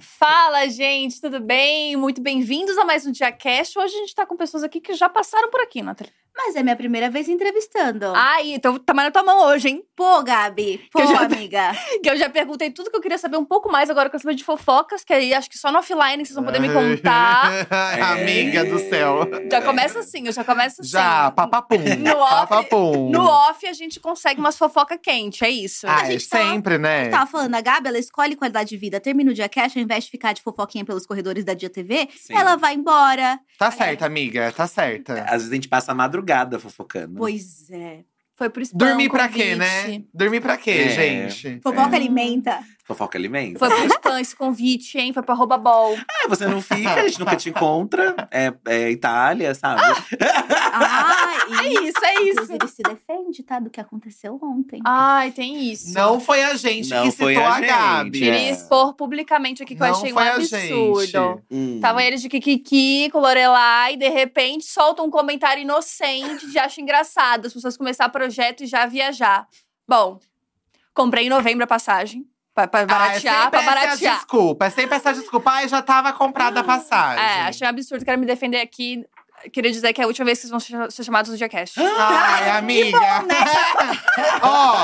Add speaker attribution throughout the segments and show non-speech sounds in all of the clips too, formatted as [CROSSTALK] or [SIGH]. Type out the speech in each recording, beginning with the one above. Speaker 1: Fala, gente, tudo bem? Muito bem-vindos a mais um Dia Cash. Hoje a gente tá com pessoas aqui que já passaram por aqui, Nathalie.
Speaker 2: Mas é minha primeira vez entrevistando.
Speaker 1: Ai, então tá mais na tua mão hoje, hein?
Speaker 2: Pô, Gabi. Pô,
Speaker 1: eu já-
Speaker 2: amiga.
Speaker 1: Que eu já perguntei tudo que eu queria saber um pouco mais, agora eu quero saber de fofocas, que aí acho que só no offline vocês vão
Speaker 3: É.
Speaker 1: poder me
Speaker 3: [LAUGHS]
Speaker 1: contar.
Speaker 4: É.
Speaker 3: Amiga do céu.
Speaker 1: Já começa assim, eu já começo assim.
Speaker 3: Já, papapum.
Speaker 1: No off-
Speaker 3: papapum.
Speaker 1: No off a gente consegue umas fofoca quente, é isso.
Speaker 3: Ah,
Speaker 2: A
Speaker 3: é
Speaker 2: gente tava-
Speaker 3: sempre, né?
Speaker 1: tá
Speaker 2: Tava falando, a Gabi, ela escolhe qualidade de vida. Termina o dia cash, ao invés de ficar de fofoquinha pelos corredores da Dia TV,
Speaker 4: Sim.
Speaker 2: ela vai embora.
Speaker 3: Tá certa, amiga, tá certa.
Speaker 1: Então,
Speaker 4: Às vezes a gente passa a madrugada fofocando.
Speaker 2: Pois é.
Speaker 1: Foi por spam,
Speaker 3: Dormir pra
Speaker 1: convite.
Speaker 3: quê, né? Dormir pra quê,
Speaker 4: É.
Speaker 3: gente?
Speaker 2: Fofoca
Speaker 4: É.
Speaker 2: alimenta.
Speaker 4: Fofoca é alimenta.
Speaker 1: Foi pro spam esse convite, hein? Foi pra rouba bol.
Speaker 4: Ah, você não fica, a gente nunca te encontra. É, é Itália, sabe?
Speaker 2: Ah,
Speaker 1: É
Speaker 2: e
Speaker 1: isso, é isso. Ah,
Speaker 2: inclusive se defende, tá? Do que aconteceu ontem.
Speaker 1: Ai, tem isso.
Speaker 3: Não foi a gente
Speaker 4: Não
Speaker 3: que
Speaker 4: foi
Speaker 3: citou a,
Speaker 4: a gente,
Speaker 3: Gabi.
Speaker 1: Queria
Speaker 4: é.
Speaker 1: expor publicamente aqui que eu
Speaker 3: Não
Speaker 1: achei um
Speaker 3: foi a
Speaker 1: absurdo.
Speaker 3: gente.
Speaker 4: Hum.
Speaker 1: Tava eles de Kikiki com Lorelai, de repente solta um comentário inocente de acho engraçado as pessoas começar projeto e já viajar. Bom, comprei em novembro a passagem. Pra, pra baratear,
Speaker 3: é
Speaker 1: pra
Speaker 3: sempre essa
Speaker 1: baratear.
Speaker 3: desculpa, é sempre essa desculpa. Ai, já tava comprada a passagem.
Speaker 1: É, achei um absurdo, quero me defender aqui. Queria dizer que é a última vez que vocês vão ser- ser chamados no Diacast. [LAUGHS]
Speaker 3: Ai, amiga.
Speaker 1: né?
Speaker 3: [LAUGHS] Ó,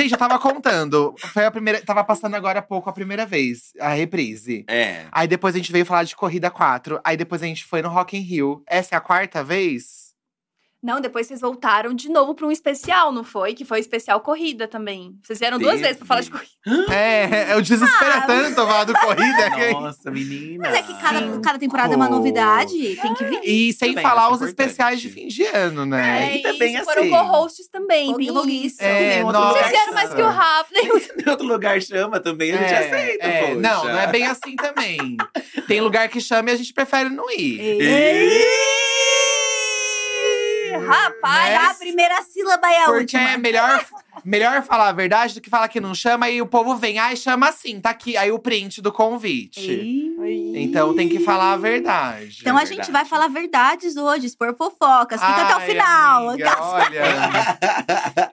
Speaker 3: gente, eu tava contando. Foi a primeira. Tava passando agora há pouco a primeira vez, a reprise.
Speaker 4: É.
Speaker 3: Aí depois a gente veio falar de Corrida 4. Aí depois a gente foi no Rock in Rio. Essa é a quarta vez?
Speaker 1: Não, depois vocês voltaram de novo pra um especial, não foi? Que foi especial corrida também. Vocês vieram duas
Speaker 4: Teve.
Speaker 1: vezes pra falar de corrida.
Speaker 3: É, [LAUGHS] eu desespero
Speaker 2: Ah,
Speaker 3: tanto
Speaker 2: [LAUGHS]
Speaker 3: falar do Corrida. que-
Speaker 4: Nossa, menina.
Speaker 2: Mas é que cada,
Speaker 3: Sim.
Speaker 2: cada temporada é uma
Speaker 3: Pô.
Speaker 2: novidade, tem que vir.
Speaker 3: E sem
Speaker 4: Também,
Speaker 3: falar
Speaker 4: acho
Speaker 3: os especiais de
Speaker 4: importante.
Speaker 3: fim de ano, né?
Speaker 4: É, e também
Speaker 1: isso, foram
Speaker 4: assim.
Speaker 1: co-hosts também.
Speaker 2: Fogo e
Speaker 1: tem
Speaker 2: foguinho.
Speaker 1: isso.
Speaker 3: É,
Speaker 4: Tem outro
Speaker 3: nossa.
Speaker 1: Vocês
Speaker 4: lugar
Speaker 1: vieram mais
Speaker 4: chama.
Speaker 1: que o Rafa. né?
Speaker 4: Tem [LAUGHS] outro lugar chama também, a gente aceita,
Speaker 2: então,
Speaker 3: é,
Speaker 4: poxa.
Speaker 3: Não, não é bem assim também. Tem lugar que chama e a gente prefere não
Speaker 2: É,
Speaker 3: ir.
Speaker 1: Rapaz, é.
Speaker 3: Né?
Speaker 2: A primeira sílaba é a
Speaker 3: Porque
Speaker 2: última.
Speaker 3: é melhor, melhor falar a verdade do que falar que não chama e o povo vem. Ai, chama assim, tá aqui. Aí o print do convite. Então tem que falar a verdade.
Speaker 2: Então a
Speaker 4: É
Speaker 2: gente
Speaker 4: verdade.
Speaker 2: vai falar verdades hoje, expor fofocas. Fica até o
Speaker 3: Ai,
Speaker 2: final.
Speaker 3: amiga, olha.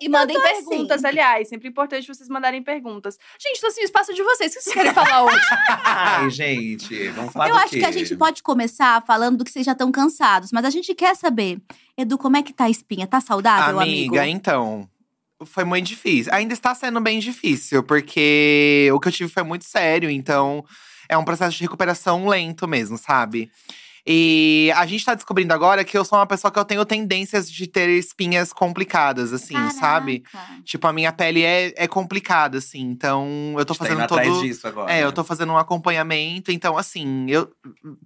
Speaker 1: e mandem
Speaker 2: Eu tô assim.
Speaker 1: perguntas, aliás. Sempre importante vocês mandarem perguntas. Gente, tô assim, o espaço é de vocês. O que vocês querem falar
Speaker 3: [LAUGHS]
Speaker 1: hoje?
Speaker 3: Ah.
Speaker 4: Ai, gente, vamos falar
Speaker 2: Eu
Speaker 4: do
Speaker 2: acho
Speaker 4: quê? Tá
Speaker 2: que a gente pode começar falando do que vocês já estão cansados, mas a gente quer saber. Edu, como é que tá a espinha? Tá saudável, amigo?
Speaker 3: Amiga, então. Foi muito difícil. Ainda está sendo bem difícil, porque o que eu tive foi muito sério. Então, é um processo de recuperação lento mesmo, sabe? E a gente tá descobrindo agora que eu sou uma pessoa que eu tenho tendências de ter espinhas complicadas, assim,
Speaker 2: Caraca.
Speaker 3: sabe? Tipo, a minha pele é, é complicada, assim. Então, eu tô
Speaker 4: tá indo
Speaker 3: fazendo
Speaker 4: atrás
Speaker 3: todo…
Speaker 4: disso agora.
Speaker 3: É, eu tô fazendo um acompanhamento. Então, assim, eu…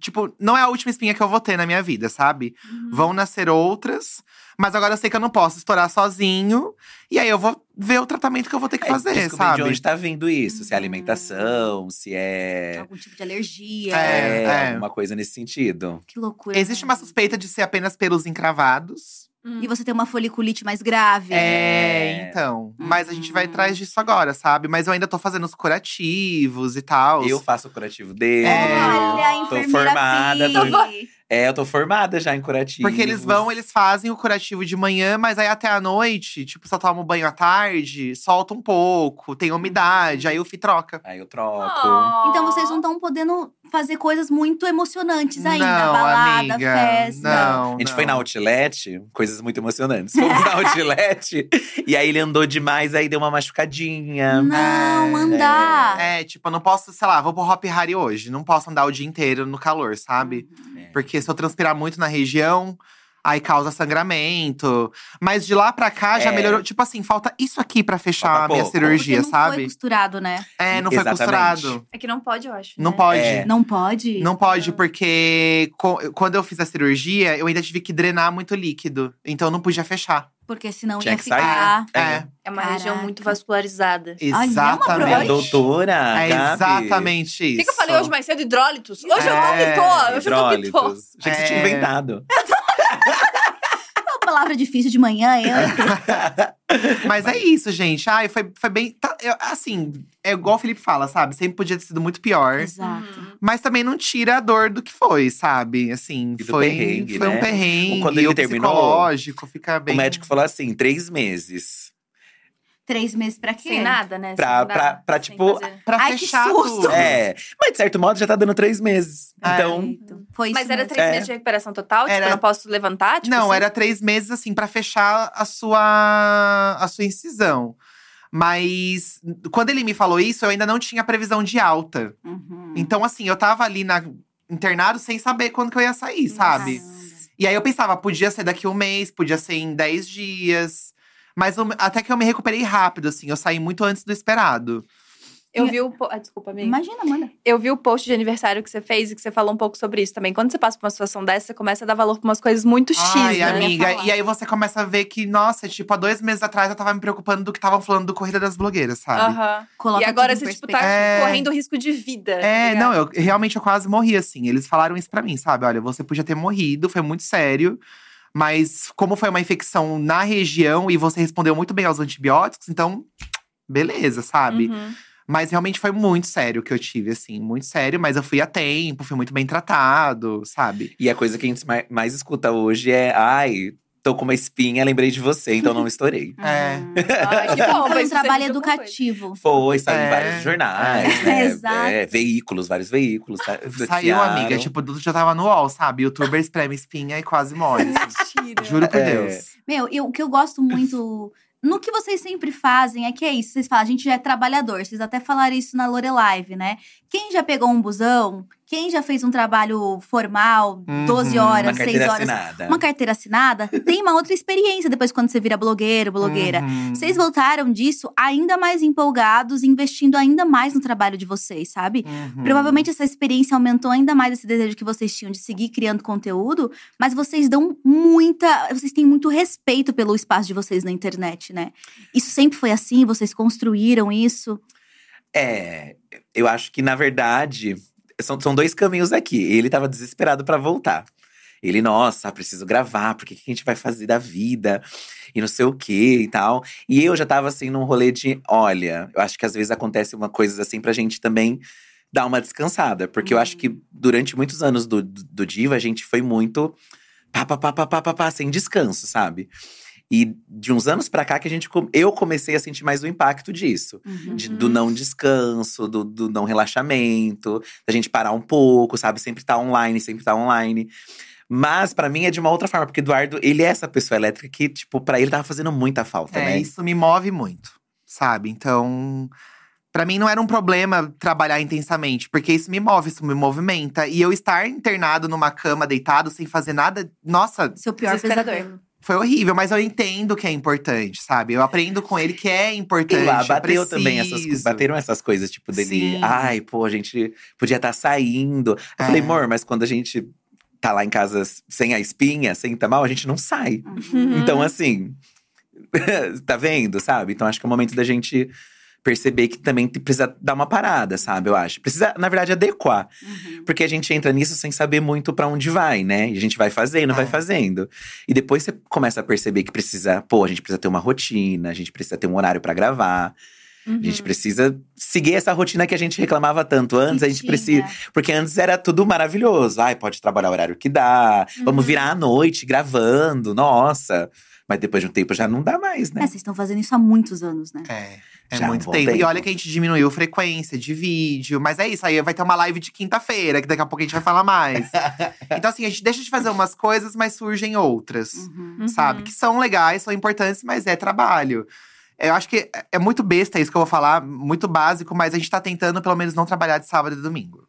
Speaker 3: Tipo, não é a última espinha que eu vou ter na minha vida, sabe? Vão nascer outras, mas agora eu sei que eu não posso estourar sozinho. E aí eu vou ver o tratamento que eu vou ter que
Speaker 4: É,
Speaker 3: fazer,
Speaker 4: descobrir
Speaker 3: sabe?
Speaker 4: de onde tá vindo isso. Se é
Speaker 2: Uhum.
Speaker 4: alimentação, se é…
Speaker 2: Algum tipo de alergia.
Speaker 3: É.
Speaker 4: Uma coisa nesse sentido.
Speaker 2: Que loucura. né?
Speaker 3: Existe uma suspeita de ser apenas pelos encravados.
Speaker 2: E você tem uma foliculite mais grave.
Speaker 3: É, então. Mas a gente vai
Speaker 2: Uhum.
Speaker 3: atrás disso agora, sabe? Mas eu ainda tô fazendo os curativos e tal.
Speaker 4: Eu faço o curativo dele.
Speaker 3: É.
Speaker 2: Olha, a
Speaker 4: Tô
Speaker 2: enfermeira
Speaker 4: formada,
Speaker 2: Pri.
Speaker 4: tô- É, eu tô formada já em curativo.
Speaker 3: Porque eles vão, eles fazem o curativo de manhã, mas aí até a noite, tipo, só toma um banho à tarde, solta um pouco, tem
Speaker 4: Uhum.
Speaker 3: umidade, aí o fi troca.
Speaker 4: Aí eu troco.
Speaker 1: Oh.
Speaker 2: [LAUGHS] Então vocês não estão podendo fazer coisas muito emocionantes ainda.
Speaker 3: não,
Speaker 2: Balada,
Speaker 3: amiga,
Speaker 2: festa.
Speaker 3: Não,
Speaker 4: A gente
Speaker 3: não.
Speaker 4: foi na Outlet, coisas muito emocionantes. Fomos
Speaker 3: [LAUGHS]
Speaker 4: na Outlet, e aí ele andou demais, aí deu uma machucadinha.
Speaker 2: Não,
Speaker 3: É,
Speaker 1: Ah.
Speaker 2: andar.
Speaker 3: É, tipo, eu não posso, sei lá, vou pro Hop Hari hoje. Não posso andar o dia inteiro no calor, sabe?
Speaker 1: Uhum.
Speaker 4: É.
Speaker 3: Porque se eu transpirar muito na região, aí causa sangramento. Mas de lá pra cá já
Speaker 4: É.
Speaker 3: melhorou. Tipo assim, falta isso aqui pra fechar
Speaker 4: Falta
Speaker 3: a minha
Speaker 4: pouco.
Speaker 2: Porque
Speaker 3: cirurgia,
Speaker 2: não Foi
Speaker 3: sabe?
Speaker 2: costurado, né?
Speaker 3: É, não foi
Speaker 4: Exatamente.
Speaker 3: costurado.
Speaker 1: É que não pode, eu acho.
Speaker 3: Não
Speaker 1: né?
Speaker 3: pode.
Speaker 4: É.
Speaker 2: Não pode?
Speaker 3: Não pode, porque co- quando eu fiz a cirurgia, eu ainda tive que drenar muito líquido. Então eu não podia fechar.
Speaker 2: Porque senão
Speaker 4: Tinha
Speaker 2: ia
Speaker 4: que sair.
Speaker 2: ficar.
Speaker 3: É,
Speaker 1: É uma região
Speaker 2: Caraca.
Speaker 1: muito vascularizada.
Speaker 2: uma
Speaker 3: exatamente.
Speaker 4: Minha
Speaker 2: broche.
Speaker 4: doutora,
Speaker 3: é
Speaker 4: Gabi,
Speaker 3: exatamente isso.
Speaker 1: O que, que eu falei hoje mais cedo? Hidrólitos? Hoje
Speaker 3: É,
Speaker 1: eu tô mitou, hoje eu tô mitou.
Speaker 4: Hidrólitos. Achei que você tinha
Speaker 3: É. [LAUGHS]
Speaker 4: inventado.
Speaker 2: Uma palavra difícil de manhã,
Speaker 4: É.
Speaker 2: eu.
Speaker 3: Mas é isso, gente. Ai, foi, foi bem. tá- eu- assim, é igual o Felipe fala, sabe? Sempre podia ter sido muito pior.
Speaker 4: Uhum.
Speaker 2: Exato.
Speaker 1: Hum.
Speaker 3: Mas também não tira a dor do que foi, sabe? Assim,
Speaker 4: E do
Speaker 3: foi,
Speaker 4: perrengue,
Speaker 3: foi um
Speaker 4: né?
Speaker 3: perrengue.
Speaker 4: Quando ele
Speaker 3: o
Speaker 4: terminou,
Speaker 3: psicológico fica bem.
Speaker 4: O médico falou assim: três meses.
Speaker 2: Três meses pra quê?
Speaker 1: É.
Speaker 5: Sem nada, né?
Speaker 4: Pra-
Speaker 5: Sem nada,
Speaker 4: pra- pra,
Speaker 5: sem
Speaker 4: tipo,
Speaker 5: fazer.
Speaker 3: Pra
Speaker 2: Ai, que
Speaker 3: fechar
Speaker 2: susto!
Speaker 3: tudo.
Speaker 4: É. Mas de certo modo já tá dando três meses.
Speaker 3: É.
Speaker 4: Então.
Speaker 2: Perfeito. Foi isso
Speaker 5: Mas era
Speaker 2: mesmo.
Speaker 5: três
Speaker 4: É.
Speaker 5: meses de recuperação total? Tipo,
Speaker 3: Era-
Speaker 5: eu não posso levantar? Tipo,
Speaker 3: não,
Speaker 5: assim?
Speaker 3: era três meses, assim, pra fechar a sua, a sua incisão. Mas quando ele me falou isso, eu ainda não tinha previsão de alta.
Speaker 2: Uhum.
Speaker 3: Então, assim, eu tava ali na, internado sem saber quando que eu ia sair, sabe? E aí eu pensava, podia ser daqui um mês, podia ser em dez dias. Mas eu- até que eu me recuperei rápido, assim. Eu saí muito antes do esperado.
Speaker 5: Eu vi o. po- Ah, desculpa, amiga.
Speaker 2: Imagina, manda.
Speaker 5: Eu vi o post de aniversário que você fez e que você falou um pouco sobre isso também. Quando você passa por uma situação dessa, você começa a dar valor pra umas coisas muito X,
Speaker 3: Ai,
Speaker 5: né?
Speaker 3: amiga.
Speaker 2: falar.
Speaker 3: E aí você começa a ver que, nossa, tipo, há dois meses atrás eu tava me preocupando do que estavam falando do Corrida das Blogueiras, sabe?
Speaker 5: Aham. E
Speaker 2: Coloca
Speaker 5: agora
Speaker 2: tudo em
Speaker 5: você, tipo, tá
Speaker 2: perspectiva.
Speaker 3: É.
Speaker 5: correndo risco de vida.
Speaker 3: É,
Speaker 5: tá
Speaker 3: não,
Speaker 5: ligado?
Speaker 3: eu realmente eu quase morri, assim. Eles falaram isso pra mim, sabe? Olha, você podia ter morrido, foi muito sério. Mas como foi uma infecção na região e você respondeu muito bem aos antibióticos, então, beleza, sabe? [LAUGHS]
Speaker 5: Uhum.
Speaker 3: Mas realmente foi muito sério o que eu tive, assim, muito sério, mas eu fui a tempo, fui muito bem tratado, sabe?
Speaker 4: E a coisa que a gente mai- mais escuta hoje é: ai, tô com uma espinha, lembrei de você, então não estourei. [LAUGHS]
Speaker 3: É.
Speaker 2: Uhum.
Speaker 5: Ai, que bom,
Speaker 2: Foi
Speaker 5: mas
Speaker 2: um
Speaker 5: isso é
Speaker 2: trabalho
Speaker 5: muito alguma coisa.
Speaker 2: educativo.
Speaker 4: Foi, saiu
Speaker 3: É.
Speaker 4: em vários jornais,
Speaker 2: [LAUGHS]
Speaker 4: né?
Speaker 2: Exato.
Speaker 4: É, veículos, vários veículos. sa-
Speaker 3: É, Saiu,
Speaker 4: noticiaram.
Speaker 3: amiga, tipo, Dudu já tava no UOL, sabe? Youtuber espreme espinha e
Speaker 2: [LAUGHS]
Speaker 3: quase morre. [LAUGHS]
Speaker 5: Mentira.
Speaker 3: Juro por
Speaker 4: É.
Speaker 3: Deus.
Speaker 2: Meu, eu- o que eu gosto muito. No que vocês sempre fazem é que é isso. Vocês falam, a gente já é trabalhador. Vocês até falaram isso na Lore Live, né? Quem já pegou um busão, quem já fez um trabalho formal,
Speaker 3: Uhum,
Speaker 2: 12
Speaker 4: Uma
Speaker 2: horas, 6
Speaker 4: carteira
Speaker 2: horas,
Speaker 4: assinada.
Speaker 2: uma carteira assinada, tem uma outra experiência depois quando você vira blogueiro, blogueira.
Speaker 3: Uhum.
Speaker 2: Vocês voltaram disso ainda mais empolgados, investindo ainda mais no trabalho de vocês, sabe?
Speaker 3: Uhum.
Speaker 2: Provavelmente essa experiência aumentou ainda mais esse desejo que vocês tinham de seguir criando conteúdo, mas vocês dão muita. Vocês têm muito respeito pelo espaço de vocês na internet, né? Isso sempre foi assim? Vocês construíram isso?
Speaker 4: É, eu acho que na verdade são, são dois caminhos aqui. Ele tava desesperado pra voltar. Ele, nossa, preciso gravar, porque o que a gente vai fazer da vida? E não sei o que e tal. E eu já tava assim num rolê de, olha, eu acho que às vezes acontece uma coisa assim pra gente também dar uma descansada. Porque eu acho que durante muitos anos do, do do Diva, a gente foi muito pá, pá, pá, pá, pá, pá, pá, sem descanso, sabe? E de uns anos pra cá que a gente, com- eu comecei a sentir mais o impacto disso de- do não
Speaker 3: Uhum.
Speaker 4: descanso, do, do não relaxamento, da gente parar um pouco, sabe? Sempre tá online, sempre tá online. Mas pra mim é de uma outra forma, porque Eduardo, ele é essa pessoa elétrica que, tipo, pra ele tava fazendo muita falta,
Speaker 3: É,
Speaker 4: né?
Speaker 3: isso me move muito, sabe? Então, pra mim não era um problema trabalhar intensamente, porque isso me move, isso me movimenta. E eu estar internado numa cama, deitado, sem fazer nada, nossa,
Speaker 2: Seu pior
Speaker 5: Desesperador.
Speaker 2: pesadelo.
Speaker 3: foi horrível. Mas eu entendo que é importante, sabe? Eu aprendo com ele que é
Speaker 4: E
Speaker 3: importante.
Speaker 4: lá
Speaker 3: eu
Speaker 4: bateu também essas,
Speaker 3: preciso.
Speaker 4: co- bateram essas coisas, tipo, dele.
Speaker 3: Sim.
Speaker 4: Ai, pô, a gente podia estar saindo. Eu
Speaker 3: É.
Speaker 4: falei, amor, mas quando a gente tá lá em casa sem a espinha, sem tá mal, a gente não sai.
Speaker 5: Uhum.
Speaker 4: Então, assim, [LAUGHS] tá vendo, sabe? Então, acho que é o momento da gente perceber que também te- precisa dar uma parada, sabe? Eu acho. Precisa, na verdade, adequar. Porque a gente entra nisso sem saber muito pra onde vai, né? E a gente vai fazendo, vai
Speaker 3: É.
Speaker 4: fazendo. E depois você começa a perceber que precisa, pô, a gente precisa ter uma rotina, a gente precisa ter um horário pra gravar,
Speaker 5: Uhum.
Speaker 4: a gente precisa seguir essa rotina que a gente reclamava tanto antes, a gente precisa. Porque antes era tudo maravilhoso. Ai, pode trabalhar o horário que dá. Vamos
Speaker 5: Uhum.
Speaker 4: virar à noite gravando, nossa. Mas depois de um tempo já não dá mais,
Speaker 2: É,
Speaker 4: né?
Speaker 2: vocês estão fazendo isso há muitos anos, né?
Speaker 3: É. É
Speaker 4: Já
Speaker 3: muito
Speaker 4: há um bom
Speaker 3: tempo. E
Speaker 4: tempo.
Speaker 3: olha que a gente diminuiu a frequência de vídeo. Mas é isso, aí vai ter uma live de quinta-feira, que daqui a pouco a gente vai falar
Speaker 4: [LAUGHS]
Speaker 3: mais. então, assim, a gente deixa de fazer umas coisas, mas surgem outras.
Speaker 2: Uhum.
Speaker 5: Uhum.
Speaker 3: sabe? Que são legais, são importantes, mas é trabalho. Eu acho que é- é muito besta isso que eu vou falar, muito básico, mas a gente tá tentando pelo menos não trabalhar de sábado e domingo.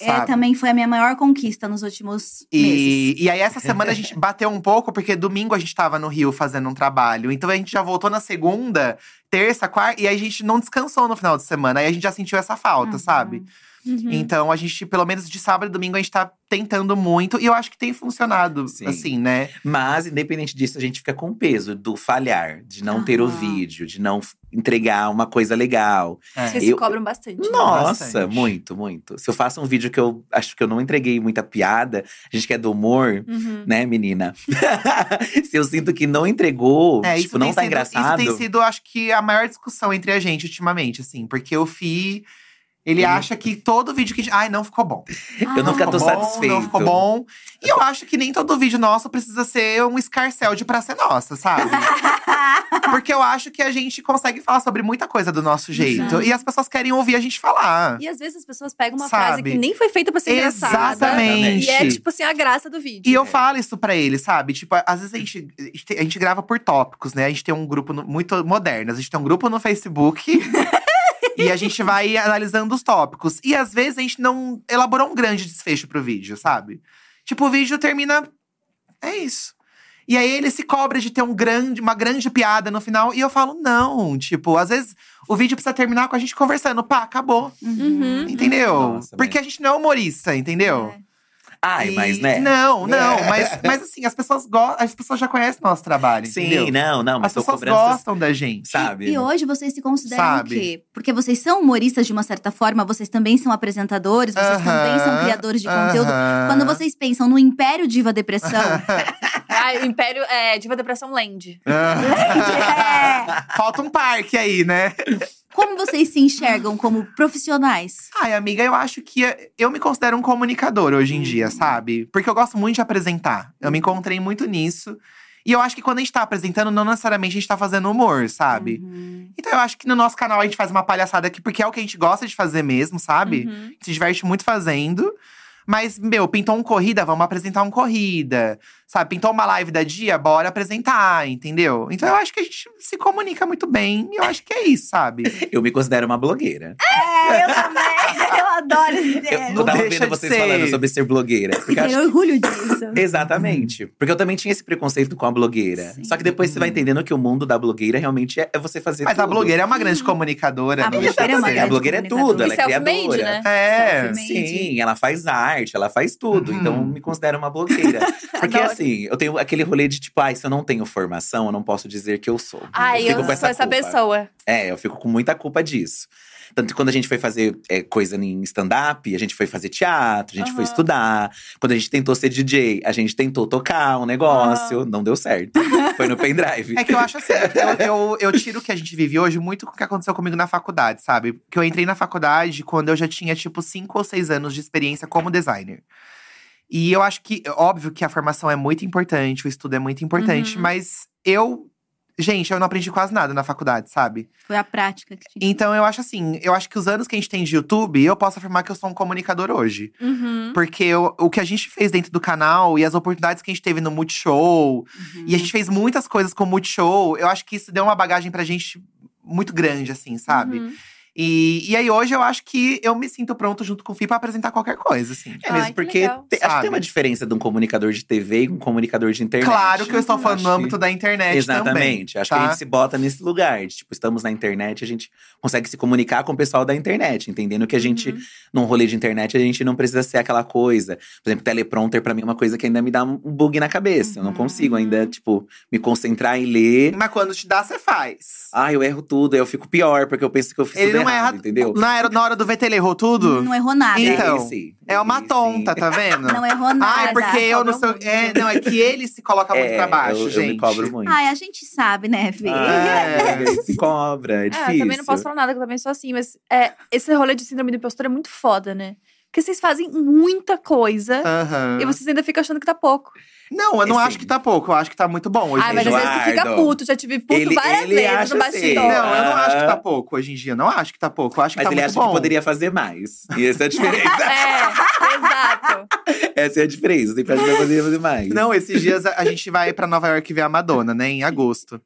Speaker 2: É,
Speaker 3: Sabe?
Speaker 2: também foi a minha maior conquista nos últimos meses.
Speaker 3: E, e aí, essa semana a
Speaker 4: [LAUGHS]
Speaker 3: gente bateu um pouco, porque domingo a gente tava no Rio fazendo um trabalho. Então a gente já voltou na segunda, terça, quarta, e aí a gente não descansou no final de semana. Aí a gente já sentiu essa falta,
Speaker 2: Uhum.
Speaker 3: sabe?
Speaker 5: Uhum.
Speaker 3: Então a gente, pelo menos de sábado e domingo, a gente tá tentando muito. E eu acho que tem funcionado,
Speaker 4: Sim.
Speaker 3: assim, né?
Speaker 4: Mas, independente disso, a gente fica com o peso do falhar, de não ter o
Speaker 2: Aham.
Speaker 4: vídeo, de não f- entregar uma coisa legal.
Speaker 3: É.
Speaker 5: Vocês
Speaker 4: Eu-
Speaker 5: cobram bastante. né?
Speaker 4: Nossa,
Speaker 3: Bastante.
Speaker 4: muito, muito. Se eu faço um vídeo que eu acho que eu não entreguei muita piada, a gente quer do humor.
Speaker 5: Uhum.
Speaker 4: Né, menina? [LAUGHS] Se eu sinto que não entregou,
Speaker 3: É,
Speaker 4: tipo, não
Speaker 3: tem
Speaker 4: tá
Speaker 3: sido-
Speaker 4: engraçado.
Speaker 3: Isso tem sido, acho que, a maior discussão entre a gente ultimamente, assim. Porque o Fi, ele
Speaker 4: Ele-
Speaker 3: acha que todo vídeo que a gente… Ai, não ficou bom.
Speaker 4: eu
Speaker 3: Não
Speaker 4: não fico
Speaker 2: Ah,
Speaker 3: ficou
Speaker 4: tô
Speaker 3: bom,
Speaker 4: satisfeito.
Speaker 3: Não ficou bom. E
Speaker 4: [LAUGHS]
Speaker 3: eu acho que nem todo vídeo nosso precisa ser um escarcel de pra ser nossa, sabe? Porque eu acho que a gente consegue falar sobre muita coisa do nosso jeito.
Speaker 4: Uhum.
Speaker 2: Exato.
Speaker 3: E as pessoas querem ouvir a gente falar.
Speaker 1: E às vezes as pessoas pegam uma frase
Speaker 3: Sabe?
Speaker 1: que nem foi feita pra
Speaker 4: é
Speaker 1: ser engraçada.
Speaker 4: né?
Speaker 3: Exatamente.
Speaker 1: E é tipo assim, a graça do vídeo.
Speaker 3: E eu falo isso pra ele, sabe? Tipo, às vezes a gente, a gente- a gente grava por tópicos, né? A gente tem um grupo no- muito moderno. A gente tem um grupo no Facebook. e a gente vai analisando os tópicos. E às vezes a gente não elaborou um grande desfecho pro vídeo, sabe? Tipo, o vídeo termina. É isso. E aí ele se cobra de ter um grande, uma grande piada no final. E eu falo, não. Tipo, às vezes o vídeo precisa terminar com a gente conversando. Pá, acabou.
Speaker 1: Uhum.
Speaker 3: Entendeu?
Speaker 4: Nossa,
Speaker 3: Porque a gente não é humorista, entendeu?
Speaker 2: É.
Speaker 4: Ai,
Speaker 3: E-
Speaker 4: mas né?
Speaker 3: Não, não.
Speaker 4: É.
Speaker 3: Mas, mas assim, as pessoas gostam. As pessoas já conhecem o nosso trabalho,
Speaker 4: Sim,
Speaker 3: entendeu?
Speaker 4: não, não, mas
Speaker 3: as
Speaker 4: são
Speaker 3: pessoas
Speaker 4: cobranças,
Speaker 3: gostam da gente.
Speaker 4: sabe?
Speaker 2: E hoje vocês se consideram
Speaker 3: Sabe?
Speaker 2: o quê? Porque vocês são humoristas de uma certa forma, vocês também são apresentadores, vocês também são
Speaker 3: Aham,
Speaker 2: criadores de conteúdo.
Speaker 3: aham.
Speaker 2: Quando vocês pensam no Império Diva Depressão,
Speaker 3: [LAUGHS]
Speaker 2: [LAUGHS]
Speaker 5: Ah, o Império é Diva Depressão Land.
Speaker 2: é,
Speaker 3: [LAUGHS] Falta um parque aí, né?
Speaker 2: como vocês se enxergam como profissionais?
Speaker 3: Ai, amiga, eu acho que eu me considero um comunicador hoje em dia,
Speaker 2: Uhum.
Speaker 3: sabe? Porque eu gosto muito de apresentar. Eu me encontrei muito nisso. E eu acho que quando a gente tá apresentando, não necessariamente a gente tá fazendo humor, sabe?
Speaker 2: Uhum.
Speaker 3: Então eu acho que no nosso canal a gente faz uma palhaçada aqui, porque é o que a gente gosta de fazer mesmo, sabe?
Speaker 5: Uhum. [LAUGHS]
Speaker 3: se diverte muito fazendo. Mas, meu, pintou um corrida, vamos apresentar um corrida. Sabe, pintou uma live da dia, bora apresentar, entendeu? Então eu acho que a gente se comunica muito bem e eu acho que é isso, sabe?
Speaker 4: Eu me considero uma blogueira.
Speaker 2: É, eu também. Eu adoro esse
Speaker 4: Eu,
Speaker 2: ideia.
Speaker 4: eu
Speaker 3: Não
Speaker 4: tava
Speaker 3: deixa
Speaker 4: vendo
Speaker 3: de
Speaker 4: vocês
Speaker 3: ser.
Speaker 4: falando sobre ser blogueira. Porque eu
Speaker 2: Tenho [LAUGHS]
Speaker 4: acho-
Speaker 2: orgulho disso.
Speaker 4: Exatamente. Porque eu também tinha esse preconceito com a blogueira.
Speaker 2: Sim.
Speaker 4: Só que depois você vai entendendo que o mundo da blogueira realmente é é você fazer
Speaker 3: Mas
Speaker 4: tudo.
Speaker 3: a blogueira é uma grande comunicadora.
Speaker 2: A
Speaker 3: não deixa
Speaker 2: blogueira é uma
Speaker 3: de ser.
Speaker 4: A blogueira é
Speaker 2: comunicadora.
Speaker 4: tudo,
Speaker 5: E
Speaker 4: ela é
Speaker 5: self-made,
Speaker 4: criadora.
Speaker 5: né?
Speaker 3: É.
Speaker 2: Self-made.
Speaker 4: Sim, ela faz arte, ela faz tudo.
Speaker 3: Uhum.
Speaker 4: Então me considero uma blogueira. Porque
Speaker 5: Adoro.
Speaker 4: assim, eu tenho aquele rolê de tipo, ai, se eu não tenho formação, eu não posso dizer que eu sou.
Speaker 5: Ai, eu,
Speaker 4: fico com
Speaker 5: sou essa
Speaker 4: culpa.
Speaker 5: pessoa.
Speaker 4: É, eu fico com muita culpa disso. Tanto que quando a gente foi fazer é, coisa em stand-up, a gente foi fazer teatro, a gente foi
Speaker 5: Aham.
Speaker 4: estudar. Quando a gente tentou ser DJ, a gente tentou tocar um negócio, não
Speaker 5: [LAUGHS]
Speaker 4: deu certo. foi no pendrive.
Speaker 3: É que eu acho assim, eu, eu, eu tiro o que a gente vive hoje muito com o que aconteceu comigo na faculdade, sabe? Que eu entrei na faculdade quando eu já tinha, tipo, cinco ou seis anos de experiência como designer. E eu acho que, óbvio que a formação é muito importante, o estudo é muito importante,
Speaker 5: Uhum.
Speaker 3: mas eu. Gente, eu não aprendi quase nada na faculdade, sabe?
Speaker 2: Foi a prática que tinha.
Speaker 3: Então eu acho assim, eu acho que os anos que a gente tem de YouTube, eu posso afirmar que eu sou um comunicador hoje.
Speaker 5: Uhum.
Speaker 3: Porque eu- o que a gente fez dentro do canal e as oportunidades que a gente teve no Multishow. E a gente fez muitas coisas com o Multishow. Eu acho que isso deu uma bagagem pra gente muito grande, assim, sabe?
Speaker 5: Uhum.
Speaker 3: E, e aí hoje eu acho que eu me sinto pronto junto com o Fih pra apresentar qualquer coisa, assim.
Speaker 4: É mesmo,
Speaker 5: Ai, que
Speaker 4: porque
Speaker 5: legal.
Speaker 4: te- acho que
Speaker 3: Sabe?
Speaker 4: tem uma diferença de um comunicador de TV e um comunicador de internet.
Speaker 3: Claro que eu estou falando
Speaker 4: acho
Speaker 3: no
Speaker 4: que-
Speaker 3: âmbito da internet também.
Speaker 4: Exatamente. Acho que
Speaker 3: tá?
Speaker 4: a gente se bota nesse lugar. de, tipo, estamos na internet, a gente consegue se comunicar com o pessoal da internet, entendendo que a gente, é
Speaker 5: Uhum.
Speaker 4: num rolê de internet, a gente não precisa ser aquela coisa. Por exemplo, teleprompter, pra mim, é uma coisa que ainda me dá um bug na cabeça.
Speaker 5: Uhum.
Speaker 4: Eu não consigo ainda, tipo, me concentrar em ler.
Speaker 3: Mas quando te dá, você faz.
Speaker 4: Ah, eu erro tudo, aí eu fico pior, porque eu penso que eu fiz
Speaker 3: Ele
Speaker 4: tudo
Speaker 3: não
Speaker 4: errado,
Speaker 3: erra.
Speaker 4: entendeu?
Speaker 3: Na, era- na hora do VT, ele errou tudo?
Speaker 2: Uhum. Não errou nada.
Speaker 3: Então,
Speaker 4: Esse,
Speaker 3: é uma
Speaker 4: esse-
Speaker 3: tonta, tá vendo?
Speaker 5: é
Speaker 2: Não errou nada.
Speaker 3: Ai, porque eu não sei. É, não, é que ele se coloca muito
Speaker 4: É,
Speaker 3: pra baixo,
Speaker 4: eu,
Speaker 3: gente.
Speaker 4: Eu me cobro muito.
Speaker 2: Ai, a gente sabe, né, Fê?
Speaker 4: Ah, se cobra, é
Speaker 5: É,
Speaker 4: difícil.
Speaker 5: eu também não posso falar nada, que eu também sou assim. Mas é, esse rolê de síndrome do impostor é muito foda, né? Porque vocês fazem muita coisa
Speaker 3: Aham.
Speaker 5: e vocês ainda ficam achando que tá pouco.
Speaker 3: Não, eu não
Speaker 4: Assim.
Speaker 3: acho que tá pouco. Eu acho que tá muito bom hoje
Speaker 5: Ai,
Speaker 3: em
Speaker 5: mas às
Speaker 3: dia.
Speaker 5: vezes tu fica
Speaker 4: Eduardo.
Speaker 5: puto. Já tive puto
Speaker 4: Ele-
Speaker 5: várias
Speaker 4: ele
Speaker 5: vezes
Speaker 4: acha
Speaker 5: no bastidor.
Speaker 4: assim.
Speaker 3: Não, eu não acho que tá
Speaker 4: Ah.
Speaker 3: pouco hoje em dia. Não acho que tá pouco. Eu acho que
Speaker 4: Mas
Speaker 3: tá
Speaker 4: ele
Speaker 3: muito
Speaker 4: acha
Speaker 3: bom.
Speaker 4: que poderia fazer mais. E essa é a diferença. [LAUGHS]
Speaker 5: É, exato.
Speaker 4: essa é a diferença. Sempre acha que poderia fazer mais.
Speaker 3: Não, esses dias a a gente vai pra Nova York ver a Madonna, né? Em agosto.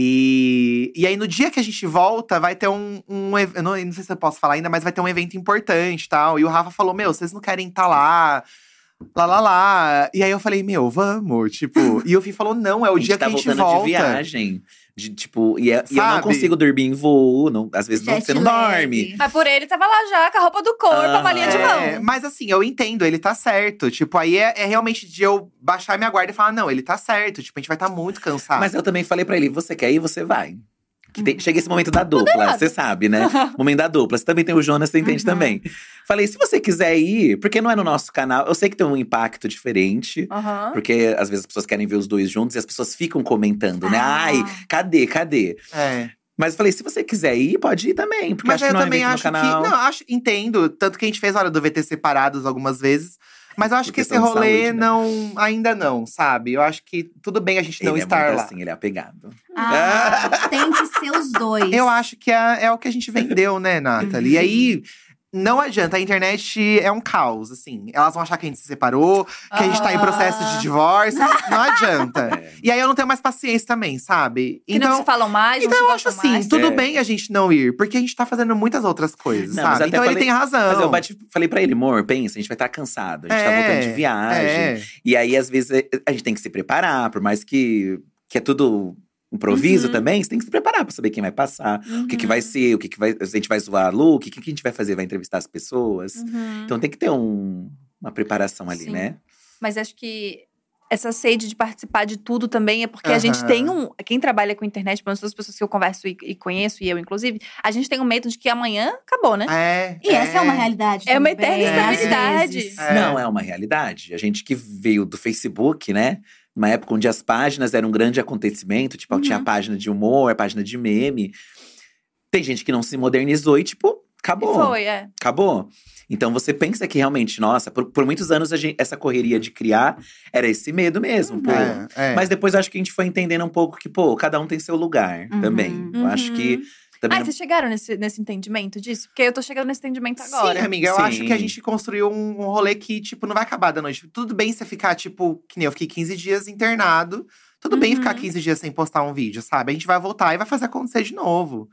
Speaker 3: E, e aí, no dia que a gente volta, vai ter um. um ev- eu não, eu não sei se eu posso falar ainda, mas vai ter um evento importante e tal. E o Rafa falou: Meu, vocês não querem estar lá. Lá, lá, lá. E aí eu falei, meu, vamos, tipo. E o Fih falou: não, é o
Speaker 4: A gente
Speaker 3: dia
Speaker 4: tá
Speaker 3: que a gente
Speaker 4: voltando
Speaker 3: volta.
Speaker 4: de viagem. De, tipo, e, é- e eu não
Speaker 3: Sabe?
Speaker 4: consigo dormir em voo. não- às vezes não,
Speaker 2: Jet
Speaker 4: você não
Speaker 2: lag.
Speaker 4: dorme.
Speaker 5: Mas por ele, tava lá já, com a roupa do corpo, a malinha de
Speaker 3: É,
Speaker 5: mão.
Speaker 3: mas assim, eu entendo, ele tá certo. Tipo, aí é, é realmente de eu baixar minha guarda e falar: não, ele tá certo. Tipo, a gente vai estar muito cansado.
Speaker 4: Mas eu também falei pra ele: você quer ir, você vai. Que
Speaker 2: Hum.
Speaker 4: tem- chega esse momento da dupla,
Speaker 5: errado.
Speaker 4: você
Speaker 2: [LAUGHS]
Speaker 4: sabe, né? Momento da dupla. Você também tem o Jonas, você entende
Speaker 2: Uhum.
Speaker 4: também. Falei, se você quiser ir, porque não é no nosso canal. Eu sei que tem um impacto diferente.
Speaker 5: Aham.
Speaker 4: Porque às vezes as pessoas querem ver os dois juntos e as pessoas ficam comentando, né?
Speaker 2: Ah.
Speaker 4: Ai, cadê, cadê?
Speaker 3: É.
Speaker 4: Mas eu falei, se você quiser ir, pode ir também. Porque
Speaker 3: Mas
Speaker 4: acho
Speaker 3: eu
Speaker 4: que não é
Speaker 3: também
Speaker 4: evento
Speaker 3: acho
Speaker 4: no canal.
Speaker 3: que. Não, acho, entendo. Tanto que a gente fez a hora do VT separados algumas vezes. Mas eu acho
Speaker 4: Por
Speaker 3: que esse
Speaker 4: questão de
Speaker 3: rolê
Speaker 4: saúde, né?
Speaker 3: não. Ainda não, sabe? Eu acho que tudo bem a gente não
Speaker 4: ele é
Speaker 3: estar
Speaker 4: muito
Speaker 3: lá.
Speaker 4: assim, ele é apegado.
Speaker 3: [LAUGHS]
Speaker 2: Ah, tem que ser os dois.
Speaker 3: Eu acho que é, é o que a gente vendeu, né, Nathalie? E aí. Não adianta, a internet é um caos, assim. Elas vão achar que a gente se separou, que a gente tá
Speaker 5: Ah.
Speaker 3: em processo de divórcio. Não adianta.
Speaker 4: [LAUGHS] É.
Speaker 3: E aí eu não tenho mais paciência também, sabe?
Speaker 5: Que não se falam mais,
Speaker 3: Então
Speaker 5: não
Speaker 3: eu
Speaker 5: se
Speaker 3: acho
Speaker 5: gostam
Speaker 3: assim,
Speaker 5: mais.
Speaker 3: tudo
Speaker 4: É.
Speaker 3: bem a gente não ir, porque a gente tá fazendo muitas outras coisas,
Speaker 4: Não, mas
Speaker 3: sabe?
Speaker 4: até
Speaker 3: Então ele
Speaker 4: falei-
Speaker 3: tem razão.
Speaker 4: Mas eu bati, falei pra ele, amor, pensa, a gente vai estar cansado. A
Speaker 3: É,
Speaker 4: gente tá voltando de viagem.
Speaker 3: é.
Speaker 4: E aí, às vezes, é- a gente tem que se preparar, por mais que, que é tudo improviso
Speaker 5: Uhum.
Speaker 4: também, você tem que se preparar pra saber quem vai passar, o que, que vai ser, o que, que vai. A gente vai zoar look, o que, que a gente vai fazer? Vai entrevistar as pessoas.
Speaker 5: Uhum.
Speaker 4: Então tem que ter um- uma preparação ali,
Speaker 5: Sim.
Speaker 4: né?
Speaker 1: Mas acho que essa sede de participar de tudo também é porque a gente
Speaker 3: Aham.
Speaker 1: tem um. Quem trabalha com internet, pelo menos todas as pessoas que eu converso e, e conheço, e eu inclusive, a gente tem um medo de que amanhã acabou, né?
Speaker 3: É,
Speaker 2: E essa é uma realidade.
Speaker 1: É uma
Speaker 2: também, né?
Speaker 1: eterna
Speaker 2: às
Speaker 1: estabilidade.
Speaker 2: vezes.
Speaker 3: É.
Speaker 4: Não é uma realidade. A gente que veio do Facebook, né? Uma época onde as páginas eram um grande acontecimento, tipo, tinha a
Speaker 2: Uhum.
Speaker 4: página de humor, a página de meme. Tem gente que não se modernizou e, tipo,
Speaker 1: E
Speaker 4: acabou.
Speaker 1: foi, é.
Speaker 4: acabou. Então você pensa que realmente, nossa, por, por muitos anos a gente- essa correria de criar era esse medo mesmo, pô.
Speaker 3: é, é.
Speaker 4: Mas depois eu acho que a gente foi entendendo um pouco que, pô, cada um tem seu lugar
Speaker 2: Uhum.
Speaker 4: também. Eu acho que também.
Speaker 1: Ah,
Speaker 4: não-
Speaker 1: vocês chegaram nesse, nesse entendimento disso? Porque eu tô chegando nesse entendimento
Speaker 3: Sim, é
Speaker 1: agora.
Speaker 3: amiga, eu
Speaker 4: Sim.
Speaker 3: acho que a gente construiu um, um rolê que, tipo, não vai acabar da noite. Tudo bem você ficar, tipo, que nem eu fiquei 15 dias internado. Tudo bem
Speaker 1: Uhum.
Speaker 3: ficar 15 dias sem postar um vídeo, sabe? A gente vai voltar e vai fazer acontecer de novo.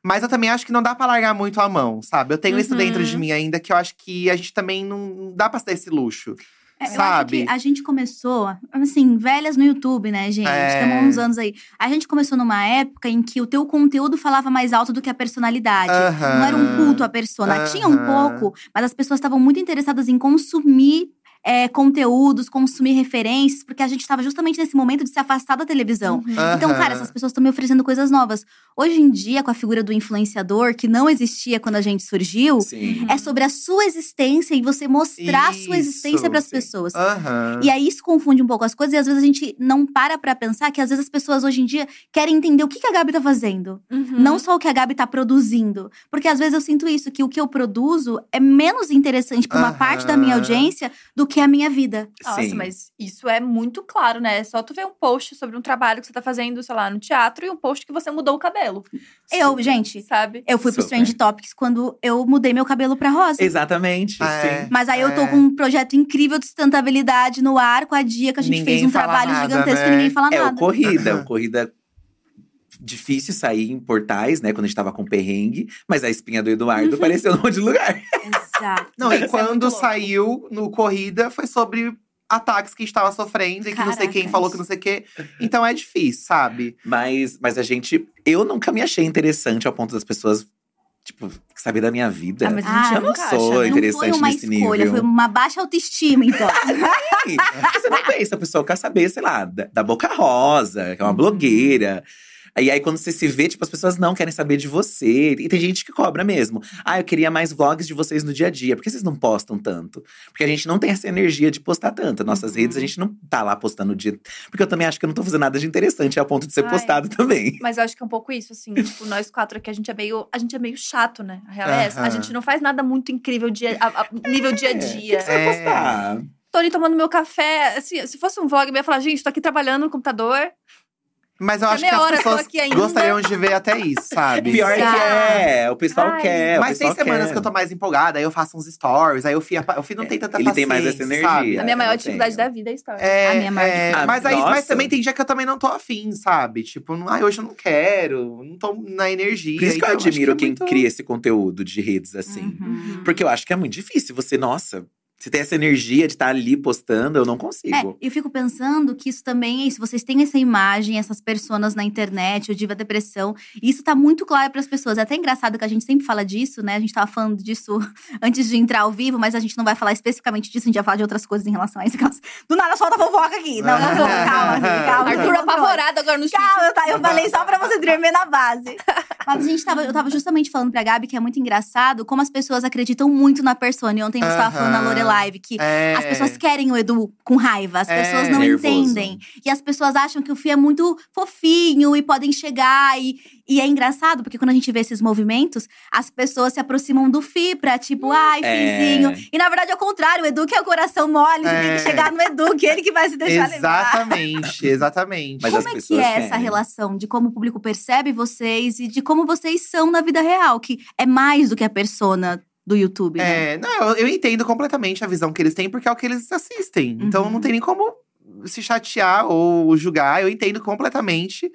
Speaker 3: Mas eu também acho que não dá pra largar muito a mão, sabe? Eu tenho isso
Speaker 1: Uhum.
Speaker 3: dentro de mim ainda, que eu acho que a gente também não- não dá pra se dar esse luxo.
Speaker 2: É, eu acho
Speaker 3: Sabe?
Speaker 2: que a gente começou, assim, velhas no YouTube, né, gente?
Speaker 3: É.
Speaker 2: Estamos há uns anos aí. A gente começou numa época em que o teu conteúdo falava mais alto do que a personalidade.
Speaker 3: Aham.
Speaker 2: Não era um culto à persona. Tinha um
Speaker 3: Aham.
Speaker 2: pouco, mas as pessoas estavam muito interessadas em consumir é, conteúdos, consumir referências, porque a gente estava justamente nesse momento de se afastar da televisão.
Speaker 1: Uhum.
Speaker 2: Então, cara, essas pessoas estão me oferecendo coisas novas. Hoje em dia, com a figura do influenciador, que não existia quando a gente surgiu,
Speaker 4: Sim.
Speaker 2: é sobre a sua existência e você mostrar a sua
Speaker 3: Isso,
Speaker 2: existência para as
Speaker 4: sim.
Speaker 2: pessoas.
Speaker 3: Aham.
Speaker 2: E aí isso confunde um pouco as coisas e às vezes a gente não para pra pensar que às vezes as pessoas hoje em dia querem entender o que, que a Gabi tá fazendo.
Speaker 1: Uhum.
Speaker 2: Não só o que a Gabi tá produzindo. Porque às vezes eu sinto isso, que o que eu produzo é menos interessante pra uma
Speaker 3: Aham.
Speaker 2: parte da minha audiência do que a minha vida.
Speaker 1: Nossa,
Speaker 4: Sim.
Speaker 1: mas isso é muito claro, né? É só tu ver um post sobre um trabalho que você tá fazendo, sei lá, no teatro e um post que você mudou o cabelo,
Speaker 2: Eu, gente,
Speaker 1: sabe?
Speaker 2: eu fui pros
Speaker 4: Super.
Speaker 2: Trend Topics quando eu mudei meu cabelo pra rosa.
Speaker 4: Exatamente.
Speaker 3: É.
Speaker 4: Sim.
Speaker 2: Mas aí eu tô
Speaker 3: É.
Speaker 2: com um projeto incrível de sustentabilidade no ar com a Dia que a gente
Speaker 3: Ninguém
Speaker 2: fez um
Speaker 3: fala
Speaker 2: trabalho
Speaker 3: nada,
Speaker 2: gigantesco
Speaker 3: né?
Speaker 2: que ninguém fala
Speaker 4: É o
Speaker 2: nada.
Speaker 4: corrida. o corrida difícil sair em portais, né? Quando a gente tava com perrengue, mas a espinha do
Speaker 1: Uhum.
Speaker 4: Eduardo apareceu num monte de lugar.
Speaker 2: Exato.
Speaker 3: Não, e
Speaker 1: Isso é muito
Speaker 3: quando
Speaker 1: louco.
Speaker 3: saiu no Corrida, foi sobre ataques que estava sofrendo e que não sei quem
Speaker 2: Caracas.
Speaker 3: falou que não sei o quê. Então é difícil, sabe?
Speaker 4: Mas, mas a gente. Eu nunca me achei interessante ao ponto das pessoas, tipo, saber da minha vida.
Speaker 1: Ah, mas a
Speaker 2: Ah,
Speaker 1: gente
Speaker 2: eu
Speaker 4: É. não
Speaker 1: nunca acha,
Speaker 4: sou,
Speaker 1: né?
Speaker 4: hein?
Speaker 2: Não foi
Speaker 4: interessante
Speaker 2: uma
Speaker 4: nesse
Speaker 2: escolha,
Speaker 4: nível.
Speaker 2: foi uma baixa autoestima, então.
Speaker 4: Sim. Você não pensa, a pessoa quer saber, sei lá, da, da Boca Rosa, que é uma blogueira. E aí, quando você se vê, tipo, as pessoas não querem saber de você. E tem gente que cobra mesmo. Ah, eu queria mais vlogs de vocês no dia a dia. Por que vocês não postam tanto? Porque a gente não tem essa energia de postar tanto. Nossas redes, a gente não tá lá postando o dia. Porque eu também acho que eu não tô fazendo nada de interessante, ao ponto de ser
Speaker 1: Ai.
Speaker 4: postado também.
Speaker 1: Mas eu acho que é um pouco isso, assim. tipo, nós quatro aqui, a gente é meio, a gente é meio chato, né? A real é essa. A
Speaker 3: Aham.
Speaker 1: gente não faz nada muito incrível dia, a- a- nível dia a dia.
Speaker 4: Você vai
Speaker 3: É.
Speaker 4: postar.
Speaker 1: Tô ali tomando meu café. Assim, se fosse um vlog, eu ia falar, gente, tô aqui trabalhando no computador.
Speaker 3: Mas eu
Speaker 1: Tá
Speaker 3: acho que
Speaker 1: meia
Speaker 3: as
Speaker 1: hora, tô
Speaker 3: pessoas
Speaker 1: aqui ainda.
Speaker 3: gostariam de ver até isso, sabe?
Speaker 4: Pior que é, o pessoal
Speaker 1: Ai.
Speaker 4: quer. o
Speaker 3: Mas tem
Speaker 4: pessoal
Speaker 3: semanas
Speaker 4: quer.
Speaker 3: que eu tô mais empolgada, aí eu faço uns stories, aí eu fio, eu fio não tem tanta
Speaker 4: Ele tem mais
Speaker 3: paciência,
Speaker 4: essa energia.
Speaker 3: sabe?
Speaker 1: A minha
Speaker 4: eu
Speaker 1: maior
Speaker 4: não
Speaker 1: dificuldade
Speaker 4: tenho.
Speaker 1: da vida é story.
Speaker 3: É,
Speaker 2: A minha maior
Speaker 3: é,
Speaker 4: dificuldade.
Speaker 3: mas, aí, mas
Speaker 4: Nossa.
Speaker 3: também tem dia que eu também não tô afim, sabe? Tipo, não- ai, hoje eu não quero, não tô na energia.
Speaker 4: Por isso que eu
Speaker 3: então acho que
Speaker 4: admiro
Speaker 3: é
Speaker 4: quem
Speaker 3: muito-
Speaker 4: cria esse conteúdo de redes assim.
Speaker 2: Uhum.
Speaker 4: Porque eu acho que é muito difícil você, nossa, você tem essa energia de estar ali postando, eu não
Speaker 2: É,
Speaker 4: consigo.
Speaker 2: eu fico pensando que isso também é isso. Vocês têm essa imagem, essas personas na internet, o Diva Depressão. E isso tá muito claro para as pessoas. É até engraçado que a gente sempre fala disso, né? A gente tava falando disso [LAUGHS] antes de entrar ao vivo, mas a gente não vai falar especificamente disso, a gente vai falar de outras coisas em relação a isso. aquelas- Do nada solta a fofoca aqui. Não, não, não, calma,
Speaker 3: [LAUGHS]
Speaker 1: [LAUGHS]
Speaker 2: amiga, calma.
Speaker 1: Arthur apavorado agora no chat.
Speaker 2: Calma, eu, tá- eu falei só pra você tremer na base. [LAUGHS] Mas a gente tava, eu tava justamente falando pra Gabi que é muito engraçado como as pessoas acreditam muito na persona. E ontem você tava falando na
Speaker 3: Aham.
Speaker 2: live, que
Speaker 3: É.
Speaker 2: as pessoas querem o Edu com raiva, as
Speaker 3: É,
Speaker 2: pessoas não
Speaker 4: nervoso.
Speaker 2: entendem. E as pessoas acham que o Fih é muito fofinho e podem chegar. E, e é engraçado, porque quando a gente vê esses movimentos, as pessoas se aproximam do Fih pra tipo, ai,
Speaker 4: É.
Speaker 2: Fizinho. E na verdade é o contrário, o Edu que é o coração mole, você tem
Speaker 3: É.
Speaker 2: que chegar no Edu, que ele que vai se deixar levar.
Speaker 3: Exatamente, exatamente.
Speaker 4: Mas as
Speaker 2: como é que
Speaker 4: pessoas
Speaker 2: é essa
Speaker 4: querem.
Speaker 2: relação de como o público percebe vocês e de como vocês são na vida real, que é mais do que a persona do YouTube, né?
Speaker 3: É, não, eu, eu entendo completamente a visão que eles têm, porque é o que eles assistem. Então
Speaker 2: Uhum.
Speaker 3: não tem nem como se chatear ou julgar, eu entendo completamente.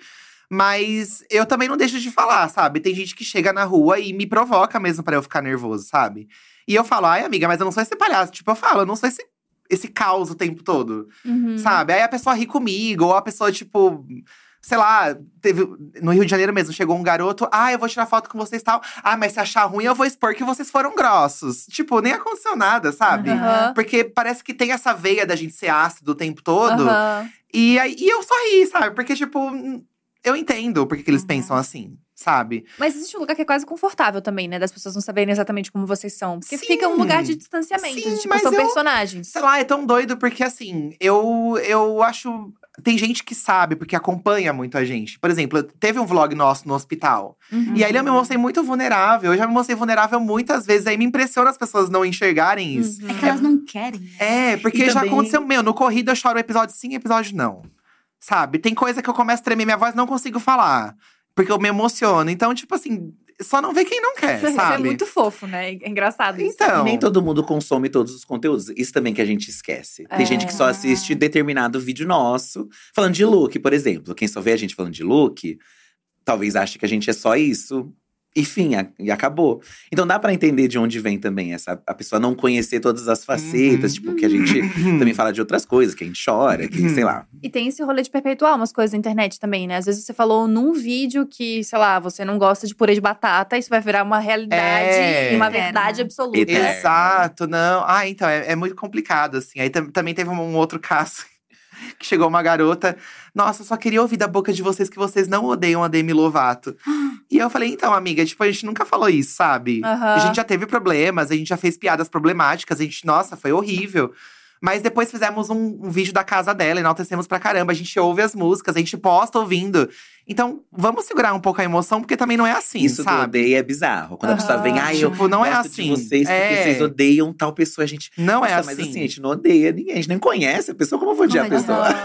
Speaker 3: Mas eu também não deixo de falar, sabe? Tem gente que chega na rua e me provoca mesmo pra eu ficar nervoso, sabe? E eu falo, ai, amiga, mas eu não sou esse palhaço. Tipo, eu falo, eu não sou esse, esse caos o tempo todo
Speaker 1: Uhum.
Speaker 5: Uhum.
Speaker 3: sabe? Aí a pessoa ri comigo, ou a pessoa, tipo, sei lá, teve. No Rio de Janeiro mesmo, chegou um garoto, ah, eu vou tirar foto com vocês e tal. Ah, mas se achar ruim, eu vou expor que vocês foram grossos. Tipo, nem aconteceu nada, sabe?
Speaker 2: Uhum.
Speaker 5: Aham.
Speaker 3: Porque parece que tem essa veia da gente ser ácido o tempo todo.
Speaker 5: Aham.
Speaker 3: E, aí, e eu só ri, sabe? Porque, tipo, eu entendo porque que eles
Speaker 2: Uhum.
Speaker 3: pensam assim, sabe?
Speaker 1: Mas existe um lugar que é quase confortável também, né? Das pessoas não saberem exatamente como vocês são. Porque
Speaker 3: Sim.
Speaker 1: fica um lugar de distanciamento.
Speaker 3: Sim,
Speaker 1: de, tipo,
Speaker 3: mas
Speaker 1: são
Speaker 3: eu-
Speaker 1: personagens.
Speaker 3: Sei lá, é tão doido porque, assim, eu, eu acho. Tem gente que sabe, porque acompanha muito a gente. Por exemplo, teve um vlog nosso no hospital.
Speaker 1: Uhum.
Speaker 3: E aí eu me mostrei muito vulnerável. Eu já me mostrei vulnerável muitas vezes. Aí me impressiona as pessoas não enxergarem isso.
Speaker 1: Uhum.
Speaker 2: É que elas não querem. né?
Speaker 3: É, porque
Speaker 4: E
Speaker 3: já
Speaker 4: também-
Speaker 3: aconteceu. Meu, no corrida eu choro episódio sim, episódio não. Sabe? Tem coisa que eu começo a tremer, minha voz não consigo falar. Porque eu me emociono. Então, tipo assim, só não vê quem não quer,
Speaker 1: Isso [LAUGHS] é
Speaker 3: sabe?
Speaker 1: muito fofo, né? É engraçado isso.
Speaker 4: E
Speaker 3: Então.
Speaker 4: nem todo mundo consome todos os conteúdos. Isso também que a gente esquece. Tem
Speaker 1: É.
Speaker 4: gente que só assiste determinado vídeo nosso, falando de look, por exemplo. Quem só vê a gente falando de look, talvez ache que a gente é só isso. Enfim, a- e acabou. Então dá pra entender de onde vem também essa a pessoa não conhecer todas as facetas,
Speaker 3: Uhum.
Speaker 4: tipo que a gente [LAUGHS] também fala de outras coisas, que a gente chora, que sei lá.
Speaker 1: E tem esse rolê de perpetuar umas coisas na internet também, né? Às vezes você falou num vídeo que, sei lá, você não gosta de purê de batata, isso vai virar uma realidade
Speaker 3: É.
Speaker 1: e uma
Speaker 2: Eterna.
Speaker 1: verdade absoluta. Né?
Speaker 4: Eterna.
Speaker 1: Exato.
Speaker 3: Exato, não. Ah, então, é, é muito complicado, assim. Aí tam- também teve um, um outro caso [LAUGHS] que chegou uma garota. Nossa, eu só queria ouvir da boca de vocês que vocês não odeiam a Demi
Speaker 4: [GASPS]
Speaker 3: Lovato. e eu falei, então, amiga, tipo, a gente nunca falou isso, sabe?
Speaker 1: Aham.
Speaker 3: A gente já teve problemas, a gente já fez piadas problemáticas, a gente, nossa, foi horrível. Mas depois fizemos um, um vídeo da casa dela, enaltecemos pra caramba. A gente ouve as músicas, a gente posta ouvindo. Então, vamos segurar um pouco a emoção, porque também não é assim,
Speaker 4: Isso do
Speaker 3: sabe?
Speaker 4: odeio é bizarro. Quando a pessoa
Speaker 1: Aham.
Speaker 4: vem, ai, eu
Speaker 3: Tipo, não é
Speaker 4: gosto
Speaker 3: assim.
Speaker 4: de vocês porque
Speaker 3: É.
Speaker 4: vocês odeiam tal pessoa, a gente
Speaker 3: Não é
Speaker 4: Nossa,
Speaker 3: assim.
Speaker 4: Mas assim, a gente não odeia ninguém, a gente nem conhece a pessoa. Como eu vou odiar a
Speaker 2: Não vai
Speaker 1: Então,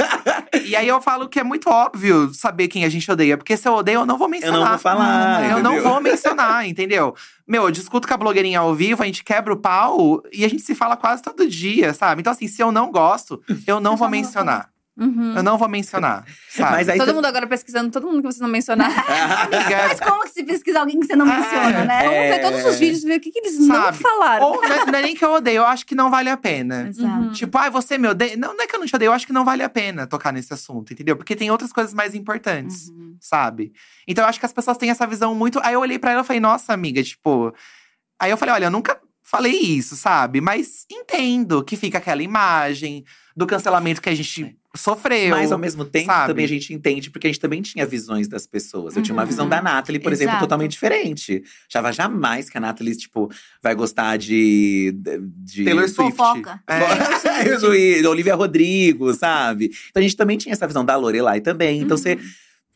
Speaker 4: pessoa?
Speaker 3: E aí eu falo que é muito óbvio saber quem a gente odeia, porque se eu odeio, eu não vou
Speaker 4: Eu
Speaker 3: mencionar.
Speaker 4: não vou falar.
Speaker 3: Eu não
Speaker 4: entendeu?
Speaker 3: vou mencionar, [LAUGHS] entendeu? Meu, eu discuto com a blogueirinha ao vivo, a gente quebra o pau e a gente se fala quase todo dia, sabe? Então, assim, se eu não gosto, eu não vou mencionar.
Speaker 1: Uhum.
Speaker 3: Eu não vou mencionar. Sabe?
Speaker 4: Mas aí.
Speaker 1: Todo mundo agora pesquisando, todo mundo que vocês não mencionaram.
Speaker 4: [LAUGHS]
Speaker 3: Amiga,
Speaker 2: Mas como que se pesquisa alguém que você não
Speaker 3: [LAUGHS] É.
Speaker 2: menciona, né?
Speaker 4: É.
Speaker 1: Vamos ver [LAUGHS] todos os vídeos, ver o que, que eles não
Speaker 3: Sabe?
Speaker 1: falaram.
Speaker 3: ou não é, não é nem que eu odeio, eu acho que não vale a pena.
Speaker 2: Exato.
Speaker 1: Uhum.
Speaker 3: Tipo, ah, você me odeia. Não, não é que eu não te odeio, eu acho que não vale a pena tocar nesse assunto, entendeu? Porque tem outras coisas mais importantes.
Speaker 2: Uhum.
Speaker 3: sabe? Então eu acho que as pessoas têm essa visão muito. Aí eu olhei pra ela e falei, nossa, amiga, tipo. Aí eu falei, olha, eu nunca falei isso, sabe? Mas entendo que fica aquela imagem do cancelamento que a gente sofreu.
Speaker 4: Mas ao mesmo tempo,
Speaker 3: sabe?
Speaker 4: também a gente entende, porque a gente também tinha visões das pessoas. Eu tinha uma
Speaker 2: Uhum.
Speaker 4: visão da Nathalie, por exemplo,
Speaker 2: Exato.
Speaker 4: totalmente diferente. Achava jamais que a Nathalie, tipo, vai gostar de. de
Speaker 3: Taylor Swift.
Speaker 2: Fofoca.
Speaker 3: É.
Speaker 4: [LAUGHS] Eu sou i- Olivia Rodrigo, sabe? Então a gente também tinha essa visão da Lorelai também. Então
Speaker 3: Uhum.
Speaker 4: você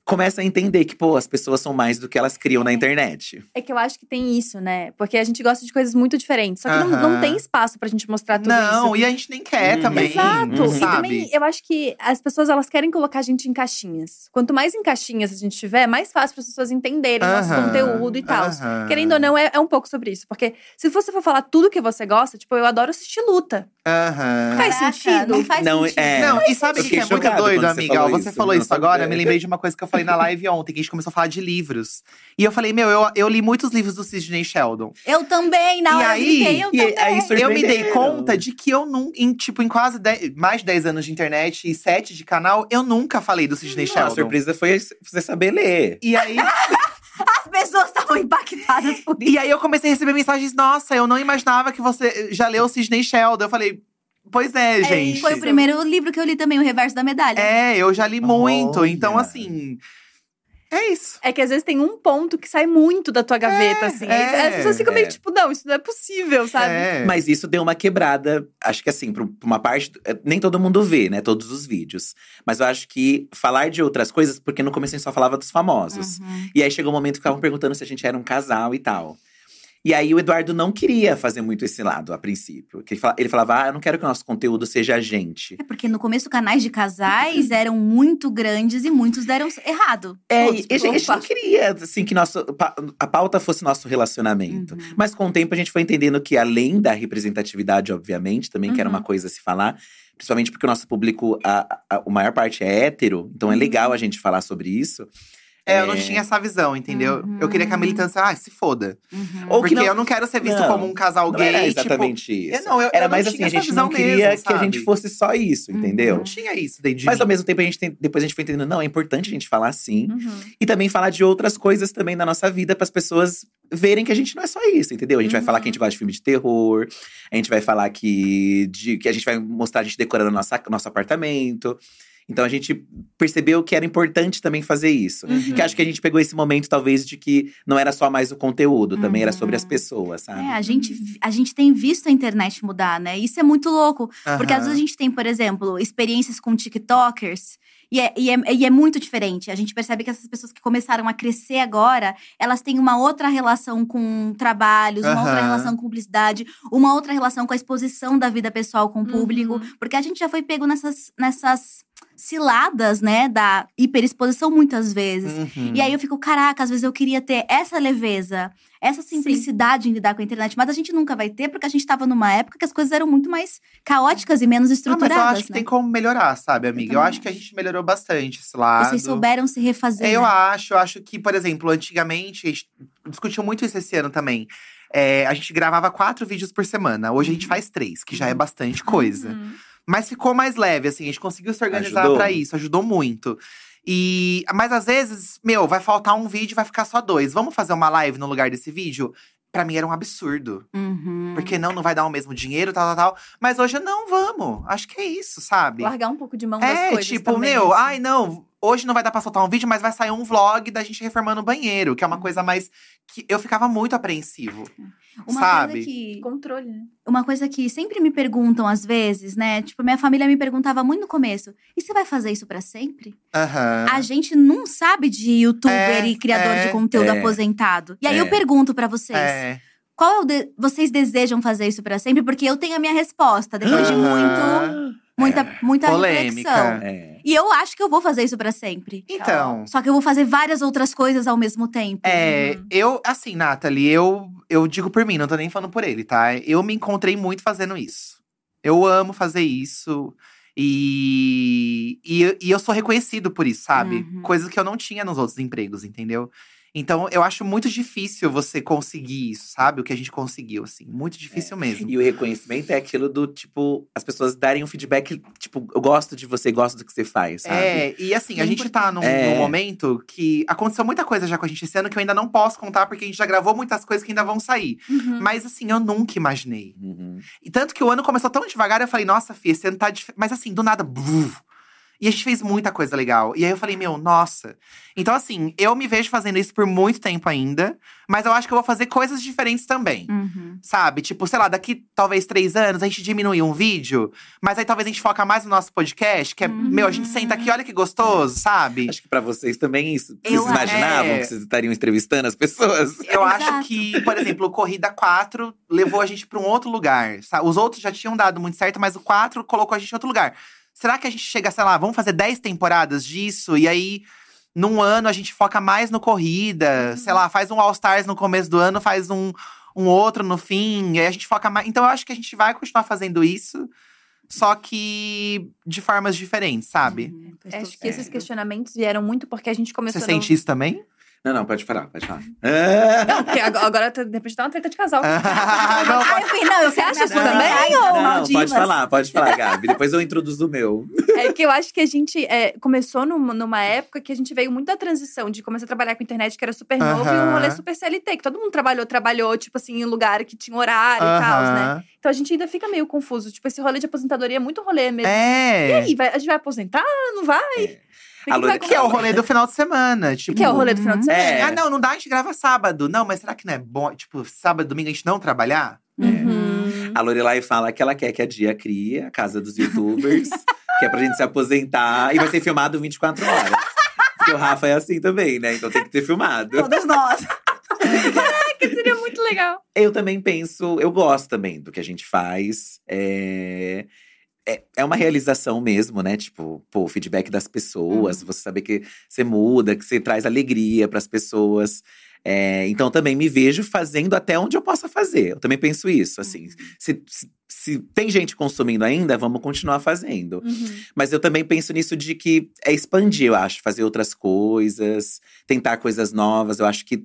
Speaker 4: começa a entender que, pô, as pessoas são mais do que elas criam na internet.
Speaker 1: É que eu acho que tem isso, né? Porque a gente gosta de coisas muito diferentes. Só que não- não,
Speaker 3: Aham.
Speaker 1: tem espaço pra gente
Speaker 3: É
Speaker 1: mostrar tudo isso.
Speaker 3: Não, e a gente nem quer
Speaker 4: Hum.
Speaker 3: também. Uhum.
Speaker 1: Exato. E
Speaker 3: Sabe?
Speaker 1: também eu acho que as pessoas elas querem colocar a gente em caixinhas. Quanto mais em caixinhas a gente tiver, mais fácil para as pessoas entenderem o nosso
Speaker 3: Aham,
Speaker 1: conteúdo e tal.
Speaker 3: aham.
Speaker 1: Querendo ou não, é, é um pouco sobre isso. Porque se você for falar tudo que você gosta, tipo, eu adoro assistir luta.
Speaker 3: Aham.
Speaker 1: Faz
Speaker 2: Caraca,
Speaker 1: sentido?
Speaker 2: Não faz
Speaker 4: Não,
Speaker 2: sentido.
Speaker 4: é.
Speaker 3: Não, e sabe o
Speaker 4: Eu
Speaker 3: que,
Speaker 4: fiquei
Speaker 3: é muito
Speaker 4: chocado
Speaker 3: doido,
Speaker 4: quando você
Speaker 3: amiga? Ó,
Speaker 4: falou
Speaker 3: Você
Speaker 4: isso,
Speaker 3: falou
Speaker 4: não
Speaker 3: isso agora, eu
Speaker 4: sabia.
Speaker 3: me lembrei de uma coisa que eu falei na live ontem, que a gente começou a falar de livros. E eu falei, meu, eu, eu li muitos livros do Sidney Sheldon.
Speaker 2: Eu também, na
Speaker 3: E
Speaker 2: hora
Speaker 3: aí-
Speaker 2: eu brinquei, eu
Speaker 4: e é
Speaker 2: também.
Speaker 4: aí
Speaker 3: eu me dei
Speaker 4: surpreenderam.
Speaker 3: conta de que eu não, em, tipo, em quase dez- mais de 10 anos de internet e 7 de canal, eu nunca falei do Sidney
Speaker 4: Não, A
Speaker 3: Sheldon.
Speaker 4: surpresa foi você saber ler.
Speaker 3: E aí,
Speaker 2: As pessoas estavam impactadas
Speaker 4: [LAUGHS]
Speaker 2: por isso.
Speaker 3: e aí eu comecei a receber mensagens, nossa, eu não imaginava que você já leu Sidney Sheldon. Eu falei, pois é, gente.
Speaker 2: Foi o primeiro livro que eu li também, O Reverso da Medalha.
Speaker 3: É, eu já li muito. Então,
Speaker 4: Olha.
Speaker 3: assim. É isso.
Speaker 1: É que às vezes tem um ponto que sai muito da tua gaveta,
Speaker 3: É,
Speaker 1: assim.
Speaker 3: é,
Speaker 1: As pessoas ficam
Speaker 4: é.
Speaker 1: meio tipo, não, isso não é possível, sabe?
Speaker 3: É.
Speaker 4: Mas isso deu uma quebrada, acho que assim, pra pra uma parte. eh, Nem todo mundo vê, né? Todos os vídeos. Mas eu acho que falar de outras coisas, porque no começo a gente só falava dos famosos.
Speaker 2: Uhum.
Speaker 4: E aí chegou um momento que ficavam perguntando se a gente era um casal e tal. E aí o Eduardo não queria fazer muito esse lado a princípio. Que ele fala- Ele falava, ah, eu não quero que o nosso conteúdo seja a gente.
Speaker 2: É porque no começo canais de casais eram muito grandes e muitos deram errado.
Speaker 4: É,
Speaker 2: Todos,
Speaker 4: e a gente
Speaker 2: opa.
Speaker 4: não queria, assim, que nosso, pa- a pauta fosse nosso relacionamento. Mas com o tempo a gente foi entendendo que, além da representatividade, obviamente, também que era
Speaker 1: Uhum.
Speaker 4: uma coisa a se falar, principalmente porque o nosso público, a, a, a maior parte é hétero, então é legal a gente falar sobre isso.
Speaker 3: É, eu não tinha essa visão, entendeu? Eu queria que a militância, ah, se foda.
Speaker 2: Uhum.
Speaker 4: Ou
Speaker 3: Porque
Speaker 4: que não,
Speaker 3: eu não quero ser visto
Speaker 4: Não,
Speaker 3: como um casal
Speaker 4: não
Speaker 3: gay.
Speaker 4: era
Speaker 3: tipo,
Speaker 4: exatamente
Speaker 3: eu
Speaker 4: isso.
Speaker 3: não, eu-
Speaker 4: era
Speaker 3: eu não
Speaker 4: mais assim,
Speaker 3: tinha
Speaker 4: a
Speaker 3: essa
Speaker 4: gente
Speaker 3: visão
Speaker 4: não queria
Speaker 3: mesmo,
Speaker 4: que a
Speaker 3: sabe?
Speaker 4: gente fosse só isso, entendeu?
Speaker 3: Não tinha isso dentro de
Speaker 4: Mas ao
Speaker 3: mim.
Speaker 4: mesmo tempo, a gente tem- depois a gente foi entendendo, não, é importante a gente falar assim.
Speaker 1: Uhum.
Speaker 4: E também falar de outras coisas também da nossa vida, para as pessoas verem que a gente não é só isso, entendeu? A gente vai falar que a gente gosta de filme de terror, a gente vai falar que, de- que a gente vai mostrar a gente decorando nossa, nosso apartamento. Então a gente percebeu que era importante também fazer isso.
Speaker 5: Uhum.
Speaker 4: Que acho que a gente pegou esse momento, talvez, de que não era só mais o conteúdo, também era sobre as
Speaker 2: Uhum.
Speaker 4: pessoas, sabe?
Speaker 2: É, a gente, vi- a gente tem visto a internet mudar, né? Isso é muito louco. Porque às
Speaker 3: Aham.
Speaker 2: vezes a gente tem, por exemplo, experiências com TikTokers. E é, e, é, e é muito diferente. A gente percebe que essas pessoas que começaram a crescer agora, elas têm uma outra relação com trabalhos, uma outra
Speaker 3: Aham.
Speaker 2: relação com publicidade, uma outra relação com a exposição da vida pessoal com o público.
Speaker 1: Uhum.
Speaker 2: Porque a gente já foi pego nessas, nessas ciladas, né, da hiperexposição muitas vezes.
Speaker 3: Uhum.
Speaker 2: E aí eu fico, caraca, às vezes eu queria ter essa leveza, essa simplicidade em lidar com a internet, mas a gente nunca vai ter, porque a gente tava numa época que as coisas eram muito mais caóticas e menos
Speaker 3: Ah, mas
Speaker 2: estruturadas,
Speaker 3: eu acho que
Speaker 2: né?
Speaker 3: tem como melhorar, sabe, amiga? Eu,
Speaker 2: também
Speaker 3: acho que a gente melhorou bastante esse lado.
Speaker 2: Vocês souberam se refazer.
Speaker 3: Eu
Speaker 2: né?
Speaker 3: acho, eu acho que, por exemplo, antigamente, a gente discutiu muito isso esse ano também. É, a gente gravava quatro vídeos por semana. Hoje
Speaker 2: Uhum.
Speaker 3: a gente faz três, que já é bastante coisa.
Speaker 1: Uhum.
Speaker 3: Mas ficou mais leve, assim, a gente conseguiu se organizar
Speaker 4: Ajudou.
Speaker 3: pra isso, ajudou muito. E, mas às vezes, meu, vai faltar um vídeo, vai ficar só dois. Vamos fazer uma live no lugar desse vídeo? Pra mim era um absurdo.
Speaker 2: Uhum.
Speaker 3: Porque não, não vai dar o mesmo dinheiro, tal, tal, tal. Mas hoje não vamos. Acho que é isso, sabe?
Speaker 1: Largar um pouco de mão das
Speaker 3: É,
Speaker 1: coisas
Speaker 3: tipo,
Speaker 1: também,
Speaker 3: meu,
Speaker 1: assim.
Speaker 3: ai não, hoje não vai dar pra soltar um vídeo, mas vai sair um vlog da gente reformando o banheiro, que é uma
Speaker 1: Uhum.
Speaker 3: coisa mais. que eu ficava muito apreensivo.
Speaker 2: uma
Speaker 3: sabe?
Speaker 2: coisa que
Speaker 1: Controle, né?
Speaker 2: uma coisa que sempre me perguntam às vezes, né? Tipo, minha família me perguntava muito no começo: "E você vai fazer isso pra sempre?"
Speaker 3: Aham.
Speaker 2: A gente não sabe de youtuber
Speaker 3: É,
Speaker 2: e criador
Speaker 3: é,
Speaker 2: de conteúdo
Speaker 4: é.
Speaker 2: aposentado. E aí eu
Speaker 4: É.
Speaker 2: pergunto pra vocês:
Speaker 3: É.
Speaker 2: qual é o de- vocês desejam fazer isso pra sempre? Porque eu tenho a minha resposta depois de
Speaker 3: Aham. É.
Speaker 2: muito, muita, muita
Speaker 3: Polêmica.
Speaker 2: reflexão.
Speaker 4: É.
Speaker 2: E eu acho que eu vou fazer isso pra sempre.
Speaker 3: Então.
Speaker 2: Só que eu vou fazer várias outras coisas ao mesmo tempo.
Speaker 3: É, eu, assim, Nathalie, eu, eu digo por mim, não tô nem falando por ele, tá? Eu me encontrei muito fazendo isso. Eu amo fazer isso. E, e, e eu sou reconhecido por isso, sabe?
Speaker 2: Uhum.
Speaker 3: Coisas que eu não tinha nos outros empregos, entendeu? Então, eu acho muito difícil você conseguir isso, sabe? O que a gente conseguiu, assim. Muito [LAUGHS] difícil mesmo.
Speaker 4: E o reconhecimento é aquilo do tipo, as pessoas darem um feedback, tipo, eu gosto de você, gosto do que você faz, sabe?
Speaker 3: É, e assim, a
Speaker 2: É
Speaker 3: gente tá num,
Speaker 4: É.
Speaker 3: num momento que aconteceu muita coisa já com a gente esse ano que eu ainda não posso contar, porque a gente já gravou muitas coisas que ainda vão sair. Mas assim, eu nunca imaginei.
Speaker 4: Uhum.
Speaker 3: E tanto que o ano começou tão devagar, eu falei, nossa, Fih, esse ano tá dif... Mas assim, do nada. buf. e a gente fez muita coisa legal. E aí eu falei, meu, nossa. Então, assim, eu me vejo fazendo isso por muito tempo ainda, mas eu acho que eu vou fazer coisas diferentes também.
Speaker 2: Uhum.
Speaker 3: Sabe? Tipo, sei lá, daqui talvez três anos a gente diminui um vídeo, mas aí talvez a gente foca mais no nosso podcast, que é, meu, a gente senta aqui, olha que gostoso, sabe?
Speaker 4: Acho que pra vocês também isso. Vocês
Speaker 2: Eu-
Speaker 4: imaginavam
Speaker 3: é.
Speaker 4: que vocês estariam entrevistando as pessoas?
Speaker 3: Eu
Speaker 2: Exato.
Speaker 3: acho que, por exemplo, o Corrida 4 levou a gente pra um outro lugar. sa- Os outros já tinham dado muito certo, mas o 4 colocou a gente em outro lugar. Será que a gente chega, sei lá, vamos fazer 10 temporadas disso? E aí, num ano, a gente foca mais no Corrida.
Speaker 1: Uhum.
Speaker 3: Sei lá, faz um All-Stars no começo do ano, faz um, um outro no fim. E aí a gente foca mais. Então, eu acho que a gente vai continuar fazendo isso. Só que de formas diferentes, sabe?
Speaker 2: Uhum. Faz todo
Speaker 1: Acho que esses
Speaker 2: sentido.
Speaker 1: questionamentos vieram muito porque a gente
Speaker 3: Você
Speaker 1: começou… no-
Speaker 3: sente isso também?
Speaker 4: [LAUGHS] Não, não, pode falar, pode falar. Ah!
Speaker 1: Não, porque agora, agora tá- de repente tá uma treta de
Speaker 3: [LAUGHS]
Speaker 1: casal.
Speaker 3: Não,
Speaker 2: Ah, eu fui- não, eu
Speaker 1: Você
Speaker 2: quero
Speaker 1: acha
Speaker 2: me
Speaker 1: isso
Speaker 2: aposentar.
Speaker 1: também,
Speaker 2: Ai,
Speaker 1: ô,
Speaker 2: não,
Speaker 4: Não,
Speaker 2: Maldivas?
Speaker 4: pode falar, pode falar, Gabi. Depois eu introduzo o meu.
Speaker 1: É que eu acho que a gente é, começou numa, numa época que a gente veio muito da transição de começar a trabalhar com internet, que era super novo, e um
Speaker 3: Aham.
Speaker 1: rolê super CLT, que todo mundo trabalhou, trabalhou, tipo assim, em lugar que tinha horário e tal, né?
Speaker 3: Aham.
Speaker 1: Então a gente ainda fica meio confuso. Tipo, esse rolê de aposentadoria é muito rolê mesmo.
Speaker 3: É.
Speaker 1: E aí, vai- a gente vai aposentar? Não vai?
Speaker 5: que vai
Speaker 3: Que é o rolê do final de semana.
Speaker 5: O
Speaker 4: um
Speaker 3: Tipo,
Speaker 5: que é o rolê do final de semana?
Speaker 4: É.
Speaker 3: Ah, não, não dá, a gente grava sábado. Não, mas será que não é bom? Tipo, sábado, domingo a gente não trabalhar?
Speaker 1: Uhum.
Speaker 2: Uhum.
Speaker 4: A Lorelai fala que ela quer que a Dia crie a casa dos youtubers, [LAUGHS] que é pra gente se aposentar e vai ser filmado 24 horas. Porque o Rafa é assim também, né? Então tem que ter
Speaker 3: É.
Speaker 4: filmado.
Speaker 2: Todas nós.
Speaker 1: [LAUGHS] Seria muito legal.
Speaker 4: Eu também penso, eu gosto também do que a gente faz. É, é, é uma realização mesmo, né? Tipo, pô, o feedback das pessoas, você saber que você muda, que você traz alegria pras pessoas. É, então também me vejo fazendo até onde eu possa fazer. Eu também penso isso, assim. Se, se- se tem gente consumindo ainda, vamos continuar fazendo.
Speaker 1: Uhum.
Speaker 4: Mas eu também penso nisso de que é expandir, eu acho, fazer outras coisas, tentar coisas novas. Eu acho que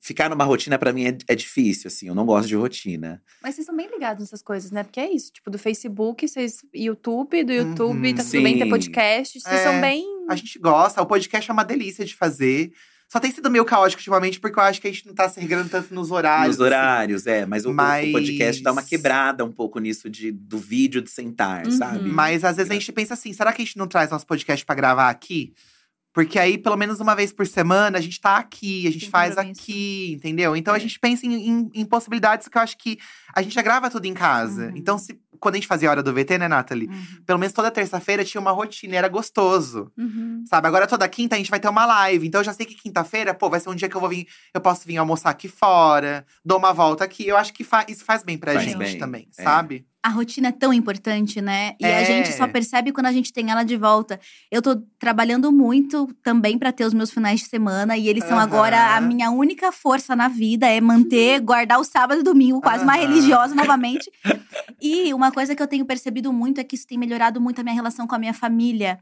Speaker 4: ficar numa rotina pra mim é, é difícil, assim. Eu não gosto de rotina.
Speaker 1: Mas vocês estão bem ligados nessas coisas, né? Porque é isso, tipo, do Facebook, vocês YouTube, do YouTube,
Speaker 3: Uhum.
Speaker 1: tá tudo bem ter
Speaker 4: Sim.
Speaker 1: podcast. Vocês
Speaker 3: É.
Speaker 1: são bem.
Speaker 3: A
Speaker 4: Hum.
Speaker 3: gente gosta, o podcast é uma delícia de fazer. Só tem sido meio caótico ultimamente, porque eu acho que a gente não tá se regrando tanto nos horários.
Speaker 4: Nos horários, é. Mas o, o-
Speaker 3: Ah, Mas-
Speaker 4: o podcast dá uma quebrada um pouco nisso de, do vídeo de sentar,
Speaker 1: Uhum.
Speaker 4: sabe?
Speaker 3: assim. Mas às vezes a gente pensa assim, será que a gente não traz nosso podcast pra gravar aqui? Porque aí, pelo menos uma vez por semana, a gente tá aqui, a gente
Speaker 1: Tem
Speaker 3: faz
Speaker 1: compromisso.
Speaker 3: aqui, entendeu? Então a
Speaker 4: É.
Speaker 3: gente pensa em, em- em possibilidades que eu acho que a gente já grava tudo em casa.
Speaker 2: Uhum.
Speaker 3: Então, se, quando a gente fazia a hora do VT, né, Nathalie?
Speaker 4: Uhum.
Speaker 3: Pelo menos toda terça-feira tinha uma rotina, e era gostoso.
Speaker 1: Uhum.
Speaker 3: Sabe, agora toda quinta a gente vai ter uma live. Então eu já sei que quinta-feira, pô, vai ser um dia que eu vou vir. Eu posso vir almoçar aqui fora, dou uma volta aqui. Eu acho que fa- isso faz bem pra
Speaker 4: Faz
Speaker 3: gente
Speaker 4: bem,
Speaker 3: também,
Speaker 4: é.
Speaker 3: sabe?
Speaker 2: A rotina é tão importante, né? E a
Speaker 3: É.
Speaker 2: gente só percebe quando a gente tem ela de volta. Eu tô trabalhando muito também pra ter os meus finais de semana e eles são
Speaker 3: Aham.
Speaker 2: agora a minha única força na vida é
Speaker 3: [LAUGHS]
Speaker 2: manter, guardar o sábado e domingo, quase uma
Speaker 3: Aham.
Speaker 2: religiosa novamente. [LAUGHS] E uma coisa que eu tenho percebido muito é que isso tem melhorado muito a minha relação com a minha família.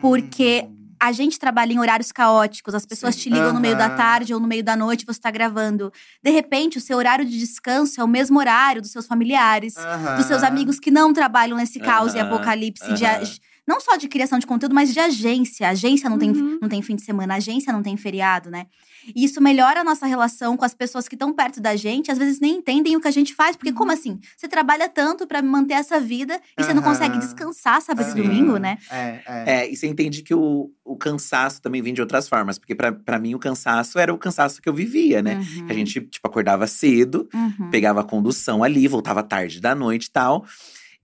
Speaker 2: Porque
Speaker 3: Hum,
Speaker 2: a gente trabalha em horários caóticos, as pessoas
Speaker 4: Sim.
Speaker 2: te ligam no meio da
Speaker 3: Aham.
Speaker 2: tarde ou no meio da noite, você tá gravando. De repente, o seu horário de descanso é o mesmo horário dos seus familiares,
Speaker 3: Aham.
Speaker 2: dos seus amigos que não trabalham nesse caos e
Speaker 4: Aham,
Speaker 2: apocalipse de
Speaker 4: aham.
Speaker 2: ag- não só de criação de conteúdo, mas de agência. Agência não,
Speaker 1: Uhum.
Speaker 2: tem, não tem fim de semana, agência não tem feriado, né? E isso melhora a nossa relação com as pessoas que estão perto da gente, às vezes nem entendem o que a gente faz, porque como assim? Você trabalha tanto pra manter essa vida e você não
Speaker 3: Aham.
Speaker 2: consegue descansar sábado
Speaker 3: Sim.
Speaker 2: e domingo, né?
Speaker 3: É, é.
Speaker 4: É, e você entende que o, o cansaço também vem de outras formas. Porque pra pra mim, o cansaço era o cansaço que eu vivia, né?
Speaker 2: Uhum.
Speaker 4: A gente, tipo, acordava cedo,
Speaker 2: Uhum.
Speaker 4: pegava a condução ali, voltava tarde da noite e tal.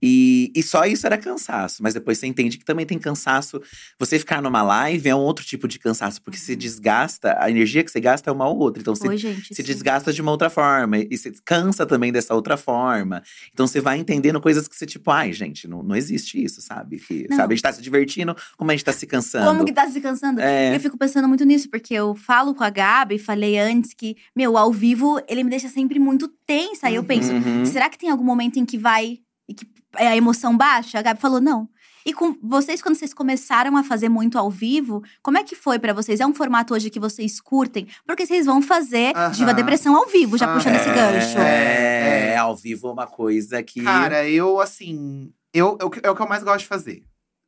Speaker 4: E, e só isso era cansaço. Mas depois você entende que também tem cansaço. Você ficar numa live é um outro tipo de cansaço, porque
Speaker 2: Uhum.
Speaker 4: se desgasta, a energia que você gasta é uma ou outra. Então você
Speaker 2: Oi, gente.
Speaker 4: se
Speaker 2: sim.
Speaker 4: desgasta de uma outra forma e você cansa também dessa outra forma. Então você vai entendendo coisas que você, tipo, ai, gente, não, não existe isso, sabe? Que,
Speaker 2: Não.
Speaker 4: sabe? A gente tá se divertindo, como a gente tá se cansando.
Speaker 2: Como que tá se cansando?
Speaker 4: É.
Speaker 2: Eu fico pensando muito nisso, porque eu falo com a Gabi, falei antes que, meu, ao vivo ele me deixa sempre muito tensa. Aí eu penso,
Speaker 4: Uhum.
Speaker 2: será que tem algum momento em que vai e que é, a emoção baixa? A Gabi falou, não. E com vocês, quando vocês começaram a fazer muito ao vivo, como é que foi pra vocês? É um formato hoje que vocês curtem? Porque vocês vão fazer
Speaker 3: Aham.
Speaker 2: Diva Depressão ao vivo, já
Speaker 3: Ah,
Speaker 2: puxando esse gancho.
Speaker 4: É, é, ao vivo é uma coisa que.
Speaker 3: Cara, eu assim. Eu, eu, é o que eu mais gosto de fazer.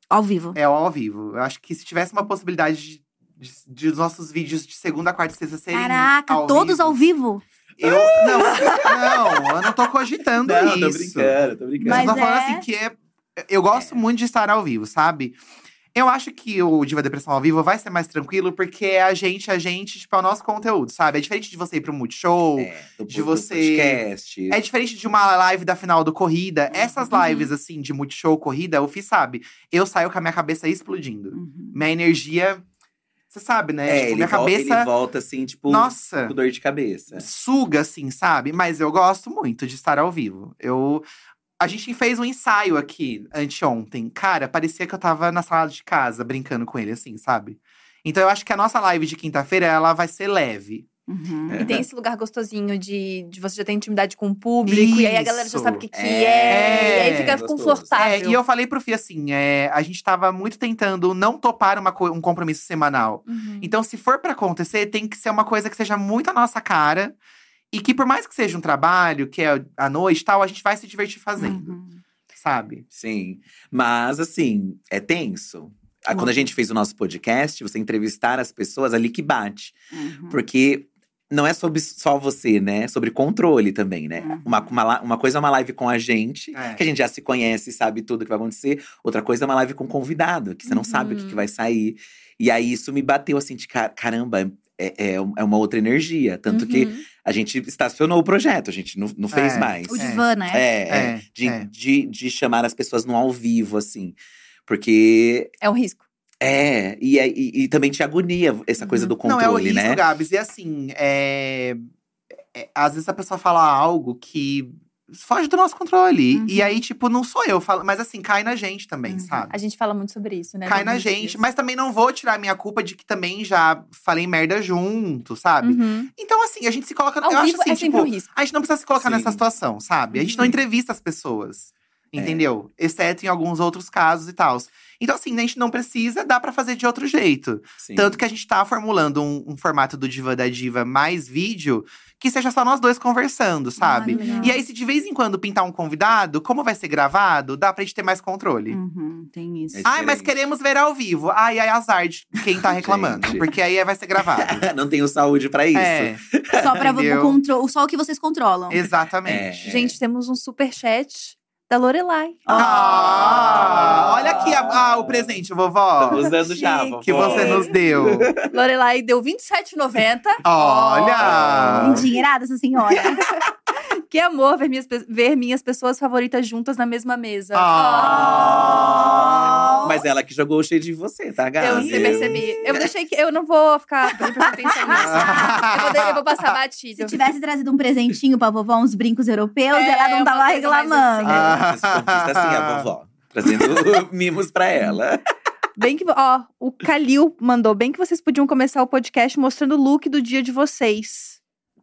Speaker 2: Ao vivo.
Speaker 3: É o ao vivo. Eu acho que se tivesse uma possibilidade de, de, de os nossos vídeos de segunda, quarta e sexta serem.
Speaker 2: Caraca, todos ao vivo?
Speaker 3: Eu, não, [LAUGHS] não, eu não tô cogitando
Speaker 4: não, tô
Speaker 3: isso.
Speaker 4: brincando, tô brincando.
Speaker 3: Mas
Speaker 2: Mas
Speaker 3: eu tô falando
Speaker 2: é-
Speaker 3: assim que é, eu gosto muito de estar ao vivo, sabe? Eu acho que o Diva Depressão ao vivo vai ser mais tranquilo, porque é a gente, a gente, tipo, é o nosso conteúdo, sabe? É diferente de você ir pro Multishow, é,
Speaker 4: É, do,
Speaker 3: de
Speaker 4: do
Speaker 3: você-
Speaker 4: podcast. É,
Speaker 3: diferente de tipo, uma live da final do Corrida. Essas lives, assim, de Multishow, Corrida, eu fiz, sabe? Eu saio com a minha cabeça explodindo. Minha energia, você sabe, né?
Speaker 4: É,
Speaker 3: tipo,
Speaker 4: ele,
Speaker 3: minha
Speaker 4: vol- ele
Speaker 3: cabeça,
Speaker 4: volta assim, tipo,
Speaker 3: nossa…
Speaker 4: com dor de cabeça.
Speaker 3: suga, assim, sabe? Mas eu gosto muito de estar ao vivo. Eu. A gente fez um ensaio aqui anteontem. Cara, parecia que eu tava na sala de casa brincando com ele, assim, sabe? Então eu acho que a nossa live de quinta-feira ela vai ser leve.
Speaker 2: Uhum.
Speaker 3: É,
Speaker 1: E tem esse lugar gostosinho de, de você já ter intimidade com o público, e aí a galera já
Speaker 3: Isso.
Speaker 1: sabe o que, que é,
Speaker 4: É.
Speaker 1: e aí fica
Speaker 4: Gostoso.
Speaker 3: É,
Speaker 1: confortável.
Speaker 3: e eu falei pro Fih assim: é, a gente tava muito tentando não topar uma co- um compromisso semanal.
Speaker 1: Uhum.
Speaker 3: Então, se for pra acontecer, tem que ser uma coisa que seja muito a nossa cara. E que, por mais que seja um trabalho, que é à noite e tal, a gente vai se divertir fazendo,
Speaker 2: Uhum.
Speaker 3: sabe?
Speaker 4: Sim. Mas, assim, é tenso. Ah, Quando a gente fez o nosso podcast, você entrevistar as pessoas ali que bate.
Speaker 3: Hum.
Speaker 2: Uhum.
Speaker 4: Porque não é sobre só você, né? É sobre controle também, né?
Speaker 3: Hum.
Speaker 2: Uhum.
Speaker 4: Uma, uma, la- uma coisa é uma live com a gente,
Speaker 3: É.
Speaker 4: que a gente já se conhece, sabe tudo que vai acontecer. Outra coisa é uma live com convidado, que você não sabe o que,
Speaker 1: Uhum.
Speaker 4: que vai sair. E aí isso me bateu assim de ca- caramba, é, é, é uma outra energia. Tanto que
Speaker 1: Uhum.
Speaker 4: a gente estacionou o projeto, a gente não, não fez
Speaker 3: É.
Speaker 4: mais.
Speaker 2: O divã, né?
Speaker 4: É, é,
Speaker 3: É,
Speaker 4: de,
Speaker 3: é.
Speaker 4: De, de chamar as pessoas no ao vivo, assim. Porque
Speaker 1: É um risco.
Speaker 4: é, e, é- e, e também te agonia essa coisa do
Speaker 3: Não,
Speaker 4: controle,
Speaker 3: é o risco,
Speaker 4: né?
Speaker 3: Gabs. E assim, é... é, às vezes a pessoa fala algo que foge do nosso controle.
Speaker 2: Uhum.
Speaker 3: E aí, tipo, não sou eu. falo- Mas assim, cai na gente também,
Speaker 2: Uhum.
Speaker 3: sabe?
Speaker 1: A gente fala muito sobre isso, né?
Speaker 3: Cai na
Speaker 1: todos os
Speaker 3: gente.
Speaker 1: dias.
Speaker 3: Mas também não vou tirar a minha culpa de que também já falei merda junto, sabe?
Speaker 1: Uhum.
Speaker 3: Então, assim, a gente se coloca.
Speaker 1: Ao
Speaker 3: eu
Speaker 1: vivo
Speaker 3: acho assim,
Speaker 1: é sempre
Speaker 3: tipo,
Speaker 1: um risco.
Speaker 3: a gente não precisa se colocar
Speaker 4: Sim.
Speaker 3: nessa situação, sabe? A gente não
Speaker 4: Uhum.
Speaker 3: entrevista as pessoas.
Speaker 4: É.
Speaker 3: Entendeu? Exceto em alguns outros casos e tal. Então, assim, a gente não precisa, dá pra fazer de outro jeito.
Speaker 4: Sim.
Speaker 3: Tanto que a gente tá formulando um, um formato do Diva da Diva mais vídeo, que seja só nós dois conversando, sabe?
Speaker 2: Ah, legal.
Speaker 3: e aí, se de vez em quando pintar um convidado, como vai ser gravado, dá pra gente ter mais controle.
Speaker 2: Uhum, tem isso.
Speaker 4: É
Speaker 3: Ai, mas
Speaker 4: Hum. diferente.
Speaker 3: queremos ver ao vivo. Ai, ai, azar de quem
Speaker 4: [LAUGHS]
Speaker 3: tá reclamando.
Speaker 4: Gente.
Speaker 3: porque aí vai ser gravado.
Speaker 4: [LAUGHS] não tenho saúde pra [LAUGHS] isso.
Speaker 3: É,
Speaker 2: Só pra
Speaker 3: Entendeu?
Speaker 2: o controle, só o que vocês controlam.
Speaker 3: exatamente.
Speaker 4: É.
Speaker 1: Gente, temos um superchat da Lorelai.
Speaker 3: Ah, olha aqui a- ah, o presente, vovó.
Speaker 4: Tô usando já,
Speaker 1: Chique.
Speaker 4: vovó.
Speaker 3: Que você nos deu.
Speaker 4: [LAUGHS]
Speaker 5: Lorelai deu 27,90.
Speaker 3: Olha!
Speaker 2: Endinheirada essa senhora.
Speaker 1: Que amor ver minhas, pe- ver minhas pessoas favoritas juntas na mesma mesa.
Speaker 3: Ah.
Speaker 4: Mas ela que jogou o shade em você, tá, Gabi?
Speaker 5: Eu sei,
Speaker 3: né?
Speaker 5: percebi. Eu deixei que. Eu não vou ficar prestando atenção nisso. Eu vou, de- eu vou passar
Speaker 2: Se
Speaker 1: [LAUGHS]
Speaker 5: batido.
Speaker 2: tivesse trazido um presentinho pra vovó, uns brincos europeus,
Speaker 5: É,
Speaker 2: ela não
Speaker 5: uma
Speaker 2: tava
Speaker 5: coisa mais
Speaker 2: reclamando.
Speaker 5: assim.
Speaker 4: Ela se conquista assim, a vovó. [LAUGHS] Trazendo mimos pra ela.
Speaker 1: Bem que. vo- Ó, o Kalil mandou. Bem que vocês podiam começar o podcast mostrando o look do dia de vocês.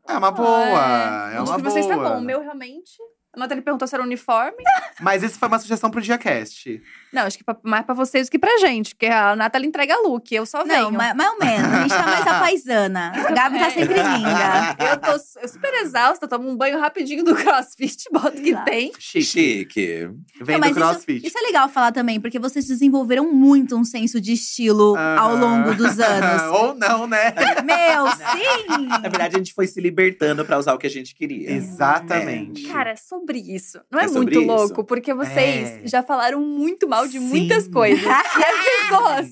Speaker 3: É uma boa. É,
Speaker 5: O
Speaker 3: uma
Speaker 5: de vocês tá
Speaker 3: boa.
Speaker 5: bom. O meu realmente. A Natália perguntou se era uniforme.
Speaker 3: Mas isso foi uma sugestão pro Diacast.
Speaker 1: Não, acho que pra- mais pra vocês do que pra gente, porque a Nathalie entrega look, eu só venho.
Speaker 2: Não, ma- mais ou menos. A gente tá mais a paisana. Gabi tá
Speaker 1: [LAUGHS]
Speaker 2: sempre linda.
Speaker 5: Eu tô su- eu super exausta, tomo um banho rapidinho do [LAUGHS] crossfit, boto o que
Speaker 2: Tá.
Speaker 5: tem.
Speaker 3: Chique.
Speaker 4: Chique.
Speaker 3: Vem
Speaker 2: Não,
Speaker 3: do
Speaker 2: mas
Speaker 3: crossfit.
Speaker 2: Isso, isso é legal falar também, porque vocês desenvolveram muito um senso de estilo ao
Speaker 3: Aham.
Speaker 2: longo dos
Speaker 5: é
Speaker 2: anos.
Speaker 3: [LAUGHS] Ou não, né?
Speaker 2: Meu, sim!
Speaker 4: Na verdade, a gente foi se libertando pra usar o que a gente queria.
Speaker 3: Exatamente.
Speaker 5: É. Cara, sobre isso. Não é,
Speaker 4: É sobre
Speaker 5: muito
Speaker 4: isso?
Speaker 5: louco, porque vocês
Speaker 3: É.
Speaker 5: já falaram muito mal de
Speaker 3: Sim.
Speaker 5: muitas coisas. E as pessoas.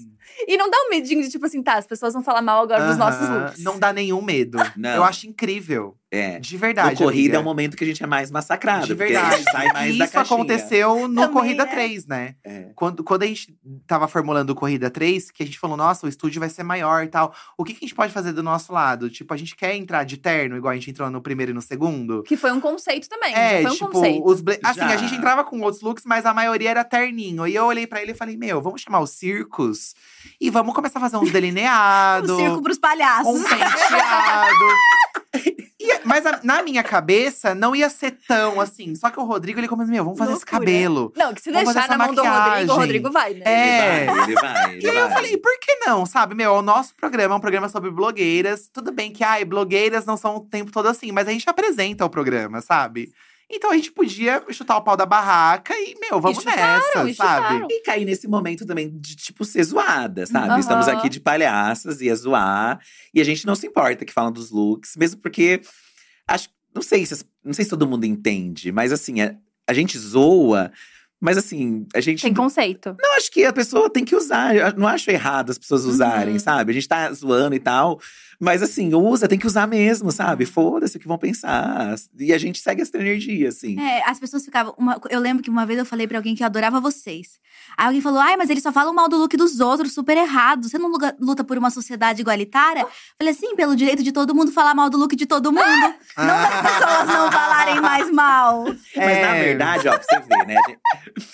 Speaker 5: E não dá um medinho de tipo assim, tá, as pessoas vão falar mal agora dos nossos
Speaker 3: Aham.
Speaker 5: looks.
Speaker 3: Não dá nenhum medo.
Speaker 4: Não.
Speaker 3: Eu acho incrível.
Speaker 4: É.
Speaker 3: De verdade.
Speaker 4: no corrida é o
Speaker 3: amiga.
Speaker 4: momento que a gente é mais massacrado.
Speaker 3: De
Speaker 4: porque a
Speaker 3: verdade.
Speaker 4: gente sai mais
Speaker 3: E
Speaker 4: da
Speaker 3: isso
Speaker 4: caixinha.
Speaker 3: aconteceu no
Speaker 2: Também,
Speaker 3: Corrida
Speaker 2: né?
Speaker 3: 3, né?
Speaker 4: É.
Speaker 3: Quando, quando a gente tava formulando o Corrida 3, que a gente falou, nossa, o estúdio vai ser maior e tal. O que, que a gente pode fazer do nosso lado? Tipo, a gente quer entrar de terno, igual a gente entrou no primeiro e no segundo?
Speaker 5: Que foi um conceito também.
Speaker 3: É,
Speaker 5: foi um
Speaker 3: tipo,
Speaker 5: conceito.
Speaker 3: os bla- assim,
Speaker 4: Já.
Speaker 3: a gente entrava com outros looks, mas a maioria era terninho. E eu olhei pra ele e falei: "Meu, vamos chamar os circos e vamos começar a fazer
Speaker 5: [LAUGHS]
Speaker 3: uns
Speaker 2: Um
Speaker 3: delineados,
Speaker 2: circo pros
Speaker 5: tá
Speaker 2: palhaços.
Speaker 3: um penteado". E- mas a- na minha cabeça não ia ser tão assim. Só que o Rodrigo ele começou: "Meu, vamos fazer esse
Speaker 5: Loucura.
Speaker 3: cabelo".
Speaker 5: Não, que se
Speaker 3: Vamos
Speaker 5: deixar
Speaker 3: fazer
Speaker 5: na
Speaker 3: essa
Speaker 5: mão do Rodrigo, o
Speaker 3: maquiagem.
Speaker 5: Rodrigo vai, né?
Speaker 3: É.
Speaker 4: Ele vai, ele vai. ele
Speaker 3: E aí eu
Speaker 4: vai.
Speaker 3: falei, por que não? Sabe, meu, o nosso programa é um programa sobre blogueiras. Tudo bem que, ai, blogueiras não são o tempo todo assim, mas a gente apresenta o programa, sabe? Então a gente podia chutar o pau da barraca e, meu, vamos
Speaker 5: chutaram,
Speaker 3: nessa,
Speaker 5: e
Speaker 3: sabe? [LAUGHS]
Speaker 5: chutaram.
Speaker 4: E cair nesse momento também de, tipo, ser zoada, sabe?
Speaker 1: Aham.
Speaker 4: Estamos aqui de palhaças, ia zoar. E a gente não se importa que falam dos looks. Mesmo porque, acho, não sei se, não sei se todo mundo entende. Mas assim, a, a gente zoa. Mas assim, a gente…
Speaker 1: Tem conceito.
Speaker 4: Eu acho que a pessoa tem que usar. Eu não acho errado as pessoas usarem,
Speaker 1: Uhum.
Speaker 4: sabe? A gente tá zoando e tal. Mas assim, usa, tem que usar mesmo, sabe?
Speaker 1: Uhum.
Speaker 4: Foda-se o que vão pensar. E a gente segue essa energia, assim.
Speaker 2: É, as pessoas ficavam. uma- eu lembro que uma vez eu falei pra alguém que eu adorava vocês. Aí alguém falou: ai, mas eles só falam mal do look dos outros, super errado. Você não luga- luta por uma sociedade igualitária? Falei assim, pelo direito de todo mundo falar mal do look de todo
Speaker 4: [LAUGHS]
Speaker 2: mundo. Não das pessoas não falarem mais mal.
Speaker 4: Mas na
Speaker 3: É.
Speaker 4: verdade, ó, pra você ver, né? A gente,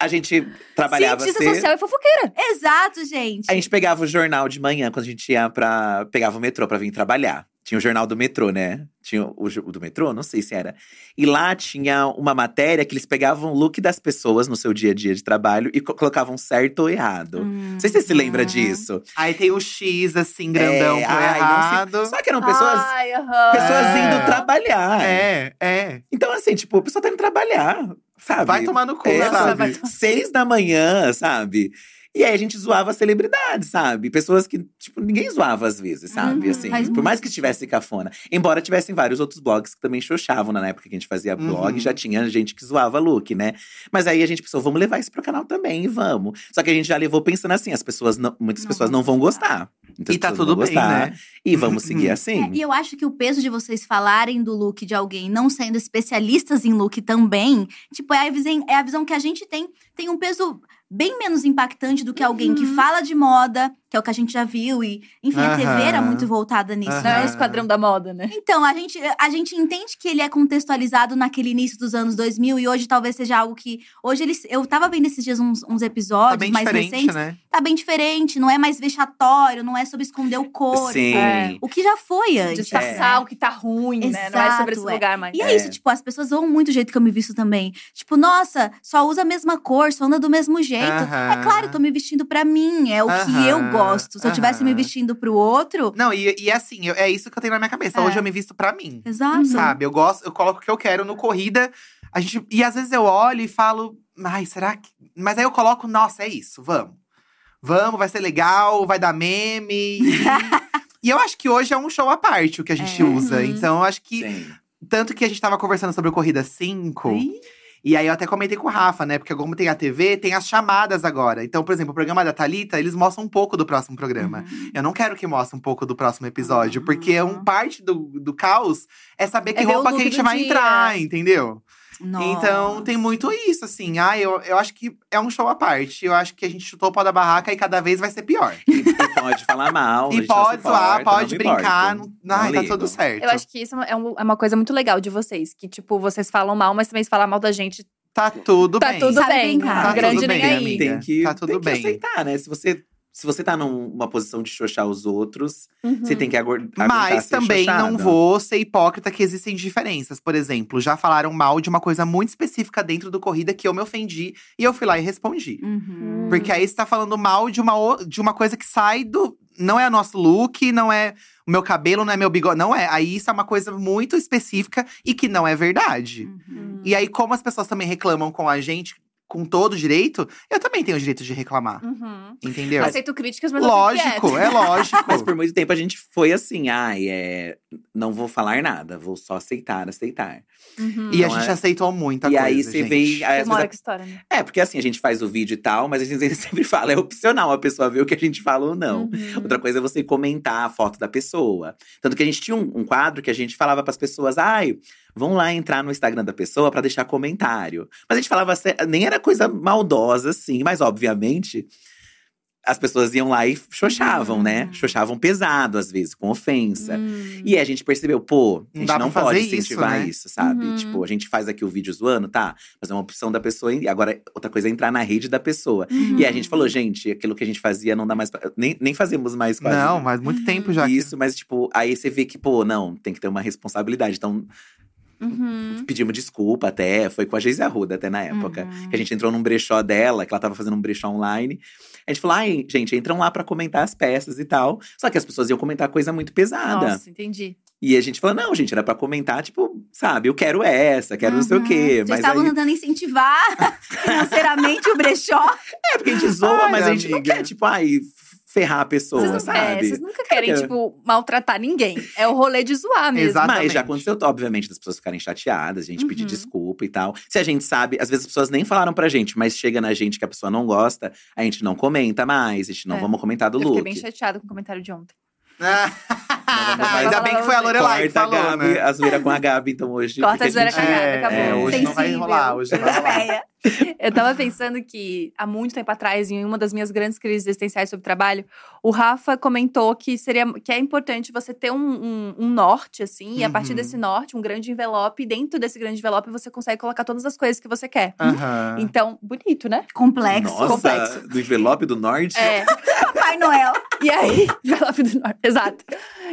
Speaker 4: a gente trabalhava
Speaker 1: Cientista
Speaker 4: cedo.
Speaker 5: é
Speaker 1: social e fofoqueira.
Speaker 2: Exato, gente.
Speaker 4: A gente pegava o jornal de manhã, quando a gente ia pra. pegava o metrô pra vir trabalhar. Tinha o jornal do metrô, né? Tinha o, jo- o do metrô, não sei se era. E lá tinha uma matéria que eles pegavam o look das pessoas no seu dia a dia de trabalho e co- colocavam certo ou errado.
Speaker 2: Hum.
Speaker 4: Não sei se você se lembra disso.
Speaker 3: Aí tem o X, assim, grandão
Speaker 4: É,
Speaker 3: pro
Speaker 4: ai, não
Speaker 3: errado.
Speaker 4: sei. Só que eram pessoas,
Speaker 5: Ai, aham.
Speaker 4: pessoas
Speaker 3: É.
Speaker 4: indo trabalhar.
Speaker 3: É, é.
Speaker 4: Então, assim, tipo, a pessoa tá indo trabalhar, sabe?
Speaker 3: Vai tomar no cu,
Speaker 4: É,
Speaker 3: sabe?
Speaker 4: Seis da manhã, sabe? E aí a gente zoava celebridades, sabe? Pessoas que, tipo, ninguém zoava às vezes, sabe?
Speaker 2: Uhum,
Speaker 4: assim,
Speaker 2: faz
Speaker 4: por mais que tivesse cafona. Embora tivessem vários outros blogs que também xoxavam na época que a gente fazia blog,
Speaker 3: Uhum.
Speaker 4: já tinha gente que zoava look, né? Mas aí a gente pensou, vamos levar isso pro canal também, e vamos. Só que a gente já levou pensando assim, as pessoas não- muitas
Speaker 2: Não
Speaker 4: pessoas
Speaker 2: vão
Speaker 4: não vão gostar. Muitas
Speaker 3: E tá
Speaker 4: pessoas não
Speaker 3: tudo
Speaker 4: vão
Speaker 3: bem,
Speaker 4: gostar,
Speaker 3: né?
Speaker 4: E vamos seguir assim.
Speaker 2: É, e eu acho que o peso de vocês falarem do look de alguém, não sendo especialistas em look também, tipo, é a visão, é a visão que a gente tem, tem um peso bem menos impactante do que alguém que fala de moda, que é o que a gente já viu, e enfim, a TV era
Speaker 3: Aham.
Speaker 2: muito voltada nisso,
Speaker 3: Aham.
Speaker 2: né?
Speaker 1: Não é
Speaker 5: um
Speaker 1: o esquadrão da moda, né?
Speaker 2: Então, a gente, a gente entende que ele é contextualizado naquele início dos anos 2000 e hoje talvez seja algo que. Hoje ele, eu tava vendo esses dias uns, uns
Speaker 3: Tá
Speaker 2: episódios
Speaker 3: bem
Speaker 2: mais
Speaker 3: diferente,
Speaker 2: recentes.
Speaker 3: né?
Speaker 2: Tá bem diferente, não é mais vexatório, não é sobre esconder o corpo.
Speaker 4: Sim.
Speaker 1: É.
Speaker 2: O que já foi antes.
Speaker 1: um
Speaker 5: Disfarçar o que tá ruim, né? Não é sobre esse
Speaker 2: é. Exato, é.
Speaker 5: lugar mais.
Speaker 2: E é, isso, tipo, as pessoas vão muito o jeito que eu me visto também. Tipo, nossa, só usa a mesma cor, só anda do mesmo jeito.
Speaker 3: Aham.
Speaker 2: É claro, eu tô me vestindo pra mim, é o que
Speaker 3: Aham,
Speaker 2: eu gosto. Se eu tivesse me
Speaker 3: aham.
Speaker 2: vestindo pro outro,
Speaker 3: Não, e, e assim, eu- é isso que eu tenho na minha cabeça.
Speaker 1: É.
Speaker 3: Hoje eu me visto pra mim.
Speaker 2: exato.
Speaker 3: Sabe? Eu gosto, eu coloco o que eu quero no corrida. A gente, e às vezes eu olho e falo, ai, será que. Mas aí eu coloco, nossa, é isso, vamos. Vamos, vai ser legal, vai dar meme. E, e eu acho que hoje é um show à parte o que a gente
Speaker 2: É.
Speaker 3: usa.
Speaker 1: Uhum.
Speaker 3: Então eu acho que.
Speaker 4: Sim.
Speaker 3: Tanto que a gente tava conversando sobre o Corrida 5.
Speaker 2: Ih.
Speaker 3: E aí eu até comentei com o Rafa, né? Porque como tem a TV, tem as chamadas agora. Então, por exemplo, o programa da Thalita, eles mostram um pouco do próximo programa.
Speaker 1: Uhum.
Speaker 3: Eu não quero que mostre um pouco do próximo episódio,
Speaker 2: Ah.
Speaker 3: porque um parte do, do caos é saber que
Speaker 1: É ver o
Speaker 3: roupa
Speaker 1: look
Speaker 3: que a gente
Speaker 1: do
Speaker 3: vai
Speaker 1: dia.
Speaker 3: entrar, entendeu?
Speaker 2: Nossa.
Speaker 3: Então tem muito isso, assim. Ah, eu, eu acho que é um show à parte. Eu acho que a gente chutou o pau da barraca e cada vez vai ser pior.
Speaker 4: E, e pode falar mal. a
Speaker 3: e
Speaker 4: gente não se
Speaker 3: pode zoar,
Speaker 4: importa, não
Speaker 3: pode
Speaker 4: me
Speaker 3: brincar.
Speaker 4: importo.
Speaker 3: Não, ai, tá
Speaker 4: ligo.
Speaker 3: tudo certo.
Speaker 1: Eu acho que isso é um- é uma coisa muito legal de vocês. Que, tipo, vocês falam mal, mas também se falar mal da gente,
Speaker 3: Tá tudo
Speaker 1: tá
Speaker 3: bem.
Speaker 1: tudo
Speaker 2: Sabe
Speaker 1: bem.
Speaker 2: brincar.
Speaker 1: Tá
Speaker 3: Tá
Speaker 1: grande
Speaker 3: tudo
Speaker 1: nem
Speaker 3: bem,
Speaker 1: aí.
Speaker 3: amiga.
Speaker 4: Tem que,
Speaker 3: Tá tudo
Speaker 4: tem que
Speaker 3: bem.
Speaker 4: aceitar, né? Se você, se você tá numa posição de xoxar os outros,
Speaker 1: Uhum.
Speaker 4: você tem que agor- aguentar
Speaker 3: Mas
Speaker 4: ser
Speaker 3: também não
Speaker 4: xoxada.
Speaker 3: vou ser hipócrita que existem diferenças. Por exemplo, já falaram mal de uma coisa muito específica dentro do corrida que eu me ofendi e eu fui lá e respondi.
Speaker 2: Uhum.
Speaker 3: Porque aí você tá falando mal de uma, o- de uma coisa que sai do. Não é nosso look, não é o meu cabelo, não é meu bigode. Não é. Aí isso é uma coisa muito específica e que não é verdade.
Speaker 2: Uhum.
Speaker 3: E aí, como as pessoas também reclamam com a gente, com todo direito, eu também tenho o direito de reclamar.
Speaker 1: Uhum.
Speaker 3: Entendeu?
Speaker 1: Aceito críticas, mas eu
Speaker 3: é lógico,
Speaker 1: fico
Speaker 3: é lógico.
Speaker 4: [LAUGHS] Mas por muito tempo a gente foi assim, ai, é, não vou falar nada, vou só aceitar, aceitar.
Speaker 1: quieta. Uhum.
Speaker 3: E a
Speaker 4: Não
Speaker 3: gente
Speaker 4: é-
Speaker 3: aceitou muita
Speaker 4: e
Speaker 3: coisa.
Speaker 4: aí você
Speaker 3: gente.
Speaker 4: vê. aí
Speaker 1: Demora
Speaker 4: as pessoas-
Speaker 1: que história, né?
Speaker 4: É, porque assim, a gente faz o vídeo e tal, mas a gente [LAUGHS] sempre fala, é opcional a pessoa ver o que a gente fala ou não.
Speaker 1: Uhum.
Speaker 4: Outra coisa é você comentar a foto da pessoa. Tanto que a gente tinha um, um quadro que a gente falava pras pessoas, ai, vão lá entrar no Instagram da pessoa pra deixar comentário. Mas a gente falava, sé- nem era coisa maldosa assim, mas obviamente as pessoas iam lá e xoxavam, né?
Speaker 2: Uhum.
Speaker 3: Hum.
Speaker 4: Xoxavam pesado, às vezes, com ofensa.
Speaker 1: Hum.
Speaker 4: E a gente percebeu, pô, a
Speaker 3: Não
Speaker 4: gente
Speaker 3: dá
Speaker 4: não,
Speaker 3: pra
Speaker 4: pode
Speaker 3: fazer isso,
Speaker 4: incentivar isso,
Speaker 3: né?
Speaker 4: sabe?
Speaker 1: Uhum.
Speaker 4: Tipo, a gente faz aqui o vídeo zoando, tá? Mas é uma opção da pessoa. e Agora, outra coisa é entrar na rede da pessoa. E a
Speaker 2: Uhum.
Speaker 4: gente falou, gente, aquilo que a gente fazia não dá mais pra… Nem, nem fazemos mais quase
Speaker 3: Não, mas muito
Speaker 2: Uhum.
Speaker 3: tempo já. que-
Speaker 4: isso, mas tipo, aí você vê que, pô, não, tem que ter uma responsabilidade. Então,
Speaker 1: Uhum.
Speaker 4: pedimos desculpa até, foi com a Geise Arruda até na época.
Speaker 2: Uhum.
Speaker 4: Que a gente entrou num brechó dela, que ela tava fazendo um brechó online. A gente falou, ai, gente, entram lá pra comentar as peças e tal. Só que as pessoas iam comentar coisa muito pesada.
Speaker 1: Nossa, entendi.
Speaker 4: E a gente falou, não, gente, era pra comentar, tipo, sabe, eu quero essa, quero não sei o
Speaker 2: Uhum.
Speaker 4: quê.
Speaker 2: Vocês
Speaker 4: Mas
Speaker 2: estavam
Speaker 4: aí,
Speaker 2: tentando incentivar [LAUGHS] financeiramente o brechó.
Speaker 4: é porque a gente zoa,
Speaker 3: Ai,
Speaker 4: mas a gente não
Speaker 3: amiga. [LAUGHS]
Speaker 4: quer, tipo, ai, ferrar a pessoa,
Speaker 1: Vocês, não, é,
Speaker 4: sabe?
Speaker 1: vocês nunca querem,
Speaker 4: Cara,
Speaker 1: tipo, maltratar ninguém. É o rolê de zoar mesmo.
Speaker 3: Exato.
Speaker 4: Mas
Speaker 3: Exatamente.
Speaker 4: já aconteceu, obviamente, das pessoas ficarem chateadas, a gente pedir
Speaker 1: Uhum.
Speaker 4: desculpa e tal. Se a gente sabe, às vezes as pessoas nem falaram pra gente, mas chega na gente que a pessoa não gosta, a gente não comenta mais, a gente não
Speaker 1: É.
Speaker 4: vamos comentar do
Speaker 1: Eu fiquei
Speaker 4: look.
Speaker 1: bem chateada com o comentário de ontem.
Speaker 3: Ah, Ainda bem que foi a Lorelai que
Speaker 4: Corta a
Speaker 3: falou,
Speaker 4: Gabi,
Speaker 3: né?
Speaker 4: a zoeira com a Gabi, então hoje.
Speaker 1: Corta
Speaker 4: fica
Speaker 1: a zoeira com a
Speaker 4: gente-
Speaker 1: Gabi, acabou. É.
Speaker 3: É, hoje não vai
Speaker 2: Sensível.
Speaker 3: rolar, hoje não vai
Speaker 1: [LAUGHS]
Speaker 3: rolar.
Speaker 2: Véia.
Speaker 1: Eu tava pensando que há muito tempo atrás, em uma das minhas grandes crises existenciais sobre trabalho, o Rafa comentou que seria que é importante você ter um, um- um norte, assim, e a partir
Speaker 3: Uhum.
Speaker 1: desse norte, um grande envelope, e dentro desse grande envelope você consegue colocar todas as coisas que você quer.
Speaker 3: Aham.
Speaker 1: Então, bonito, né?
Speaker 2: Complexo.
Speaker 4: Nossa,
Speaker 1: Complexo.
Speaker 4: do envelope do norte?
Speaker 1: É.
Speaker 2: Papai Noel.
Speaker 1: E aí, [LAUGHS] envelope do norte. Exato.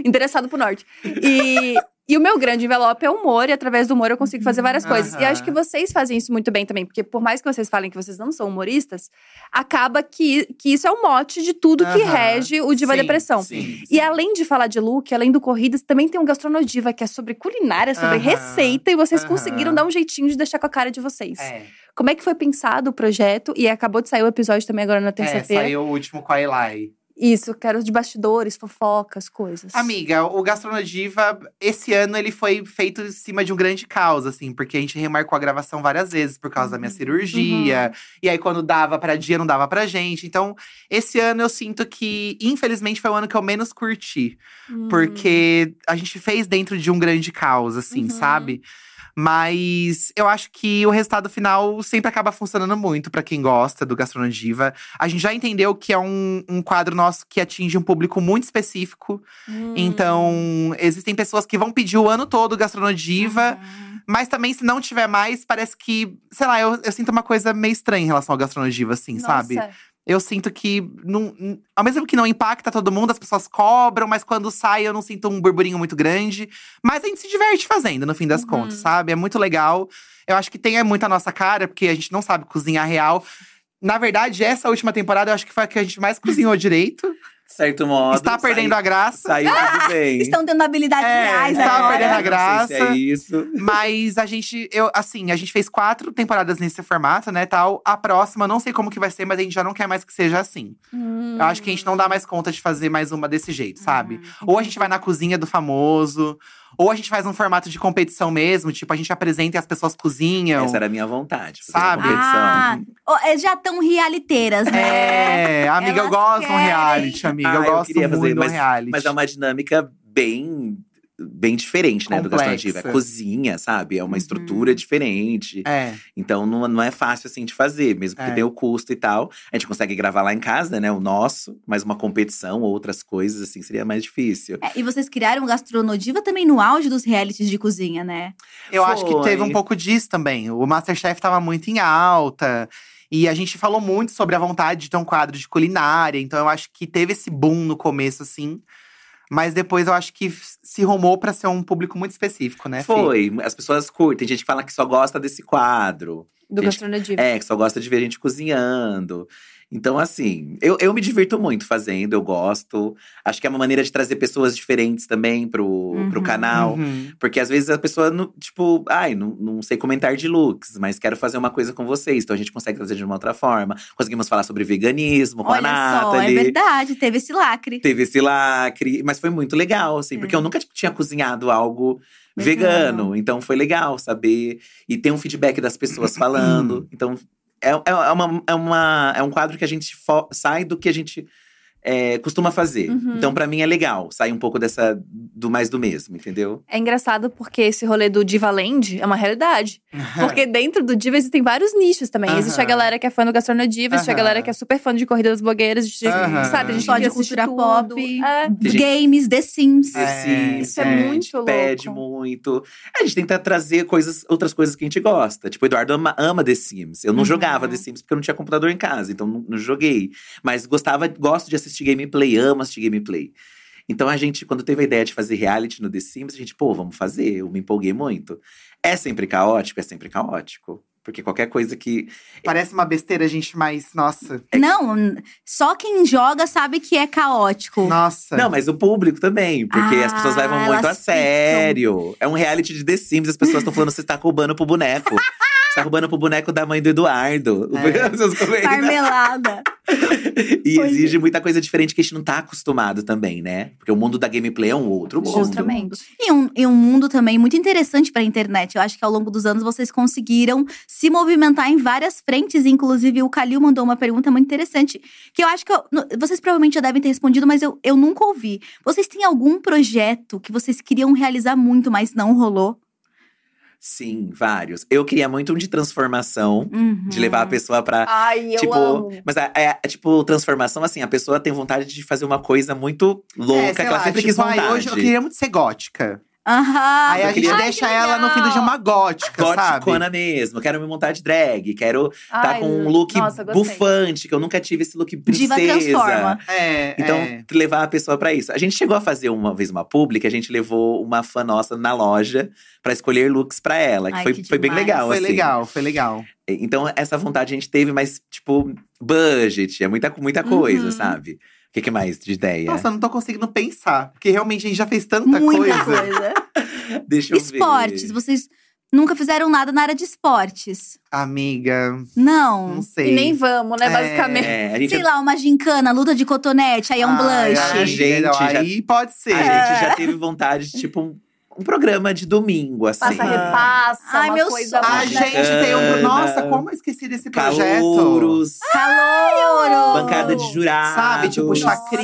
Speaker 1: Interessado pro norte. E. E o meu grande envelope é o humor, e através do humor eu consigo fazer várias coisas. E eu acho que
Speaker 3: Aham.
Speaker 1: vocês fazem isso muito bem também, porque por mais que vocês falem que vocês não são humoristas, acaba que, que isso é o mote de tudo que
Speaker 3: Aham.
Speaker 1: rege o Diva
Speaker 3: Sim,
Speaker 1: Depressão.
Speaker 4: Sim.
Speaker 1: E além de falar de look, além do corridas, também tem um Gastronodiva, que é sobre culinária, sobre
Speaker 3: Aham.
Speaker 1: receita, e vocês
Speaker 3: Aham.
Speaker 1: conseguiram dar um jeitinho de deixar com a cara de vocês.
Speaker 3: É.
Speaker 1: Como é que foi pensado o projeto? E acabou de sair o episódio também agora na
Speaker 3: É,
Speaker 1: terça-feira.
Speaker 3: saiu o último com a Eli.
Speaker 1: Isso, quero de bastidores, fofocas, coisas.
Speaker 3: Amiga, o Gastronodiva, esse ano ele foi feito em cima de um grande caos, assim, porque a gente remarcou a gravação várias vezes por causa da minha cirurgia. E aí, quando dava pra dia, não dava pra gente. Então, esse ano eu sinto que, infelizmente, foi o ano que eu menos curti.
Speaker 1: Hum.
Speaker 3: Porque a gente fez dentro de um grande caos, assim,
Speaker 1: Uhum.
Speaker 3: sabe? Mas eu acho que o resultado final sempre acaba funcionando muito pra quem gosta do Gastronodiva. A gente já entendeu que é um, um quadro nosso que atinge um público muito específico.
Speaker 1: Hum.
Speaker 3: Então, existem pessoas que vão pedir o ano todo Gastronodiva. Mas também, se não tiver mais, parece que… Sei lá, eu, eu sinto uma coisa meio estranha em relação ao Gastronodiva, assim, sabe?
Speaker 1: Nossa,
Speaker 3: eu sinto que, não, ao mesmo que não impacta todo mundo, as pessoas cobram, mas quando sai eu não sinto um burburinho muito grande. Mas a gente se diverte fazendo, no fim
Speaker 4: Uhum.
Speaker 3: das contas, sabe? É muito legal. Eu acho que tem é muito a nossa cara, porque a gente não sabe cozinhar real. Na verdade, essa última temporada eu acho que foi a que a gente mais cozinhou direito.
Speaker 4: De certo modo.
Speaker 3: Está
Speaker 4: sai-
Speaker 3: perdendo a graça.
Speaker 4: Saiu tudo
Speaker 2: [LAUGHS]
Speaker 4: bem.
Speaker 2: Estão tendo habilidades
Speaker 3: É,
Speaker 2: reais
Speaker 3: estava
Speaker 2: agora.
Speaker 3: perdendo a
Speaker 4: Não sei se
Speaker 3: graça.
Speaker 4: é isso.
Speaker 3: Mas a gente, eu, assim, a gente fez quatro temporadas nesse formato, né, tal. A próxima, eu não sei como que vai ser, mas a gente já não quer mais que seja assim. Eu acho que a gente não dá mais conta de fazer mais uma desse jeito, sabe?
Speaker 2: Ah,
Speaker 3: Ou a gente vai na cozinha do famoso, ou a gente faz um formato de competição mesmo, tipo, a gente apresenta e as pessoas cozinham.
Speaker 4: Essa era a minha vontade. fazer uma
Speaker 3: Sabe?
Speaker 4: competição.
Speaker 2: Ah, ó, é, já tão realiteiras, né?
Speaker 3: É, amiga, eu
Speaker 2: Elas
Speaker 3: gosto de um
Speaker 2: querem.
Speaker 3: reality, amiga.
Speaker 4: Ah,
Speaker 3: eu
Speaker 4: eu
Speaker 3: gosto
Speaker 4: queria
Speaker 3: muito
Speaker 4: fazer,
Speaker 3: de um reality.
Speaker 4: Mas é uma dinâmica bem, bem diferente, né? Do
Speaker 3: Complexa.
Speaker 4: Gastantiva. É cozinha, sabe? É uma
Speaker 2: Uhum.
Speaker 4: estrutura diferente.
Speaker 3: É,
Speaker 4: Então não, não é fácil assim de fazer, mesmo porque
Speaker 3: É.
Speaker 4: tem o custo e tal. A gente consegue gravar lá em casa, né? O nosso, mas uma competição, outras coisas, assim, seria mais difícil.
Speaker 2: É, e vocês criaram o Gastronodiva também no auge dos realities de cozinha, né?
Speaker 3: Eu acho que teve
Speaker 4: Foi.
Speaker 3: um pouco disso também. O Masterchef tava muito em alta. E a gente falou muito sobre a vontade de ter um quadro de culinária. Então eu acho que teve esse boom no começo, assim. Mas depois eu acho que f- se rumou pra ser um público muito específico, né? Fih?
Speaker 4: Foi, as pessoas curtem, tem gente que fala que só gosta desse quadro.
Speaker 1: do
Speaker 4: gente-
Speaker 1: Gastronodiva.
Speaker 4: É, que só gosta de ver a gente cozinhando. Então, assim, eu, eu me divirto muito fazendo, eu gosto. Acho que é uma maneira de trazer pessoas diferentes também pro, pro
Speaker 2: Uhum.
Speaker 4: canal.
Speaker 3: Uhum.
Speaker 4: Porque às vezes a pessoa, não- tipo, ai, não, não sei comentar de looks, mas quero fazer uma coisa com vocês. Então a gente consegue trazer de uma outra forma. Conseguimos falar sobre veganismo com a
Speaker 2: Olha só, é
Speaker 4: Nathalie.
Speaker 2: verdade, teve esse lacre.
Speaker 4: Teve esse lacre, mas foi muito legal, assim,
Speaker 2: É.
Speaker 4: porque eu nunca t- tinha cozinhado algo vegano. Então foi legal saber. E tem um feedback das pessoas
Speaker 2: [CLEARS THROAT]
Speaker 4: falando. Então é, é, uma, é, uma, é um quadro que a gente fo- sai do que a gente é, costuma fazer.
Speaker 1: Uhum.
Speaker 4: Então pra mim é legal sair um pouco dessa do mais do mesmo, entendeu?
Speaker 1: É engraçado porque esse rolê do Diva Land é uma realidade. Porque dentro do Diva existem vários nichos também. Existe a
Speaker 3: Aham.
Speaker 1: galera que é fã do Gastronodiva, existe a
Speaker 3: Aham.
Speaker 1: galera que é super fã de Corrida das Blogueiras. existe-
Speaker 3: Aham.
Speaker 1: Sabe, a gente
Speaker 2: Só de
Speaker 1: queria assistir
Speaker 2: cultura
Speaker 1: tudo.
Speaker 2: pop.
Speaker 1: É.
Speaker 4: Tem gente-
Speaker 2: Games, The Sims.
Speaker 3: É,
Speaker 4: Exercício,
Speaker 1: isso é
Speaker 4: a gente
Speaker 1: muito louco.
Speaker 4: Pede muito. A gente tenta trazer coisas, outras coisas que a gente gosta. Tipo, o Eduardo ama, ama The Sims. Eu não
Speaker 2: Uhum.
Speaker 4: jogava The Sims porque eu não tinha computador em casa, então não, não joguei. Mas gostava, gosto de assistir gameplay, amo assistir gameplay. Então a gente, quando teve a ideia de fazer reality no The Sims, a gente, pô, vamos fazer. Eu me empolguei muito. É sempre caótico, é sempre caótico. Porque qualquer coisa que.
Speaker 3: Parece uma besteira, gente, mas nossa.
Speaker 2: Não, n- só quem joga sabe que é
Speaker 4: [LAUGHS]
Speaker 2: caótico.
Speaker 3: Nossa.
Speaker 4: Não, mas o público também, porque
Speaker 2: Ah,
Speaker 4: as pessoas levam muito a
Speaker 2: elas ficam.
Speaker 4: sério. É um reality de The Sims, as pessoas estão falando você tá roubando pro boneco. Você tá roubando pro boneco da mãe do Eduardo. [LAUGHS]
Speaker 3: É.
Speaker 4: Os seus comentários.
Speaker 2: Marmelada.
Speaker 4: E exige muita coisa diferente que a gente não tá acostumado também, né? Porque o mundo da gameplay é um outro mundo.
Speaker 1: Justamente.
Speaker 2: E um, e um mundo também muito interessante pra internet. Eu acho que ao longo dos anos vocês conseguiram se movimentar em várias frentes. Inclusive, o Calil mandou uma pergunta muito interessante. Que eu acho que eu- no- vocês provavelmente já devem ter respondido, mas eu, eu nunca ouvi. Vocês têm algum projeto que vocês queriam realizar muito, mas não rolou?
Speaker 4: Sim, vários. Eu queria muito um de transformação,
Speaker 2: Uhum.
Speaker 4: de
Speaker 3: Hum.
Speaker 4: levar a pessoa pra…
Speaker 1: Ai, eu
Speaker 4: tipo,
Speaker 1: amo.
Speaker 4: mas é, é, tipo transformação assim, a pessoa tem vontade de fazer uma coisa muito louca
Speaker 3: É,
Speaker 4: que
Speaker 3: sei
Speaker 4: ela
Speaker 3: lá,
Speaker 4: sempre quis
Speaker 3: tipo, ai,
Speaker 4: vontade.
Speaker 3: hoje eu queria muito ser gótica.
Speaker 2: Aham.
Speaker 3: aí a
Speaker 4: eu
Speaker 3: gente
Speaker 4: queria-
Speaker 3: deixa ela no fim de uma gótica, sabe?
Speaker 4: Goticona mesmo, quero me montar de drag, quero tá
Speaker 1: Ai,
Speaker 4: com um look
Speaker 1: nossa, gostei.
Speaker 4: bufante, que eu nunca tive esse look princesa.
Speaker 2: hum, Diva transforma.
Speaker 3: É,
Speaker 4: Então,
Speaker 3: é.
Speaker 4: levar a pessoa pra isso. A gente chegou a fazer uma vez uma pública, a gente levou uma fã nossa na loja pra escolher looks pra ela, que
Speaker 2: Ai,
Speaker 4: foi,
Speaker 2: que
Speaker 4: foi bem
Speaker 2: demais.
Speaker 4: legal,
Speaker 3: foi
Speaker 4: assim.
Speaker 3: legal, foi legal.
Speaker 4: Então, essa vontade a gente teve, mas, tipo, budget, é muita, muita coisa,
Speaker 2: Uhum.
Speaker 4: sabe? O que, que mais de ideia?
Speaker 3: Nossa, eu não tô conseguindo pensar. Porque realmente a gente já fez tanta
Speaker 2: Muita
Speaker 3: coisa.
Speaker 2: coisa.
Speaker 4: Deixa eu ver.
Speaker 2: Esportes, vocês Nunca fizeram nada na área de esportes.
Speaker 3: Amiga,
Speaker 2: Não.
Speaker 3: não
Speaker 5: E
Speaker 3: sei.
Speaker 5: nem vamos, né,
Speaker 3: É.
Speaker 5: basicamente.
Speaker 4: É, a gente,
Speaker 2: Sei lá, uma gincana, luta de cotonete, aí é um
Speaker 3: Ai,
Speaker 2: blush.
Speaker 3: ai,
Speaker 4: Gente,
Speaker 3: não,
Speaker 4: já-
Speaker 3: aí pode ser.
Speaker 4: a gente já teve vontade de, tipo, um, um programa de domingo, assim.
Speaker 5: Passa, repassa,
Speaker 2: Ai,
Speaker 5: uma
Speaker 2: meu
Speaker 5: coisa
Speaker 2: sonho.
Speaker 3: A
Speaker 5: mais-
Speaker 3: gente tem um.
Speaker 4: Bacana.
Speaker 3: Nossa, como eu esqueci desse projeto.
Speaker 4: Calouros,
Speaker 2: Calor!
Speaker 4: bancada de jurados.
Speaker 3: Ah, Sabe, tipo,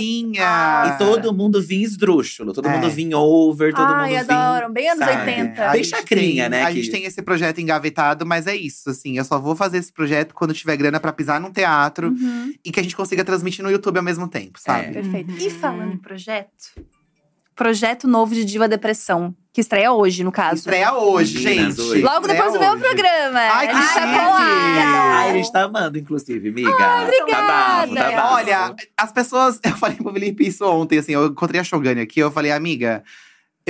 Speaker 3: chacrinha.
Speaker 4: E todo mundo vinha esdrúxulo, todo
Speaker 3: É.
Speaker 4: mundo vinha over, todo
Speaker 5: Ai,
Speaker 4: mundo
Speaker 5: adoram. Bem anos
Speaker 4: sabe?
Speaker 5: 80.
Speaker 4: Bem
Speaker 3: gente
Speaker 4: chacrinha,
Speaker 3: É, tem-
Speaker 4: né,
Speaker 3: A
Speaker 4: que-
Speaker 3: gente tem esse projeto engavetado, mas é isso, assim. Eu só vou fazer esse projeto quando tiver grana pra pisar num teatro
Speaker 5: Uhum,
Speaker 3: e que a gente consiga transmitir no YouTube ao mesmo tempo, sabe?
Speaker 5: perfeito. E falando
Speaker 3: Uhum.
Speaker 5: em projeto… Projeto novo de Diva Depressão, que estreia hoje, no caso.
Speaker 3: Estreia é hoje,
Speaker 4: Meninas,
Speaker 3: gente.
Speaker 4: hoje.
Speaker 5: É. Logo depois do
Speaker 3: Estreia
Speaker 5: meu
Speaker 3: hoje.
Speaker 5: programa.
Speaker 3: Ai,
Speaker 5: a
Speaker 3: que
Speaker 5: gente tá
Speaker 3: chique!
Speaker 5: colada.
Speaker 4: Ai, a gente tá amando, inclusive, miga. obrigada. Tá bafo, tá bafo.
Speaker 3: Olha, as pessoas. [LAUGHS] Eu falei pro Felipe isso ontem, assim. Eu encontrei a Shogani aqui, eu falei, amiga.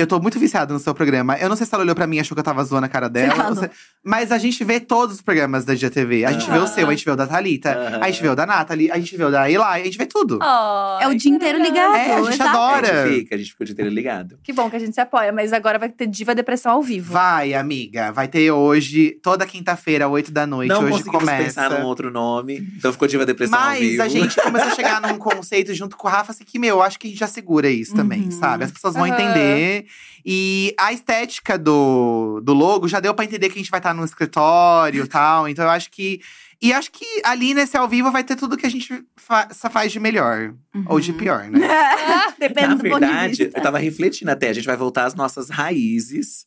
Speaker 3: Eu tô muito viciada no seu programa. Eu não sei se ela olhou pra mim e achou que eu tava zoando a cara dela.
Speaker 2: falou.
Speaker 3: ou se- Mas a gente vê todos os programas da DiaTV. A
Speaker 5: Ah.
Speaker 3: gente vê o seu, a gente vê o da Thalita,
Speaker 4: Aham.
Speaker 3: a gente vê o da Nathalie, a gente vê o da Eli, a gente vê tudo.
Speaker 5: Ai,
Speaker 2: É o dia inteiro
Speaker 5: maravilhoso.
Speaker 2: ligado.
Speaker 3: é, a gente
Speaker 2: exato.
Speaker 3: adora.
Speaker 4: A gente fica, a gente fica o dia inteiro ligado.
Speaker 5: Que bom que a gente se apoia, mas agora vai ter Diva Depressão ao vivo.
Speaker 3: Vai, amiga. Vai ter hoje, toda quinta-feira, 8 da noite.
Speaker 4: Não
Speaker 3: hoje
Speaker 4: conseguimos
Speaker 3: começa.
Speaker 4: pensar num outro nome, então ficou Diva Depressão ao
Speaker 3: Mas
Speaker 4: vivo.
Speaker 3: a gente começou a chegar num conceito junto com o Rafa, assim, que, meu, eu acho que a gente já segura isso também,
Speaker 2: Uhum.
Speaker 3: sabe? As pessoas vão
Speaker 5: Aham.
Speaker 3: entender. E a estética do, do logo já deu pra entender que a gente vai estar num escritório e tal. Então eu acho que. E acho que ali nesse ao vivo vai ter tudo que a gente fa- faz de melhor.
Speaker 2: Uhum.
Speaker 3: Ou de pior, né?
Speaker 2: Depende
Speaker 4: Na
Speaker 2: do ponto de
Speaker 4: verdade,
Speaker 2: vista.
Speaker 4: eu tava refletindo até, a gente vai voltar às nossas raízes.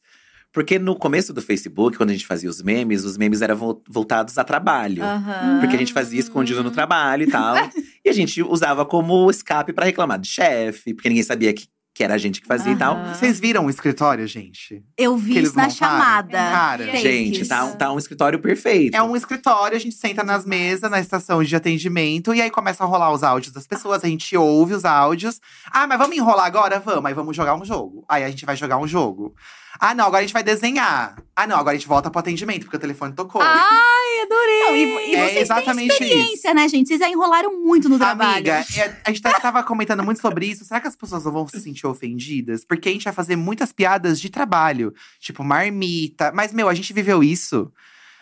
Speaker 4: Porque no começo do Facebook, quando a gente fazia os memes, os memes eram vol- voltados a trabalho.
Speaker 1: Aham.
Speaker 4: Porque a gente fazia escondido no trabalho
Speaker 3: [LAUGHS]
Speaker 4: e tal. e a gente usava como escape pra reclamar de chefe, porque ninguém sabia que, que era a gente que fazia e tal.
Speaker 1: Aham.
Speaker 3: Vocês viram o escritório, gente?
Speaker 2: Eu
Speaker 3: Que
Speaker 2: vi
Speaker 3: eles
Speaker 2: isso na
Speaker 3: montaram?
Speaker 2: chamada.
Speaker 3: Cara.
Speaker 5: Tem
Speaker 4: Gente,
Speaker 2: isso.
Speaker 4: tá, um- tá um escritório perfeito.
Speaker 3: É um escritório, a gente senta nas mesas, na estação de atendimento, e aí começa a rolar os áudios das pessoas, a gente ouve os áudios. Ah, mas vamos enrolar agora? Vamos, aí vamos jogar um jogo. Aí a gente vai jogar um jogo. Ah, não, agora a gente vai desenhar. Ah, não, agora a gente volta pro atendimento, porque o telefone tocou.
Speaker 2: Ah,
Speaker 5: Ai, adorei!
Speaker 2: Não, e, e
Speaker 3: é
Speaker 2: vocês
Speaker 3: exatamente
Speaker 2: têm experiência, né, gente? Vocês já enrolaram muito no trabalho.
Speaker 3: Amiga, é, a gente tá- tava comentando muito sobre isso. Será que as pessoas não vão se sentir ofendidas? Porque a gente vai fazer muitas piadas de trabalho. Tipo, marmita. Mas, meu, a gente viveu isso.